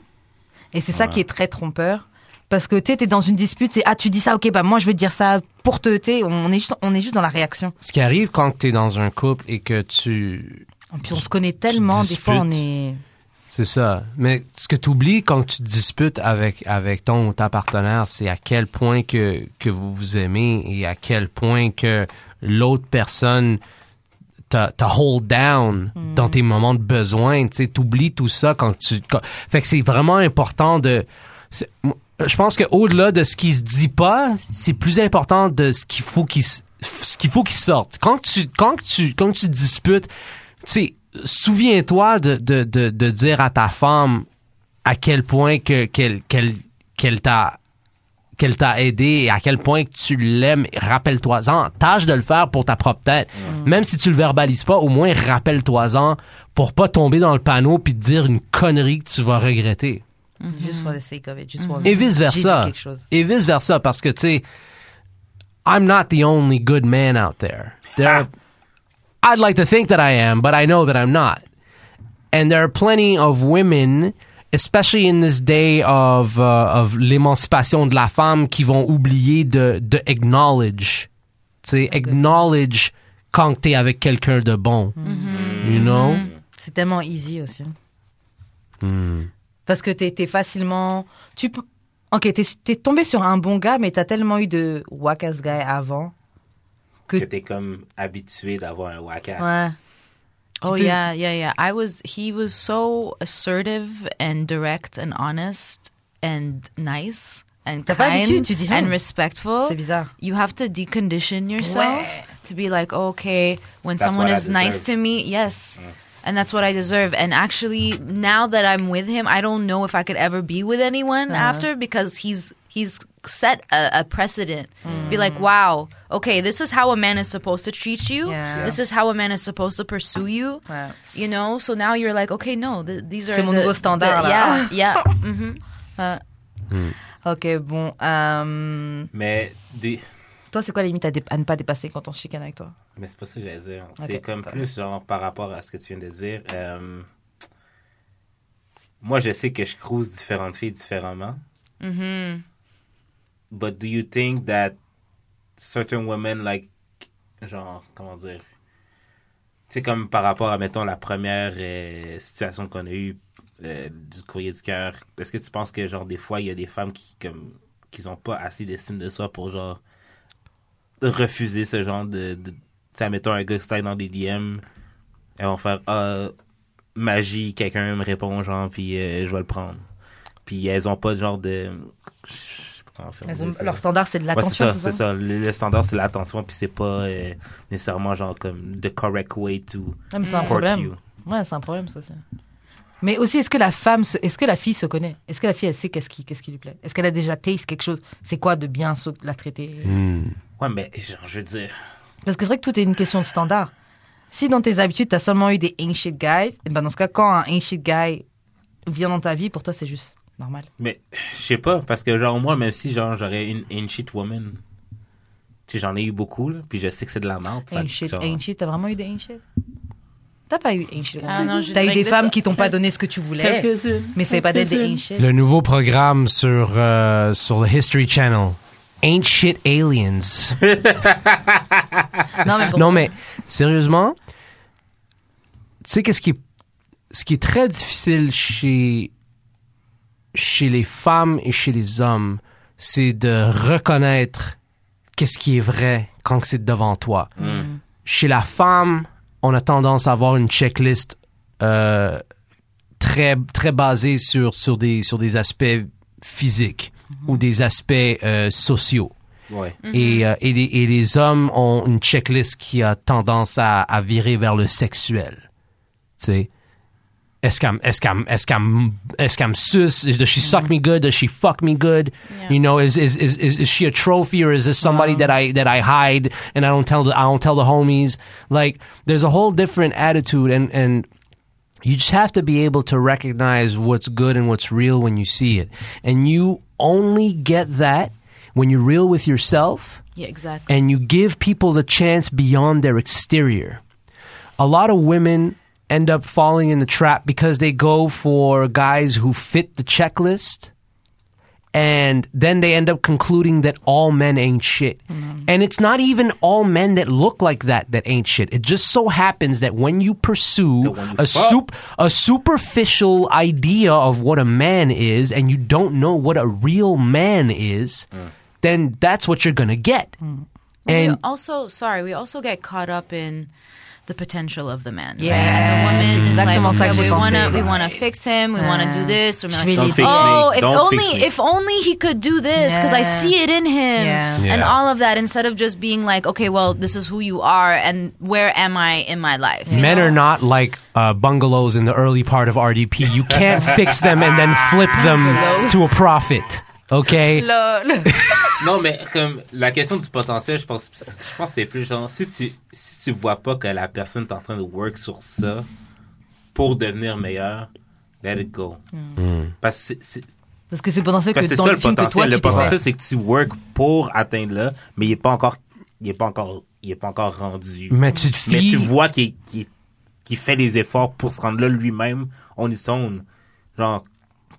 A: Et c'est ça qui est très trompeur. Parce que tu es dans une dispute, c'est ah, tu dis ça, ok, bah moi je veux te dire ça pour te. t'sais, On est, juste, on est juste dans la réaction.
C: Ce qui arrive quand tu es dans un couple et que tu
A: Et puis on se connaît tellement, des fois on
C: disputes.
A: est.
C: C'est ça. Mais ce que tu oublies quand tu disputes avec, avec ton ou ta partenaire, c'est à quel point que, que vous vous aimez et à quel point que l'autre personne te, te hold down dans tes moments de besoin. Tu oublies tout ça quand tu... quand- Fait que c'est vraiment important de... c'est- moi, Je pense qu'au-delà de ce qui se dit pas, c'est plus important de ce qu'il faut qu'il s- ce qu'il faut qu'il sorte. Quand tu quand tu quand tu disputes, tu sais, souviens-toi de, de, de, de dire à ta femme à quel point que qu'elle qu'elle qu'elle t'a qu'elle t'a aidé et à quel point que tu l'aimes, rappelle-toi-en. Tâche de le faire pour ta propre tête. Même si tu le verbalises pas, au moins rappelle-toi-en pour pas tomber dans le panneau puis te dire une connerie que tu vas regretter.
A: Just for the sake of it. Just for
C: Mm. Et vice-versa.
A: Mm. J'ai dit quelque chose.
C: Et vice-versa, parce que, tu sais, I'm not the only good man out there. There are, I'd like to think that I am, but I know that I'm not. And there are plenty of women, especially in this day of, uh, of l'émancipation de la femme, qui vont oublier de, de acknowledge. Tu sais, acknowledge quand t'es avec quelqu'un de bon. You know?
A: C'est tellement easy aussi. Parce que t'es t'es facilement. Tu... p- Ok, t'es t'es tombé sur un bon gars, mais t'as tellement eu de wackass guy avant. Que...
B: Que t'es comme habitué d'avoir un wackass.
A: Ouais.
D: Oh
A: been-
D: yeah, yeah, yeah. I was he was so assertive and direct and honest and nice and
A: T'as pas l'habitude,
D: kind
A: tu dis,
D: and
A: hmm.
D: respectful.
A: C'est bizarre.
D: You have to decondition yourself
A: Ouais.
D: to be like, oh, okay, when
B: That's
D: someone
B: what I
D: is nice
B: deserve. Uh-huh.
D: to me, yes. And that's what I deserve. And actually, now that I'm with him, I don't know if I could ever be with anyone
A: Uh-huh.
D: after because he's he's set a, a precedent. Be like,
A: Mm.
D: wow, okay, this is how a man is supposed to treat you.
A: Yeah.
D: This is how a man is supposed to pursue you.
A: Yeah.
D: You know, so now you're like, okay, no, th- these are
A: C'est mon
D: the-
A: nouveau
D: the-
A: standard, là.
D: yeah, yeah. mhm.
A: Ok, bon. euh,
B: Mais, des-
A: Toi, c'est quoi la limite à, dé- à ne pas dépasser quand on se chicane avec toi
B: mais c'est pas ça que j'allais dire.
A: Ok,
B: C'est comme
A: pardon.
B: plus genre par rapport à ce que tu viens de dire. euh, moi, je sais que je crouse différentes filles différemment. But do you think that certain women, like, genre, comment dire, tu sais, comme par rapport à, mettons, la première euh, situation qu'on a eue euh, du courrier du cœur, est-ce que tu penses que, genre, des fois, il y a des femmes qui, comme, qui n'ont pas assez d'estime de soi pour, genre, refuser ce genre de. de- tu sais, mettons, un gars qui slide dans des DM, elles vont faire, ah, magie, quelqu'un me répond, genre, puis euh, je vais le prendre. Puis elles ont pas, genre, de. Je sais pas comment faire.
A: Elles
B: dire
A: ont-
B: ça.
A: Leur standard, c'est de
B: Ouais,
A: l'attention,
B: c'est ça, c'est ça. Le, le standard, c'est l'attention, puis c'est pas euh, nécessairement genre comme the correct way to
A: Ouais, mais c'est un
B: court
A: problème.
B: you.
A: Ouais, c'est un problème, ça aussi. Mais aussi, est-ce que la femme, se- est-ce que la fille se connaît Est-ce que la fille, elle sait qu'est-ce qui, qu'est-ce qui lui plaît Est-ce qu'elle a déjà taste quelque chose C'est quoi de bien sau- la traiter
B: Ouais, mais genre, je veux dire,
A: Parce que c'est vrai que tout est une question de standard. Si dans tes habitudes, t'as seulement eu des ancient guys, et ben dans ce cas, quand un ancient guy vient dans ta vie, pour toi, c'est juste normal.
B: mais je sais pas, parce que genre, moi, même si genre, j'aurais une ancient woman, tu sais, j'en ai eu beaucoup, là, puis je sais que c'est de la merde. fait que,
A: Ancient,
B: genre,
A: ancient, t'as vraiment eu des ancient T'as pas eu ancient.
D: Ah non, j'ai
A: t'as eu
D: réglé
A: des femmes
D: ça.
A: qui t'ont pas donné ce que tu voulais. Mais c'est pas d'être des ancient.
C: Le nouveau programme sur, euh, sur le History Channel. Ain't shit aliens.
D: Non, mais bon.
C: Non, mais sérieusement, tu sais qu'est-ce qui est, ce qui est très difficile chez chez les femmes et chez les hommes, c'est de reconnaître qu'est-ce qui est vrai quand c'est devant toi. Chez la femme, on a tendance à avoir une checklist euh, très très basée sur sur des sur des aspects physiques ou des aspects euh, sociaux
B: Ouais.
C: et, euh, et, les, et les hommes ont une checklist qui a tendance à, à virer vers le sexuel. Tu sais, est-ce qu'elle m- est-ce qu'elle m- est-ce qu'elle m- est-ce qu'elle me suce? Is- Does she suck me good? Does she fuck me good? You know, is, is, is, is, is she a trophy or is this somebody that I that I hide and I don't tell the I don't tell the homies? Like, there's a whole different attitude and and you just have to be able to recognize what's good and what's real when you see it. And you only get that when you're real with yourself
D: Yeah, exactly.
C: and you give people the chance beyond their exterior. A lot of women end up falling in the trap because they go for guys who fit the checklist And then they end up concluding that all men ain't shit. And it's not even all men that look like that that ain't shit. It just so happens that when you pursue
B: one you
C: a
B: fuck.
C: sup- a superficial idea of what a man is and you don't know what a real man is, then that's what you're going to get.
D: we
C: And
D: also sorry, we also get caught up in the potential of the man.
A: Yeah. Mm-hmm.
D: Right? And the woman is
A: Exactement ça
D: like,
A: que
D: okay,
A: j'ai
D: we
A: pensé.
D: wanna we wanna fix him, we wanna do this. We're
A: Je
D: like,
A: vais
B: Don't
A: l'aider.
B: fix
D: oh,
B: me.
D: if
B: Don't fix
D: only
B: me.
D: if only he could do this because I
A: Yeah.
D: see it in him
A: Yeah.
D: and
C: Yeah.
D: all of that instead of just being like, okay, well, this is who you are and where am I in my life? you
C: Men
D: know?
C: are not like uh, bungalows in the early part of RDP. You can't fix them and then flip them to a profit. Okay?
B: Non, mais comme la question du potentiel, je pense, je pense que c'est plus genre, si tu, si tu vois pas que la personne est en train de work sur ça pour devenir meilleur, let it go.
A: Hmm.
B: Parce que c'est- c'est-
A: Parce que c'est pendant ça
B: parce
A: que
B: que c'est
A: dans
B: ça
A: le
B: le
A: film que toi,
B: potentiel.
A: tu
B: Le
A: t'es fait.
B: potentiel, c'est que tu work pour atteindre là, mais il est pas encore, il est pas encore, il est pas encore rendu.
C: Mais tu te fies.
B: Mais tu vois qu'il qu'il- qu'il fait les efforts pour se rendre là lui-même, on y sonne. Genre,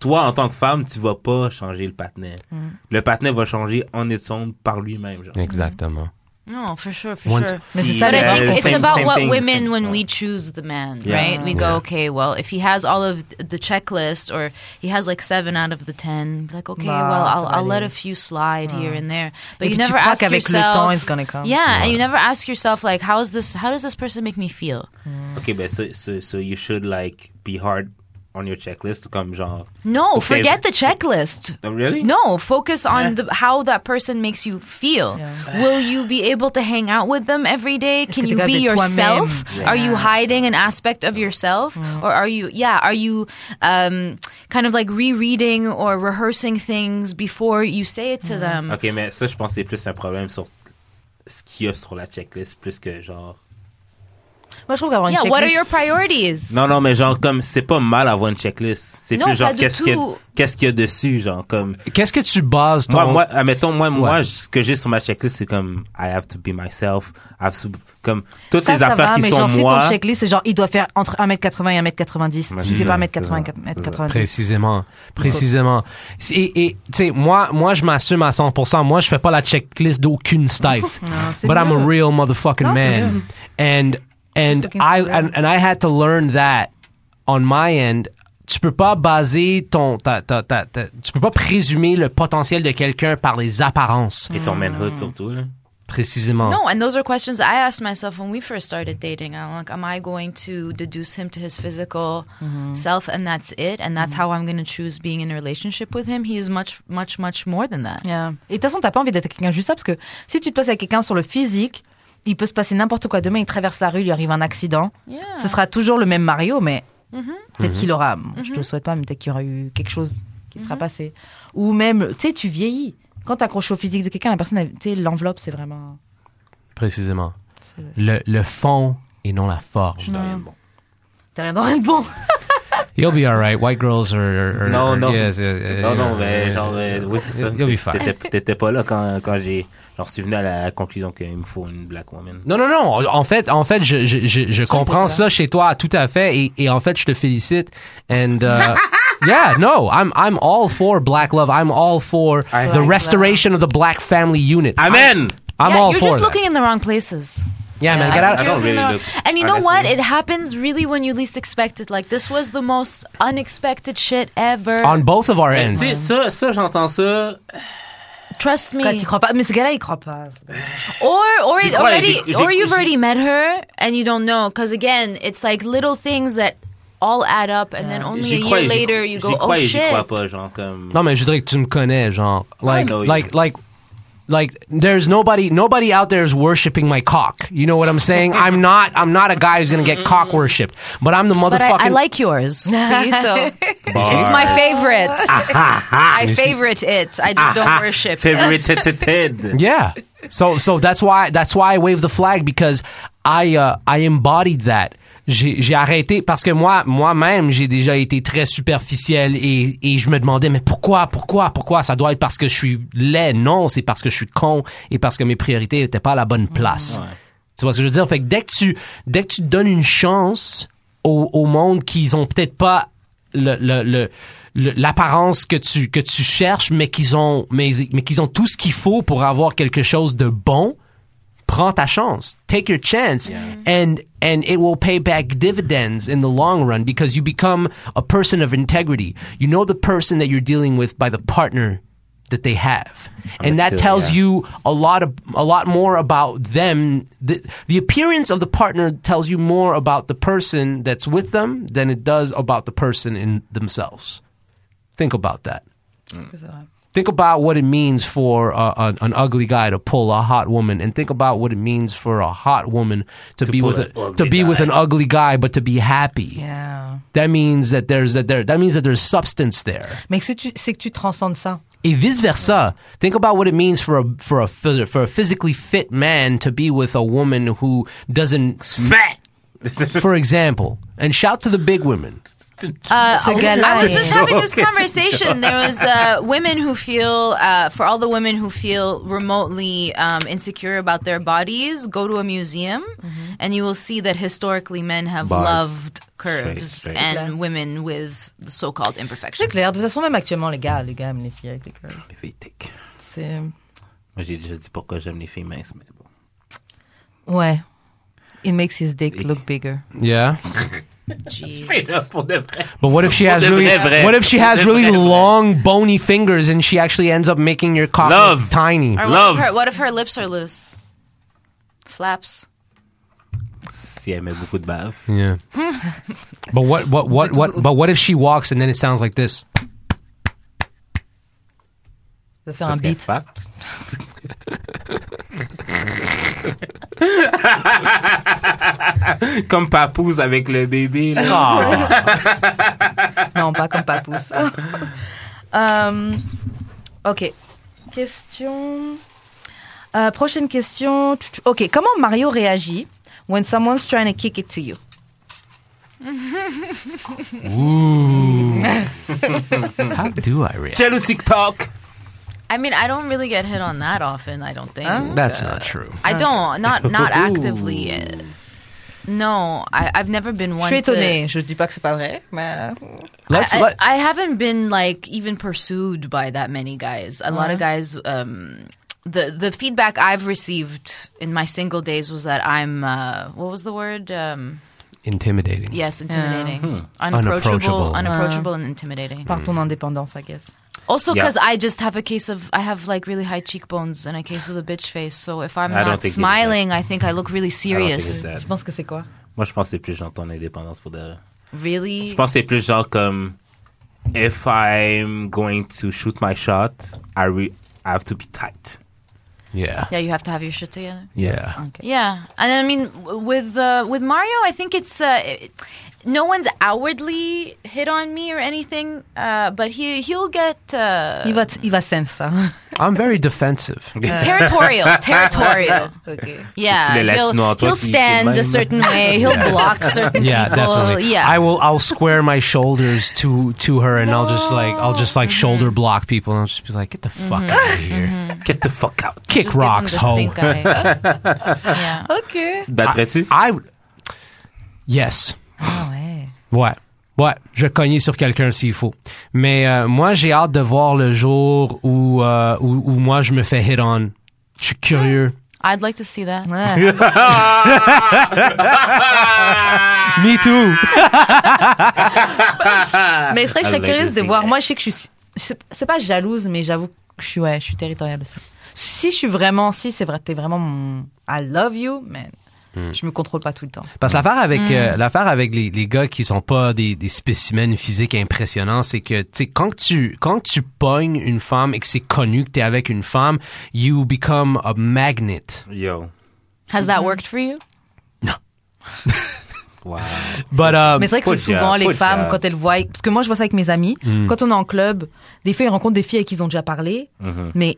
B: toi, en tant que femme, tu vas pas changer le patinet.
A: Mm.
B: Le patinet va changer en its own par lui-même. Genre.
C: Exactement.
D: No, for sure, for
C: Once-
D: sure.
A: Mais c'est
B: Puis,
A: ça
D: But
A: le
B: Yeah,
D: I
A: grand
D: think
B: yeah,
D: it's
A: conseil.
B: same-
D: about
B: same
D: what
B: thing,
D: women
B: same-
D: when
B: yeah.
D: we choose the man,
B: Yeah.
D: right? We
C: Yeah.
D: go, okay, well, if he has all of th- the checklist or he has like seven out of the ten, like, okay,
A: Nah,
D: well, I'll,
A: ça va
D: I'll let
A: aller.
D: a few slide here and there. But
A: Et puis
D: you
A: tu
D: never
A: crois
D: ask
A: qu'avec le temps, it's
D: yourself.
A: gonna come.
D: Yeah, and you never ask yourself like, how is this? How does this person make me feel?
B: Ok, ben, so, so, so you should, like, be hard on your checklist, comme genre...
D: No,
B: Okay,
D: forget the
B: but-
D: checklist.
B: Oh, really?
D: No, focus on
B: Yeah.
D: the, how that person makes you feel. Will you be able to hang out with them every day? Can
A: que
D: you
A: t'es
D: be
A: capable de toi-même?
D: yourself? Are you hiding an aspect of yourself, or are you? Yeah, are you um, kind of like rereading or rehearsing things before you say it to
A: Mm.
D: them?
B: Ok, mais ça, je pense que c'est plus un problème sur ce qu'il y a sur la checklist, plus que genre...
A: Moi, je trouve qu'avoir une
D: Yeah, what are your
A: checklist...
D: priorities?
B: Non, non, mais genre, comme, c'est pas mal avoir une checklist. C'est
D: Non,
B: plus genre,
D: pas du
B: qu'est-ce qu'il y, a-
D: tout.
B: qu'est-ce qu'il y a dessus, genre, comme...
C: Qu'est-ce que tu bases ton.
B: Moi, moi, admettons, moi, moi,
C: Ouais.
B: ce que j'ai sur ma checklist, c'est comme, I have to be myself, I have to, comme, toutes
A: Ça,
B: les
A: ça
B: affaires
A: va,
B: qui
A: mais
B: sont
A: genre, si ton
B: moi.
A: checklist, c'est genre, il doit faire entre 1m80 et 1m90.
B: Ouais,
A: S'il fait
B: c'est
A: pas
B: ça, c'est
A: 1m80
B: ça.
A: et 1m90.
C: Précisément, précisément. Et et, tu sais, moi, moi, je m'assume à 100%. Moi, je fais pas la checklist d'aucune stife.
A: Ah, c'est
C: But I'm a
A: mieux.
C: real motherfucking
A: Non, c'est
C: man. And and
A: looking
C: I
A: for that.
C: and, and I had to learn that on my end. Tu peux pas baser ton, ta, ta, ta, ta- tu peux pas présumer le potentiel de quelqu'un par les apparences.
A: Mm.
B: Et ton manhood, surtout, là.
C: Précisément.
D: No, and those are questions I asked myself when we first started dating. I'm like, am I going to deduce him to his physical
B: Mm-hmm.
D: self and that's it? And that's how I'm going to choose being in a relationship with him? He is much, much, much more than that.
A: Yeah. Et de toute façon, t'as pas envie d'être avec quelqu'un juste ça, parce que si tu te places avec quelqu'un sur le physique, il peut se passer n'importe quoi. Demain, il traverse la rue, il lui arrive un accident.
D: Yeah.
A: Ce sera toujours le même Mario, mais peut-être qu'il aura, je te le souhaite pas, mais peut-être qu'il y aura eu quelque chose qui sera passé. Ou même, tu sais, tu vieillis. Quand t'accroches au physique de quelqu'un, la personne, elle- tu sais, l'enveloppe, c'est vraiment.
C: Précisément. Le, le fond et non la forme.
B: Je suis dans rien de bon.
A: T'as rien dans rien de bon.
C: You'll be alright. White girls are. are-
B: Non,
C: are-
B: non.
C: yes, uh, uh,
B: Non, non, mais
C: uh,
B: genre, euh, oui, c'est ça.
C: You'll be fine.
B: T'étais- T'étais pas là quand, quand j'ai, genre, je suis venu à la conclusion qu'il me faut une black woman.
C: Non, non, non. En fait, en fait, je, je, je, je comprends ça chez toi tout à fait, et, et en fait, je te félicite. And uh, yeah, no, I'm I'm all for black love. I'm all for
B: I-
C: the restoration of the black family unit.
B: Amen!
C: I, am
D: yeah,
C: all
D: you're
C: for
D: just
C: that.
D: looking in the wrong places.
C: yeah, man,
D: I
C: get
D: think
C: out.
B: I
D: you're
B: don't
D: looking in
B: really
D: the wrong-
B: look-
D: And you know what?
B: honestly.
D: It happens really when you least expect it. Like this was the most unexpected shit ever.
C: On both of our
B: Tu
C: ends.
B: sais, ça, ça, j'entends ça.
D: Trust me.
A: Quand il croit pas. Mais ce gars-là, il croit pas.
D: or or
B: J'y
D: it
B: crois,
D: already
B: j'y- j'y-
D: or you've
B: j'y-
D: already met her and you don't know because again it's like little things that all add up and then only a
B: J'y
D: year
B: crois et j'y
D: later
B: cro-
D: you
B: j'y
D: go oh
B: crois et j'y
D: shit
B: crois pas, genre, comme.
C: Non, mais je dirais que tu me connais, genre. Like,
B: know you.
C: like, like, like, there's nobody, nobody out there is worshiping my cock. You know what I'm saying? I'm not, I'm not a guy who's gonna get cock worshipped, but I'm the motherfucking.
D: but I, I like yours see so it's my favorite I favorite it I
B: Ah,
D: just don't worship
B: Favorite
D: it
B: Ted.
C: Yeah. So so that's why that's why I wave the flag because I uh, I embodied that. J'ai j'ai arrêté parce que moi moi-même j'ai déjà été très superficiel et, et je me demandais mais pourquoi pourquoi pourquoi ça doit être parce que je suis laid non c'est parce que je suis con et parce que mes priorités étaient pas à la bonne place tu vois ce que je veux dire fait que dès que tu dès que tu donnes une chance au, au monde qu'ils ont peut-être pas le, le, le, le- l'apparence que tu que tu cherches, mais qu'ils ont mais, mais qu'ils ont tout ce qu'il faut pour avoir quelque chose de bon. Prends ta chance. Take your chance, and and it will pay back dividends in the long run because you become a person of integrity. You know the person that you're dealing with by the partner that they have, and that
B: Understood,
C: tells
B: yeah.
C: you you a lot of a lot more about them. The, the appearance of the partner tells you more about the person that's with them than it does about the person in themselves. Think about that. Think about what it means for a, a- an ugly guy to pull a hot woman, and think about what it means for a hot woman to, be
B: pull
C: with
B: an
C: a, to
B: ugly
C: be with
B: guy.
C: an ugly guy, but to be happy.
A: Yeah.
C: That means that there's that there that means that there's substance there
A: Mais c'est que tu- c'est que tu transcendes ça.
C: et vice versa. Think about what it means for a for a phys- for a physically fit man to be with a woman who doesn't.
B: Fat!
C: For example, and shout to the big women.
D: Uh, I was
A: galère.
D: just having this conversation. There was uh, women who feel, uh, for all the women who feel remotely um, insecure about their bodies, go to a museum,
B: Mm-hmm.
D: and you will see that historically men have
B: Bars.
D: loved curves
B: Straight, straight.
D: and women with the so-called imperfections.
A: C'est clair. De toute façon, même actuellement, les gars, les gars aiment les filles avec les curves.
B: Les filles thick.
A: C'est.
B: Moi, j'ai déjà dit pourquoi j'aime les filles minces, mais bon.
A: Ouais. It makes his dick look bigger.
C: Yeah,
D: Jeez.
B: pour de vrai.
C: but what if she has
B: de
C: really?
B: vrai, vrai.
C: What if she
B: Pour
C: has
B: de
C: really
B: vrai, vrai.
C: long bony fingers and she actually ends up making your cock
B: Love.
C: look tiny?
D: Or what
B: Love.
D: if, her, what if her lips are loose? Flaps.
B: Si elle met beaucoup de bave.
C: Yeah. but what what what what? But what if she walks and then it sounds like this?
A: Je veux faire un
B: Parce qu'elle est
A: beat.
B: fat. Comme Papouze avec le bébé. là.
A: Non, pas comme Papousse. Euh, ok. Question. Euh, prochaine question. Ok. Comment Mario réagit when someone's trying to kick it to you?
C: How do I react?
B: Jealousy talk.
D: I mean, I don't really get hit on that often. I don't think.
C: That's not true.
D: I don't. Not not actively. Uh, No, I, I've never been
A: Je
D: one.
A: suis
D: to,
A: étonnée. Je dis pas que c'est pas vrai, mais
C: Let's
D: I,
C: let.
D: I haven't been like even pursued by that many guys. A lot of
B: Uh-huh.
D: guys. Um, the the feedback I've received in my single days was that I'm uh, what was the word? Um,
C: Intimidating.
D: yes, intimidating,
B: Hmm.
C: Unapproachable.
D: unapproachable, unapproachable, and intimidating.
A: par ton indépendance, I guess.
D: Also,
B: Uh-huh. Yeah.
D: because I just have a case of I have like really high cheekbones and a case of the bitch face. So if I'm
B: I don't
D: not
B: think it is
D: smiling, I think I look really
B: I don't think it's
D: serious.
B: that.
A: Je pense que c'est quoi?
B: Moi, je pense que c'est plus genre ton indépendance pour de vrai.
D: Really,
B: Je pense que c'est plus genre comme if I'm going to shoot my shot, I, re- I have to be tight.
C: Yeah.
D: yeah, you have to have your shit together.
C: Yeah.
D: Yeah, and I mean w- with uh, with Mario, I think it's uh, it- no one's outwardly hit on me or anything, uh, but he he'll get uh,
A: Il va, t- il va sense ça.
C: I'm very defensive.
D: territorial, territorial.
A: ok.
D: Yeah,
B: Tu l'as
D: he'll,
B: sinon à toi
D: he'll
B: qui- qui
D: stand
B: même.
D: a certain way. He'll block certain
C: Yeah,
D: people.
C: definitely.
D: Yeah,
C: I will. I'll square my shoulders to to her, and I'll just like I'll just like
D: Mm-hmm.
C: shoulder block people, and I'll just be like, "Get the fuck out of here!
B: Get the fuck out.
C: Kick
D: Just give him
C: rocks,
D: the
C: hoe!"
D: stink eye. yeah.
A: Ok.
B: Tu te battrais-tu?
C: I. Yes.
A: Ah ouais.
C: Ouais. Ouais, je vais cogner sur quelqu'un s'il faut. Mais euh, moi, j'ai hâte de voir le jour où, euh, où, où moi, je me fais hit on. Je suis curieux.
D: I'd like to see that.
A: Ouais.
C: Me too!
A: mais Ah, c'est vrai que je
B: I
A: serais
B: like
A: curieuse
B: to
A: de
B: see
A: voir.
B: that.
A: Moi, je sais que je suis. je sais- C'est pas jalouse, mais j'avoue que je suis, ouais, je suis territoriale aussi. Si je suis vraiment. Si c'est vrai, t'es vraiment mon. I love you, mais je me contrôle pas tout le temps.
C: Parce que l'affaire avec euh, l'affaire avec les, les gars qui sont pas des, des spécimens physiques impressionnants, c'est que tu sais quand tu quand tu pognes une femme et que c'est connu que t'es avec une femme, you become a magnet.
B: Yo.
D: Has
E: Mm-hmm.
D: that worked for you?
B: Wow.
C: But uh,
A: Mais c'est vrai que c'est
B: Faut le
A: souvent
B: faire, faut
A: les
B: le
A: femmes,
B: faire.
A: quand elles voient. Parce que moi, je vois ça avec mes amis. Quand on est en club, des fois, ils rencontrent des filles avec qui ils ont déjà parlé.
B: Mm-hmm.
A: Mais,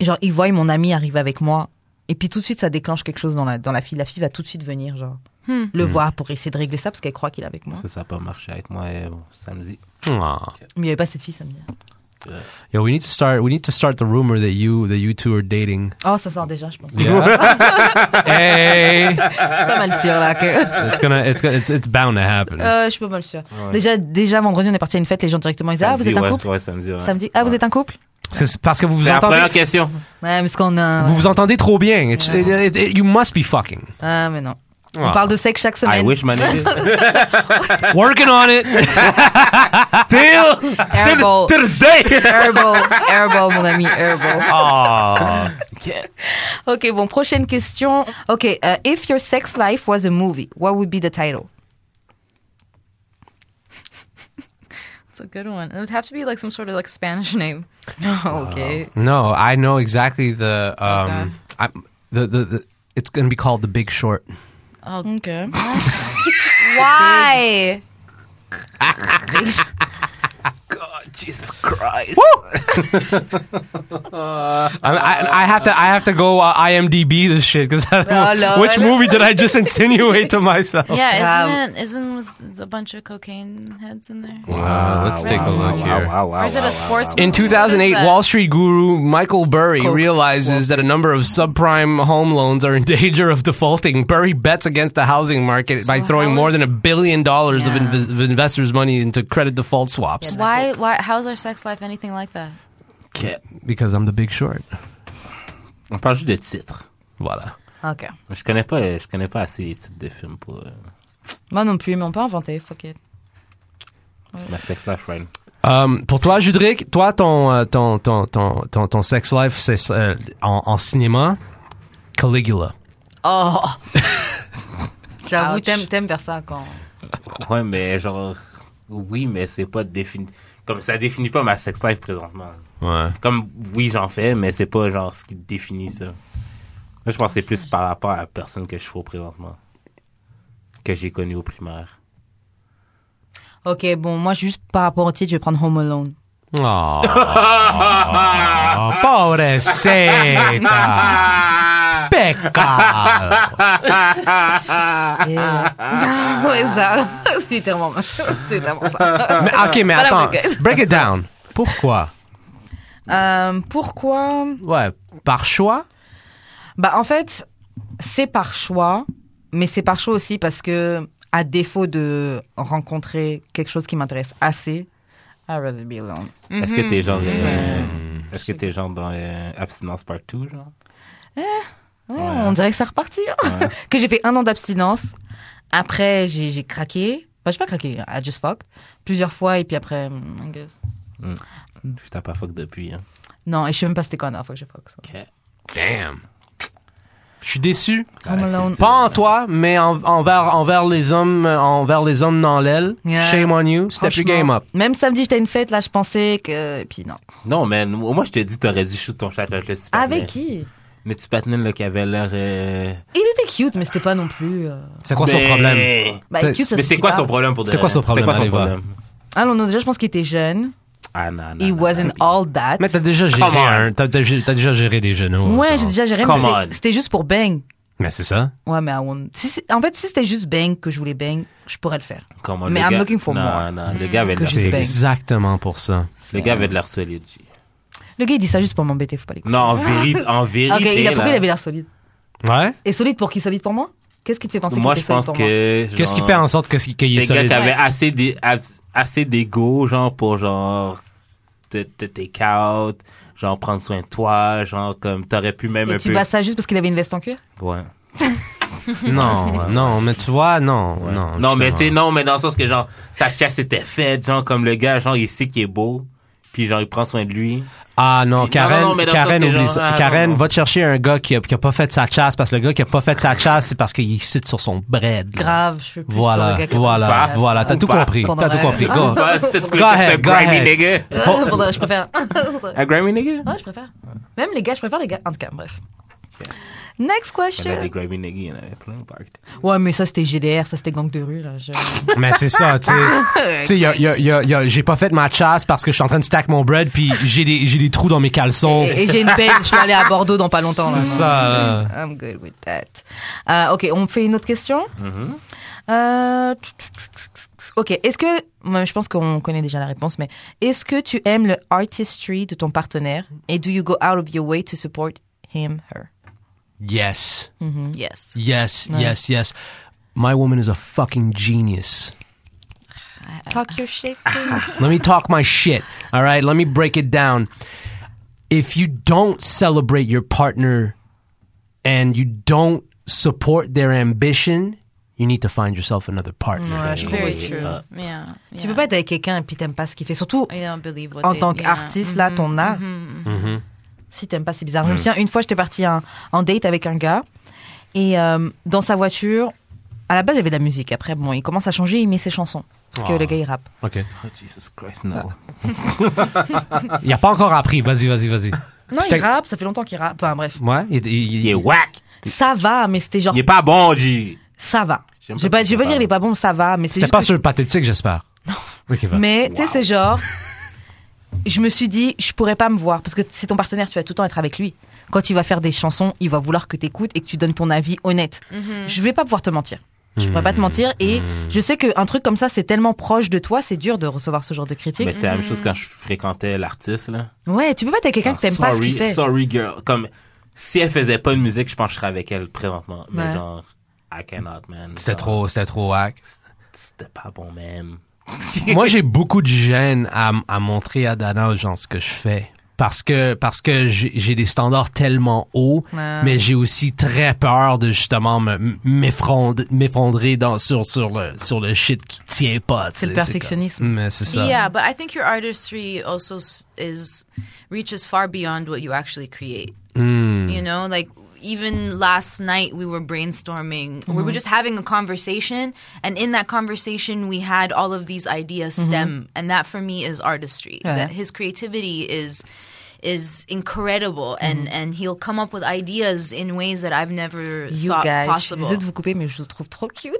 A: genre, ils voient mon ami arriver avec moi. Et puis, tout de suite, ça déclenche quelque chose dans la, dans la fille. La fille va tout de suite venir, genre, le voir pour essayer de régler Hmm. ça parce qu'elle croit qu'il est avec moi.
B: Ça, ça n'a pas marché avec moi euh, samedi.
C: Aw.
A: Mais il n'y avait pas cette fille samedi.
C: Ah. Yo, we need to start. We need to start the rumor that you that you two are dating.
A: Oh, ça sort déjà, je pense.
C: hey,
A: Je suis pas mal sûre, là, que...
C: it's gonna it's gonna, it's, it's bound to
B: Mm.
C: happen.
A: Euh, je suis pas mal sûre. Déjà, déjà, vendredi, on est parti à une fête, les gens directement, ils disaient, ah, vous
B: Samedi,
A: êtes un
B: ouais,
A: couple
B: ouais, samedi, ouais.
A: Samedi, ah, vous êtes un couple
C: Parce que- c'est parce que vous vous
B: C'est la
C: entendez.
B: première question.
A: Ouais, mais ce qu'on a...
C: Vous vous entendez trop bien. It's- it- it- you must be fucking.
A: Ah, mais non.
C: Ah.
A: On parle de sexe chaque
B: I
A: semaine.
B: wish, my nigga.
C: Working on it. Oh.
B: Still,
A: Airball.
B: to this day.
A: Airball. Airball, mon ami, airball.
C: Ah. Aw.
A: Ok, bon, prochaine question. Ok, euh, if your sex life was a movie, what would be the title?
E: It's a good one. It would have to be like some sort of like Spanish name. Oh,
A: ok.
C: No, I know exactly the um I, the, the the it's gonna be called The Big Short.
A: Ok.
E: Why?
C: I, I, I have to I have to go uh, IMDb this shit because
A: Oh, Lord.
C: which movie did I just insinuate to myself?
D: Yeah, isn't it, isn't with a bunch of cocaine heads in there?
C: Wow, let's take a look here.
E: Or is it a sports?
C: In 2008,
E: What is that?
C: Wall Street guru Michael Burry
A: Coke.
C: realizes that a number of subprime home loans are in danger of defaulting. Burry bets against the housing market by throwing
D: how
C: more
D: is-
C: than a billion dollars of,
D: Yeah.
C: inv- of investors' money into credit default swaps.
D: Why? Why? How's our sex life anything like that?
C: Because I'm the big short.
B: On parle juste de titres.
C: Voilà.
A: Ok.
B: Je connais pas, je connais pas assez les titres de films pour euh,
A: Moi non plus, mais on peut inventer, fuck it.
B: ma sex life, right?
C: Um, pour toi, Judric, toi, ton, euh, ton, ton, ton, ton, ton sex life c'est, euh, en, en cinéma, Caligula.
A: Oh J'avoue,
D: Ouch.
A: t'aimes t'aimes faire ça quand.
B: Ouais, mais genre, oui, mais c'est pas défini. Comme ça définit pas ma sex life présentement.
C: Ouais.
B: Comme oui, j'en fais, mais c'est pas genre ce qui définit ça. Moi, je pense que c'est plus par rapport à la personne que je suis présentement, que j'ai connue au primaire.
A: Ok, bon, moi, juste par rapport au titre, je vais prendre Home Alone.
C: Oh, Ah. pobrecita. Pecca.
A: Et,
C: Ah.
A: euh, ouais, ça, c'est tellement, c'est tellement ça.
C: Mais, ok, mais
A: Voilà,
C: attends.
A: Marcus.
C: Break it down. Pourquoi?
A: Euh, pourquoi
C: Ouais, par choix?
A: Bah en fait, c'est par choix, mais c'est par choix aussi parce que à défaut de rencontrer quelque chose qui m'intéresse assez, I'd rather be alone.
B: Est-ce que t'es genre, euh, est-ce que t'es genre dans euh, abstinence partout, genre?
A: Ouais, On dirait que ça repartit. hein. que j'ai fait un an d'abstinence. Après, j'ai j'ai craqué. Bah, j'ai pas craqué, I just fucked. Plusieurs fois, et puis après, hmm, I guess.
B: Tu t'as pas fuck depuis, hein?
A: Non, et je sais même pas c'était quoi la dernière fois que j'ai fuck. ça.
C: Damn. Je suis déçu.
B: Ah,
A: Home Alone.
C: Pas en toi, mais en- envers, envers les hommes, euh, envers les hommes dans l'aile.
A: Yeah.
C: Shame on you. Step your
A: Franchement,
C: game up.
A: Même samedi, j'étais à une fête, là, je pensais que. Et puis non.
B: Non, man, moi, je te dis, t'aurais dû shoot ton chat avec le petit patinet.
A: Avec qui
B: Le petit patinet, là, qui avait l'air... euh,
A: Il était cute, mais c'était pas non plus. euh,
C: C'est quoi son
B: ben-
C: problème?
A: Bah,
C: C'est-
A: cute, ça
B: Mais c'est
A: suffit
B: quoi
A: pas.
B: son problème pour de
C: C'est quoi son
B: C'est
C: problème?
B: quoi son
C: Allez voir.
B: problème?
A: Ah non, non, déjà, je pense qu'il était jeune.
B: Ah, non, non,
A: He
B: non,
A: wasn't
B: non.
A: all that.
C: Mais t'as déjà
B: Come
C: géré
B: on.
C: un, t'as, t'as gé- t'as déjà géré des genoux.
A: ouais, j'ai déjà géré, mais
B: Come
A: c'était-
B: on.
A: c'était juste pour bang.
C: Mais c'est ça.
A: Ouais, mais I won't- si c'est- en fait, si c'était juste bang que je voulais bang, je pourrais le faire.
B: Comment,
A: Mais
B: le
A: I'm
B: gars-
A: looking for
B: non,
A: more.
B: Non, le gars avait de
A: Que
B: l'air
A: je
C: C'est
A: Bang.
B: solide.
C: exactement pour ça.
B: Le gars avait de l'air solide. G.
A: Le gars, il dit ça juste pour m'embêter, faut pas l'écouter.
B: Non, en vérité, en vérité.
A: Ah. Ok, il a pourquoi
B: là,
A: il avait l'air solide.
C: Ouais?
A: Et solide pour qui Solide pour moi Qu'est-ce qui te fait penser
B: Moi,
A: qu'il
B: je
A: était solide
B: pense
A: pour moi
B: que. genre,
C: Qu'est-ce qui fait en sorte que- qu'il est
B: C'est le gars
C: solide?
B: qui avait assez d'é- as- assez d'ego, genre, pour genre. te te take out, genre, prendre soin de toi, genre, comme, t'aurais pu même
A: Et
B: un
A: tu
B: peu.
A: bats ça juste parce qu'il avait une veste en cuir
B: Ouais.
C: Non, non, mais tu vois, non, non.
B: Non, mais tu sais,
C: justement.
B: non, mais dans le sens que, genre, sa chasse était faite, genre, comme le gars, genre, il sait qu'il est beau, puis genre, il prend soin de lui.
C: Ah non,
B: Puis- non,
C: Karen,
B: non, non, mais dans le
C: Karen,
B: sens que
C: oublie
B: genre,
C: ça.
B: ah, non,
C: Karen,
B: non.
C: va te chercher un gars qui a, qui a pas fait sa chasse parce que le gars qui a pas fait sa chasse, c'est parce qu'il cite sur son bread. là.
A: Grave, je suis plus sur
C: Voilà,
A: le gars qui-
C: voilà,
B: Bah,
C: voilà. T'as tout
B: bah,
C: compris.
A: pendant
C: T'as tout
A: la-
C: compris.
A: Ah,
C: Go.
B: Ouais, peut-être que
C: Go
B: le gars, c'est un
C: ahead, go
B: grimy
C: ahead.
B: nigga.
A: Euh, faudrait- je préfère.
B: Un grimy nigga?
A: ouais, Ah, je préfère. Même les gars, je préfère les gars. En tout cas, bref. Next
B: Il y en avait des
A: question.
B: grimy niggas, il y en avait plein au parc.
A: Ouais, mais ça, c'était GDR, ça, c'était gang de rue, là. je-
C: Mais c'est ça, tu sais. Tu sais, y a- y a- y a- y a- j'ai pas fait ma chasse parce que je suis en train de stack mon bread puis j'ai des, j'ai des trous dans mes caleçons.
A: Et j'ai une peine, je dois aller à Bordeaux dans pas longtemps. là.
C: C'est ça, là.
A: Euh, I'm good with that. Euh, ok, on fait une autre question. Euh, Ok, est-ce que, moi, je pense qu'on connaît déjà la réponse, mais est-ce que tu aimes le artistry de ton partenaire et do you go out of your way to support him, her?
C: Yes.
A: Mm.
D: Yes.
C: Yes, yes, yes. My woman is a fucking genius.
A: Talk your shit.
C: Let me talk my shit. All right, let me break it down. If you don't celebrate your partner and you don't support their ambition, you need to find yourself another partner.
D: Very true.
B: Oh,
C: Mm-hmm.
D: yeah.
A: Tu peux pas être avec quelqu'un et puis t'aimes pas ce qu'il fait, surtout
D: I don't believe what
A: en
D: they-
A: tant
D: yeah.
A: qu'artiste, là, ton art. mm-hmm.
B: Mm-hmm.
A: Si t'aimes pas, c'est bizarre.
B: Mm.
A: Je me souviens, une fois, j'étais partie en, en date avec un gars et euh, dans sa voiture, à la base, il y avait de la musique. Après, bon, il commence à changer, il met ses chansons. Parce que
C: Ah.
A: le gars, il rappe.
C: OK.
B: Oh, Jesus Christ, no.
C: Ah. Il a pas encore appris. Vas-y, vas-y, vas-y.
A: Non,
C: C'était-
A: il rappe, ça fait longtemps qu'il rappe. Enfin, bref.
C: Ouais, il, il- il-
B: Il est whack.
A: Ça va, mais c'était genre,
B: Il est pas bon, G.
A: ça va. Je
B: J'aime
A: vais
B: pas
A: pas, je vais pas
B: ça
A: dire
B: va.
A: il est pas bon, ça va, mais c'est
C: C'était
A: juste
C: pas
A: que-
C: sur le pathétique, j'espère. Non. Ok, va.
A: Mais tu sais, c'est genre, je me suis dit, je pourrais pas me voir parce que c'est ton partenaire, tu vas tout le temps être avec lui. Quand il va faire des chansons, il va vouloir que t'écoutes et que tu donnes ton avis honnête. Je vais pas pouvoir te mentir. Je pourrais pas te mentir et je sais qu'un truc comme ça, c'est tellement proche de toi, c'est dur de recevoir ce genre de critique.
B: Mais c'est la même chose quand je fréquentais l'artiste, là.
A: Ouais, tu peux pas être avec quelqu'un que Mm. t'aimes pas ce qu'il
B: Ah, sorry,
A: fait.
B: sorry, girl. Comme, si elle faisait pas de musique, je pense que je serais avec elle présentement. Mais
A: Ouais.
B: genre, I cannot, man.
C: C'était
B: Genre,
C: trop, c'était trop hack.
B: C'était pas bon, même.
C: Moi, j'ai beaucoup de gêne à, m- à montrer à Dana, genre, ce que je fais. Parce que, parce que j'ai j'ai des standards tellement hauts,
A: Ah.
C: mais j'ai aussi très peur de justement me- m'effronde- m'effondrer dans, sur, sur le, sur le shit qui tient pas. tu
A: C'est le
C: sais, comme-
A: perfectionnisme.
C: mais c'est ça.
D: Yeah, but I think your artistry also s- is reaches far beyond what you actually create. You know, like even last night we were brainstorming. We were just having a conversation, and in that conversation we had all of these ideas stem, and that for me is artistry.
A: Yeah.
D: That his creativity is is incredible and and he'll come up with ideas in ways that I've never
A: You
D: thought
A: guys, je suis
D: possible.
A: désolée de vous couper, mais je vous trouve trop cute.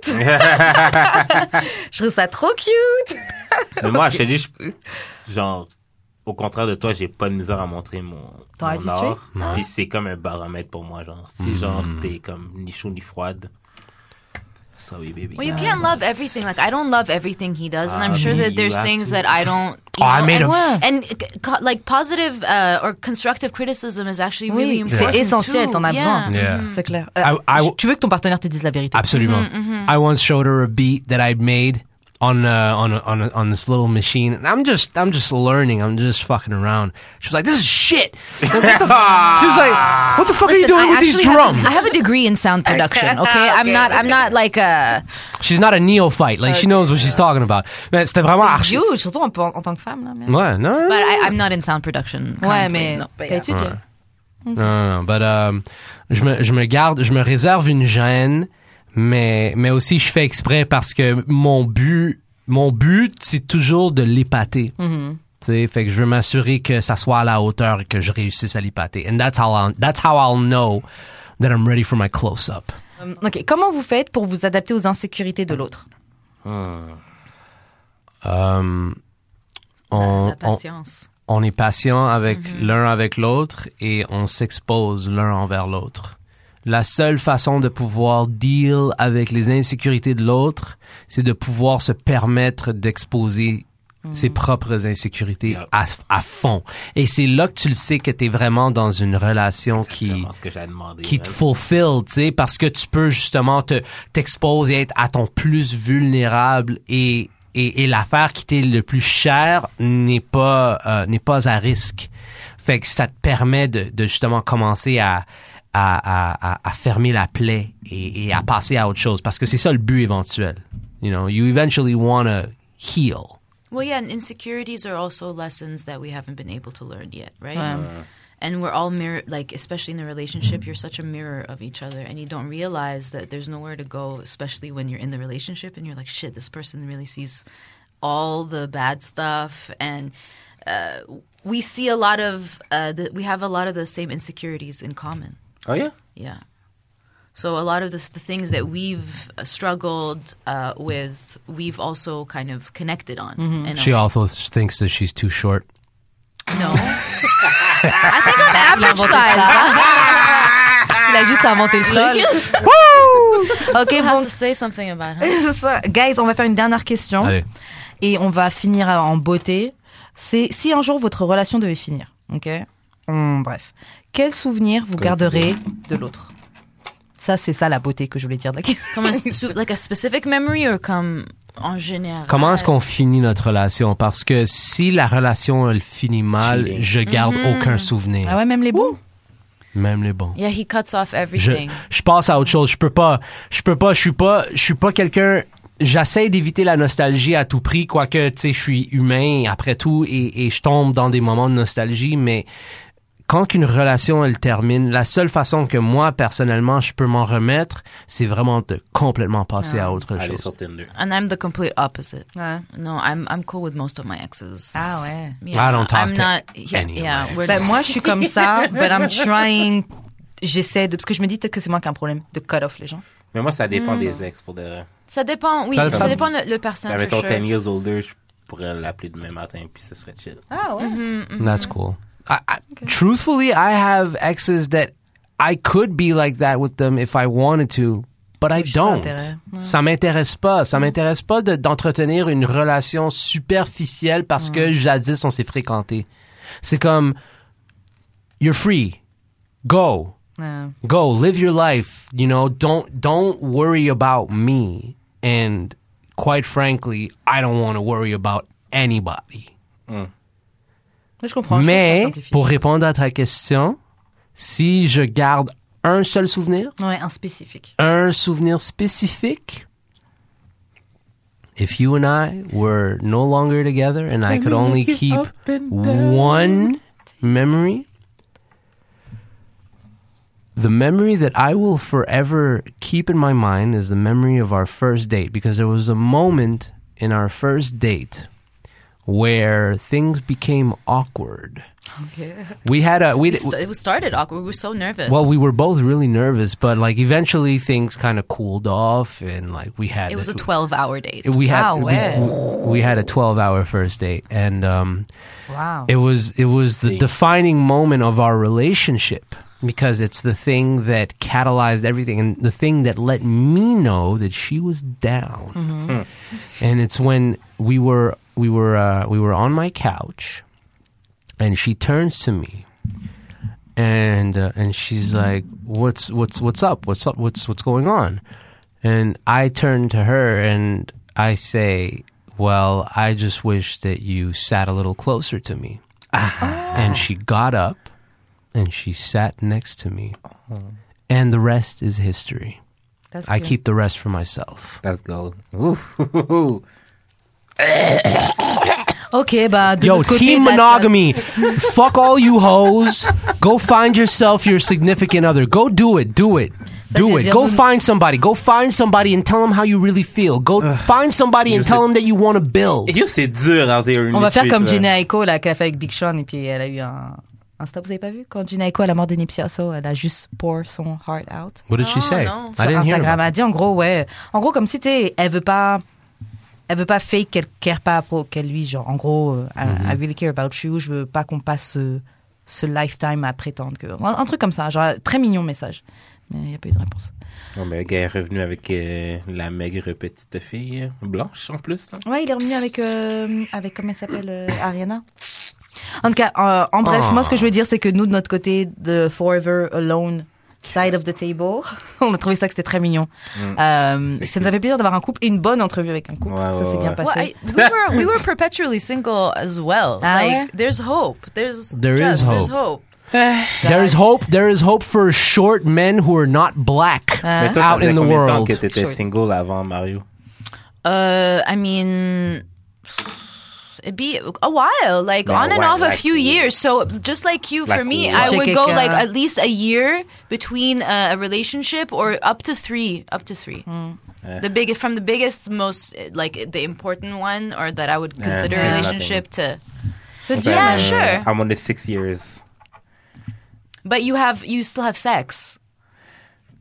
A: je trouve ça trop cute.
B: Mais moi, je te dis, je- genre, au contraire de toi, j'ai pas de misère à montrer mon,
A: Ton
B: mon
A: attitude?
B: art. Puis c'est comme un baromètre pour moi, genre. Si genre
C: Mm.
B: t'es comme ni chaud ni froide, sorry baby.
D: Well, you can't love everything. Like I don't love everything he does, and I'm
B: Ah,
D: sure
B: me,
D: that
B: you
D: there's
B: have to.
D: things that I don't.
C: Oh,
D: You
C: I
D: know,
C: made
D: and,
A: him-
D: and c- co- like positive uh, or constructive criticism is actually really
A: Oui,
D: important.
A: c'est essentiel,
D: too.
A: t'en as
D: yeah.
A: besoin.
C: Yeah.
A: C'est clair. Euh,
C: I- I-
A: tu veux que ton partenaire te dise la vérité.
C: Absolutely.
D: Mm-hmm,
C: I once showed her a beat that I'd made on uh, on on on this little machine, and I'm just I'm just learning. I'm just fucking around. She was like, "This is shit." Like, what the f-" she was like, "What the fuck are you
D: Listen,
C: doing
D: I
C: with these
D: actually have a-
C: drums?"
D: I have a degree in sound production. Okay, I'm not. I'm not like uh, a.
C: She's not a neophyte. Like she knows what she's talking about. Mais c'était vraiment archi.
A: You, surtout en, en tant que femme. Là, merde.
C: Ouais, non,
D: But
C: non,
D: I, I'm not in sound production.
A: Ouais,
D: currently,
A: mais
D: no,
A: t'as
D: but yeah.
A: étudié.
C: non, non, non, but, um, je me je me garde, je me réserve une gêne, mais mais aussi je fais exprès parce que mon but mon but c'est toujours de l'épater. Tu sais, fait que je veux m'assurer que ça soit à la hauteur et que je réussisse à l'épater. And that's how I'll, that's how I'll know that I'm ready for my close-up.
A: Euh, ok, Comment vous faites pour vous adapter aux insécurités de l'autre
B: Hmm.
C: Um, on, on, on est patient avec l'un avec l'autre et on s'expose l'un envers l'autre. La seule façon de pouvoir deal avec les insécurités de l'autre, c'est de pouvoir se permettre d'exposer ses propres insécurités à, à fond. Et c'est là que tu le sais que tu es vraiment dans une relation qui,
B: Exactement ce que j'ai demandé.
C: qui te
B: man.
C: fulfill, tu sais, parce que tu peux justement te t'exposer et être à ton plus vulnérable et et, et l'affaire qui t'est le plus chère n'est pas euh, n'est pas à risque. Fait que ça te permet de, de justement commencer à à, à, à- à fermer la plaie et, et à passer à autre chose parce que c'est ça le but éventuel. You know, you eventually want to heal.
D: Well, yeah, and insecurities are also lessons that we haven't been able to learn yet, right?
A: Um,
D: and we're all mirror, like especially in a relationship, you're such a mirror of each other, and you don't realize that there's nowhere to go, especially when you're in the relationship, and you're like, shit, this person really sees all the bad stuff, and uh, we see a lot of, uh, the, we have a lot of the same insecurities in common.
B: Oh yeah.
D: Yeah. So a lot of the, the things that we've struggled uh, with, we've also kind of connected on. in a
C: She
D: way.
C: also thinks that she's too short.
D: No. I think I'm average size.
A: Il a juste inventé le truc. Ok,
D: has
A: bon.
D: to say something about her.
A: C'est ça. Guys, on va faire une dernière question.
C: Allez.
A: Et on va finir en beauté. C'est si un jour votre relation devait finir, ok Hum, Bref. Quel souvenir vous
B: Comme
A: garderez de l'autre Ça, c'est ça la beauté que je voulais dire. de la question.
D: Comme un s- su- like a specific memory or comme en général.
C: Comment est-ce qu'on finit notre relation? Parce que si la relation, elle finit mal,
B: Cheating.
C: je garde aucun souvenir,
A: Ah ouais, même les bons
C: même les bons.
D: Yeah, he cuts off
C: Je,
D: everything.
C: je passe à autre chose. Je peux pas. Je peux pas. Je suis pas. Je suis pas quelqu'un. J'essaie d'éviter la nostalgie à tout prix, quoique, tu sais, je suis humain après tout et, et je tombe dans des moments de nostalgie, mais quand qu'une relation, elle termine, la seule façon que moi, personnellement, je peux m'en remettre, c'est vraiment de complètement passer à autre
B: Allez
C: chose.
B: sur Tinder.
D: And I'm the complete opposite.
A: Ouais.
D: No, I'm I'm cool with most of my exes.
A: Ah ouais.
D: Yeah,
C: I don't talk
D: I'm
C: to
D: not, yeah,
C: any of
D: yeah,
C: my
D: we're
A: Ben, moi, je suis comme ça, but I'm trying. J'essaie de. Parce que je me dis peut-être que c'est moi qui ai un problème de cut off les gens.
B: Mais moi, ça dépend
A: Hmm.
B: des ex pour de vrai.
D: Ça dépend, oui,
C: Ça
D: ça,
C: dépend.
D: dépend le, le personnage.
B: Ben, mettons
D: for
B: 10
D: sure.
B: years older, je pourrais l'appeler demain matin, puis ce serait chill.
A: Ah ouais
C: That's cool. I, I, Truthfully, I have exes that I could be like that with them if I wanted to, but I
A: Je sais pas Mm.
C: don't.
A: l'intérêt.
C: Ça m'intéresse pas. Ça m'intéresse pas de- d'entretenir une relation superficielle parce
A: Mm.
C: que jadis on s'est fréquenté. C'est comme you're free, go,
A: Ouais.
C: go, live your life. You know, don't don't worry about me. And quite frankly, I don't want to worry about anybody.
A: Mais je comprends. je trouve que ça
C: Mais
A: simplifie.
C: pour répondre à ta question, si je garde un seul souvenir,
A: Ouais, un spécifique.
C: un souvenir spécifique, if you and I were no longer together and I could only keep one memory, the memory that I will forever keep in my mind is the memory of our first date because there was a moment in our first date where things became awkward. We had a we
D: We st- it started awkward. We were so nervous.
C: well, we were both really nervous, but like eventually things kind of cooled off, and like we had
D: it was a eh. 12-hour date.
C: we had
A: Ah,
C: we, we had a twelve hour first date, and um,
A: Wow.
C: it was it was the
B: See.
C: defining moment of our relationship because it's the thing that catalyzed everything and the thing that let me know that she was down.
D: Mm-hmm.
C: And it's when we were we were uh, we were on my couch and she turns to me and uh, and she's like what's what's what's up? What's up? What's what's going on? And I turn to her and I say, "Well, I just wish that you sat a little closer to me." and she got up and she sat next to me. And the rest is history.
A: That's
C: I
A: good.
C: keep the rest for myself.
B: That's gold. Ouh.
A: Ok, bah, de
C: Yo,
A: notre côté,
C: team
D: uh,
A: that-
C: monogamy. Fuck all you hoes. Go find yourself your significant other. Go do it. Do it.
A: je
C: Do
A: veux
C: it.
A: dire,
C: Go
A: nous-
C: find somebody. Go find somebody and tell them how you really feel. Go find somebody and
B: Use
C: tell
B: it.
C: them that you want to build.
B: Yo, c'est dur hein, en théorie.
A: On va faire comme
B: Jenna.
A: Gina Echo, là, qu'elle a fait avec Big Sean, et puis elle a eu un. Un stop, vous avez pas vu Quand Gina Echo, à la mort de Nipsey Hussle, elle a juste pour son heart out.
C: What did she
D: Oh,
C: say?
D: no.
C: I
A: Sur
C: didn't hear
A: Instagram,
C: about
A: elle a dit en gros, ouais. En gros, comme si, tu sais, elle veut pas. Elle veut pas fake qu'elle care pas pour qu'elle lui, genre, en gros, euh, I-
C: Mhm.
A: I, really care about you, je veux pas qu'on passe ce, ce lifetime à prétendre que. Un, un truc comme ça, genre, très mignon message. Mais il n'y a pas eu de réponse.
B: Non, Oh, mais le gars est revenu avec euh, la maigre petite fille euh, blanche en plus. Là.
A: Ouais, il est revenu avec, euh, avec comment elle s'appelle, euh, Ariana. En tout cas, euh, en bref,
C: Ah.
A: moi, ce que je veux dire, c'est que nous, de notre côté, de Forever Alone Side of the Table, on a trouvé ça que c'était très mignon. Euh,
B: Mm. C'est
A: ça nous a fait plaisir d'avoir un couple et une bonne entrevue avec un couple.
B: Ouais,
A: ça
B: ouais,
A: s'est bien
B: ouais.
A: passé.
D: Well, I- we were we were perpetually single as well.
A: Ah,
D: like
A: yeah?
D: there's hope. There's
C: There
D: trust,
C: is
D: There's hope.
C: There is hope. There is hope for short men who are not black
B: Mais toi, ça
C: out
B: faisait
C: in the
B: combien de temps
C: world.
B: que t'étais
A: Sure.
B: single avant Mario?
D: Uh, I mean, it'd be a while, like
B: Yeah,
D: on and
B: why-
D: off a
B: like
D: few
B: what?
D: years. So just like you, for
B: Like
D: me,
B: what?
D: I would
A: Check
D: go
A: it
D: like
A: out.
D: at least a year between uh, a relationship or up to three, up to three. The biggest from the biggest, most uh, like the important one, or that I would consider
B: yeah,
D: a
B: nothing.
D: relationship to.
A: C'est dur,
D: Yeah,
B: Ben,
D: sure.
B: euh, I'm on the six years.
D: But you have, you still have sex.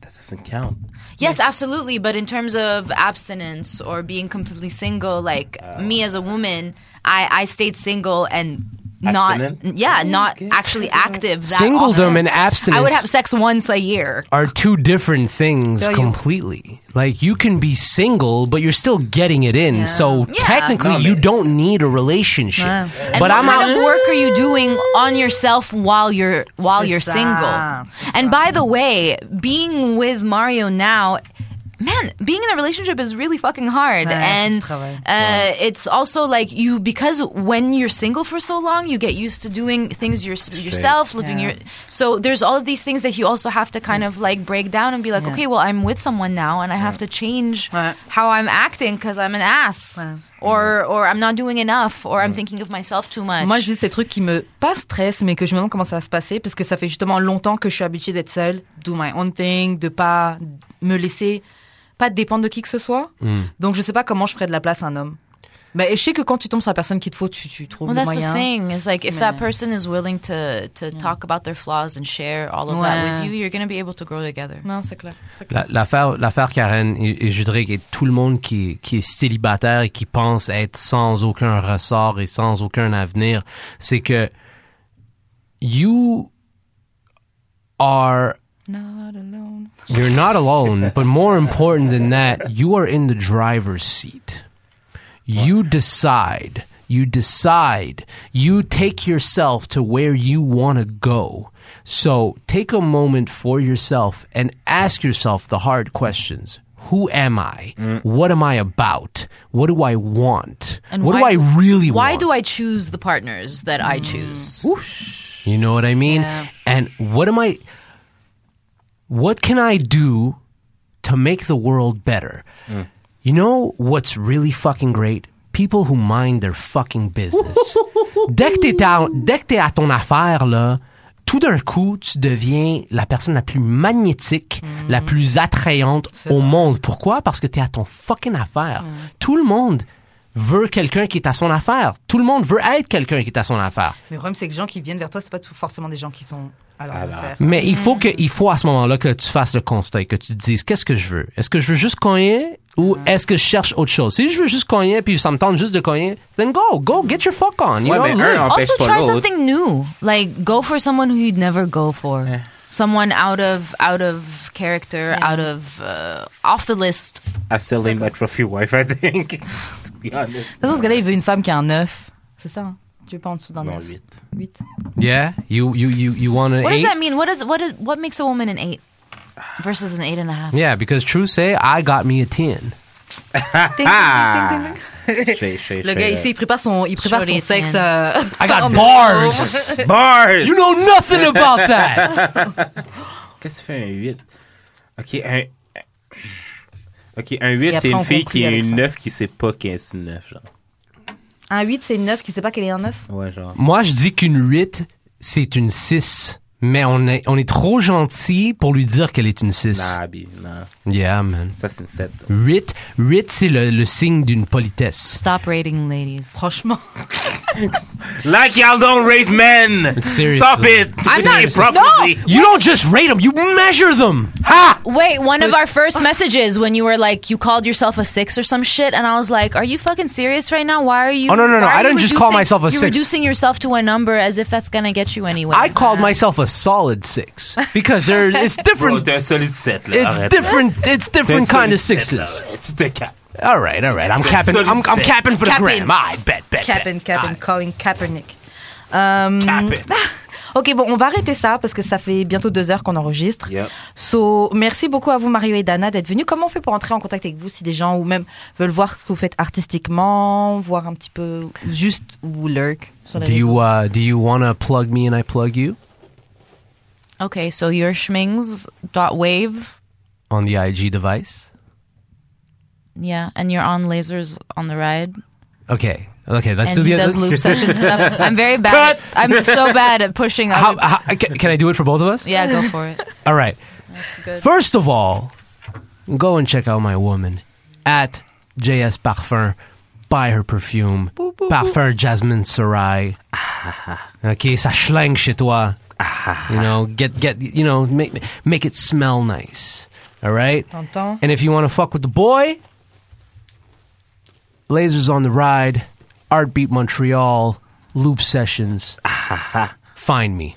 B: That doesn't count.
D: Yes, absolutely. But in terms of abstinence or being completely single, like me as a woman, I, I stayed single and
B: Abstinent?
D: not yeah, not actually active. That
C: Singledom
D: often.
C: and abstinence
D: I would have sex once a year.
C: are two different things
A: Tell you.
C: completely. Like you can be single, but you're still getting it in. So
D: Yeah.
C: technically,
B: No,
C: you
B: man.
C: don't need a relationship.
D: And
C: But
D: what
C: I'm
D: kind
C: out.
D: of work are you doing on yourself while you're while you're
E: C'est ça.
D: single? And by the way, being with Mario now, man, being in a relationship is really fucking hard.
E: Ouais,
D: and
E: c'est du travail.
D: uh, it's also like you because when you're single for so long, you get used to doing things your, yourself, living
E: Yeah.
D: your. So there's all of these things that you also have to kind of like break down and be like, okay, well, I'm with someone now, and I have to change
E: Ouais.
D: how I'm acting because I'm an ass,
E: Ouais.
D: or or I'm not doing enough, or I'm thinking of myself too much.
A: Moi, je dis ces trucs qui me, pas stressent, mais que je me demande comment ça va se passer, parce que ça fait justement longtemps que je suis habituée d'être seule, do my own thing, de pas me laisser, pas dépendre de qui que ce soit.
B: Hmm.
A: Donc, je sais pas comment je ferais de la place à un homme. Mais je sais que quand tu tombes sur la personne qu'il te faut, tu, tu trouves
D: Well,
A: le
D: that's
A: moyen.
D: the thing. It's like if that
A: Yeah.
D: person is willing to to talk about their flaws and share all of that with
A: Ouais.
D: you, you're going to be able to grow together.
A: Non, c'est clair. c'est clair.
C: La- L'affaire, l'affaire Karen, et, et je dirais que tout le monde qui, est- qui est célibataire et qui pense être sans aucun ressort et sans aucun avenir, c'est que you are
A: Not alone.
C: You're not alone, but more important than that, you are in the driver's seat. You decide. You decide. You take yourself to where you want to go. So take a moment for yourself and ask yourself the hard questions. Who am I? What am I about? What do I want?
D: And
C: what
D: why-
C: do I really
D: Why
C: want?
D: do I choose the partners that I choose?
C: Mm. You know what I mean? And what am I what can I do to make the world better? You know what's really fucking great? People who mind their fucking business. dès que t'es à, dès que t'es à ton affaire là, tout d'un coup, tu deviens la personne la plus magnétique, la plus attrayante au monde. Pourquoi? Parce que t'es à ton fucking affaire. Tout le monde veut quelqu'un qui est à son affaire. Tout le monde veut être quelqu'un qui est à son affaire.
A: Mais le problème, c'est que les gens qui viennent vers toi, c'est pas tout- forcément des gens qui sont à leur
B: Alors.
A: affaire.
C: Mais il
D: Mm.
C: faut que, il faut à ce moment-là que tu fasses le constat, et que tu te dises qu'est-ce que je veux. Est-ce que je veux juste cogner ou est-ce que je cherche autre chose? Si je veux juste cogner puis ça me tente juste de cogner, then go, go, get your fuck on. You
B: Ouais,
C: know,
B: mais
C: live.
B: un, en-
D: Also,
B: Empêche pas
D: try
B: l'autre.
D: something new. Like go for someone who you'd never go for.
C: Eh.
D: Someone out of out of character, out of uh, off the list.
B: I still ain't my trophy wife, I think. to be honest.
A: De toute façon, ce gars-là, il veut une femme qui a un 9. C'est ça, hein Tu veux pas en dessous d'un
B: Non,
A: 9
B: huit.
A: 8.
C: Yeah, you, you, you, you want an
D: What does
C: eight?
D: that mean? What is what is what makes a woman an eight versus an eight and a half?
C: Yeah, because true say, I got me a 10.
B: Ah! euh, Straight, straight,
A: Le gars
B: straight
A: ici, il prépare son, il prépare son
D: Shorty
A: sexe.
D: ten.
A: euh,
C: I
A: Oh,
C: got
A: mais-
C: bars.
B: up. Bars!
C: You know nothing about that.
B: Qu'est-ce que fait un 8? Ok, un. Ok, un 8,
A: après,
B: c'est
A: on
B: une fille
A: conclut
B: qui est
A: avec
B: une
A: ça.
B: 9 qui sait pas qu'elle est une 9, genre.
A: Un 8, c'est une 9 qui sait pas qu'elle est un 9
B: Ouais, genre.
C: Moi, je dis qu'une 8, c'est une 6. Mais on est, on est trop gentil pour lui dire qu'elle est une 6.
B: Nah, B, nah.
C: Yeah, man.
B: Ça, c'est une 7. là.
C: 8, 8 c'est le, le signe d'une politesse.
D: Stop rating ladies.
A: Franchement.
B: Like y'all don't rate men!
C: Seriously.
B: Stop it!
C: I'm Ah, not-
B: Say it properly.
C: You don't just rate them, you measure them. Ha!
D: Wait, one of our first messages when you were like, you called yourself a six or some shit, and I was like, "Are you fucking serious right now? Why are you?"
C: Oh, no, no, no.
D: why are
C: I
D: you
C: didn't just call
D: reducing-
C: myself a
D: you're
C: six.
D: Reducing yourself to a number as if that's gonna get you anywhere.
C: I called myself a solid 6 because there it's
B: Bro,
C: different
B: t'es un solide 7, là.
C: it's
B: Arrête,
C: different it's
B: T'es un
C: different kind of
B: solide sept, là.
C: sixes.
B: Tu te capes.
C: All right, all right. I'm capping
B: solid
C: I'm, I'm
B: sept.
C: capping for the
A: Capping.
C: gram. I bet bet.
A: Captain,
C: bet.
A: Captain,
C: Aye.
A: calling Kaepernick. Euh,
B: Cap it.
A: ok, bon, on va arrêter ça parce que ça fait bientôt deux heures qu'on enregistre.
B: Yep.
A: So, merci beaucoup à vous, Mario et Dana, d'être venus. Comment on fait pour entrer en contact avec vous si des gens ou même veulent voir ce que vous faites artistiquement, voir un petit peu juste où vous lurk sur les
C: Do you
A: réseaux
C: uh, do you want to plug me and I plug you
D: Okay, so your schmings dot wave,
C: on the IG device?
D: yeah, and you're on lasers on the ride,
C: Okay. Okay, let's do
D: and he
C: the
D: does
C: let's-
D: loop session stuff. I'm very bad. At, I'm so bad at pushing.
C: how,
D: Other,
C: how, can, can I do it for both of us?
D: yeah, go for it.
C: All right.
D: That's good.
C: First of all, go and check out my woman at JS Parfum. Buy her perfume. Parfum Jasmine Sarai. okay, ça schlingue chez toi. you know, get get you know, make make it smell nice. All right?
A: T'entends
C: And if you want to fuck with the boy, Lasers on the Ride, Art Beat Montreal, Loop Sessions. Find me.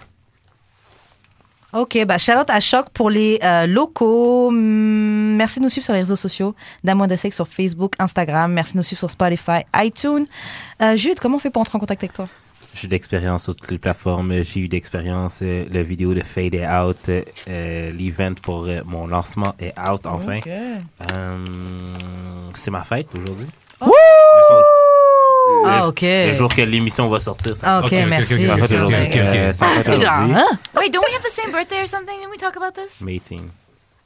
A: Ok, bah Charlotte à choc pour les euh, locaux. Mm, Merci de nous suivre sur les réseaux sociaux. D'amour de sexe sur Facebook, Instagram. Merci de nous suivre sur Spotify, iTunes. Euh, Jude, comment on fait pour entrer en contact avec toi
B: J'ai de l'expérience sur toutes les plateformes. J'ai eu d'expérience. Euh, la vidéo de Fade est out. Euh, euh, L'event pour euh, mon lancement est out enfin. Euh, c'est ma fête aujourd'hui. Le-
A: Ah, ok.
B: Le jour que l'émission va sortir, ça.
A: Ah, ok,
C: Ok, ok, ok,
A: merci.
B: C'est ma fête
C: ok,
B: aujourd'hui.
C: ok, ok.
B: Euh, c'est ma fête
A: Genre,
B: aujourd'hui.
A: hein?
D: Wait, don't we have the same birthday or something? Didn't we talk about this?
B: Meeting.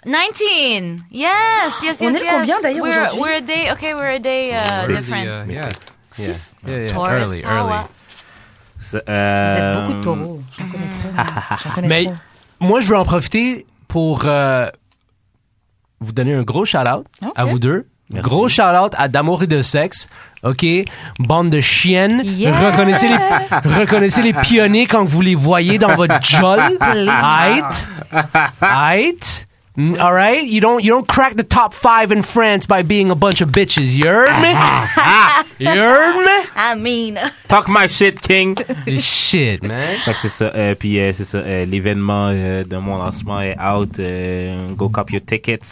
D: 19. Yes, yes, yes.
A: On est le
D: yes.
A: combien d'ailleurs
D: We're,
A: aujourd'hui?
D: we're a day. Okay, we're a day uh,
B: Six.
D: different.
B: Mais
C: Yeah.
B: c'est-
C: Yeah. Yeah, yeah.
D: Taurus
C: Early,
D: power.
C: early.
B: C'est-
A: Vous
B: euh, Ah,
A: êtes beaucoup de taureaux. J'en connais trop. J'en connais
C: Mais
A: trop.
C: moi, je veux en profiter pour euh, vous donner un gros shout-out
A: Ok.
C: à vous deux.
B: Merci.
C: Gros shout-out à D'amour et de sexe. OK? Bande de chiennes.
A: Yeah.
C: Reconnaissez, les, reconnaissez les pionniers quand vous les voyez dans votre jol. Aight. Aight. Mm, All right? You don't, you don't crack the top five in France by being a bunch of bitches. You heard me? you heard me?
A: I mean.
B: Talk my shit, King!
C: Shit, man.
B: Fait que c'est ça. Euh, puis euh, c'est ça. euh, L'événement euh, de mon lancement est out. Euh, go cop your tickets.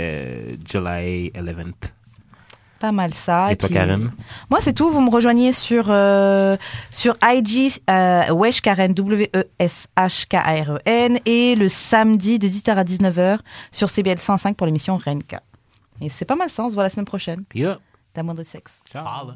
B: Euh, July 11th.
A: Pas mal ça.
B: Et toi,
A: puis-
B: Karen?
A: Moi, c'est tout. Vous me rejoignez sur, euh, sur IG, euh, Wesh Karen, E W-E-S-H-K-A-R-E-N, E et le samedi de 10h à 19h sur CBL 105 pour l'émission Renka. Et c'est pas mal ça. On se voit la semaine prochaine.
B: Puis là,
A: D'amour de sexe.
B: ciao.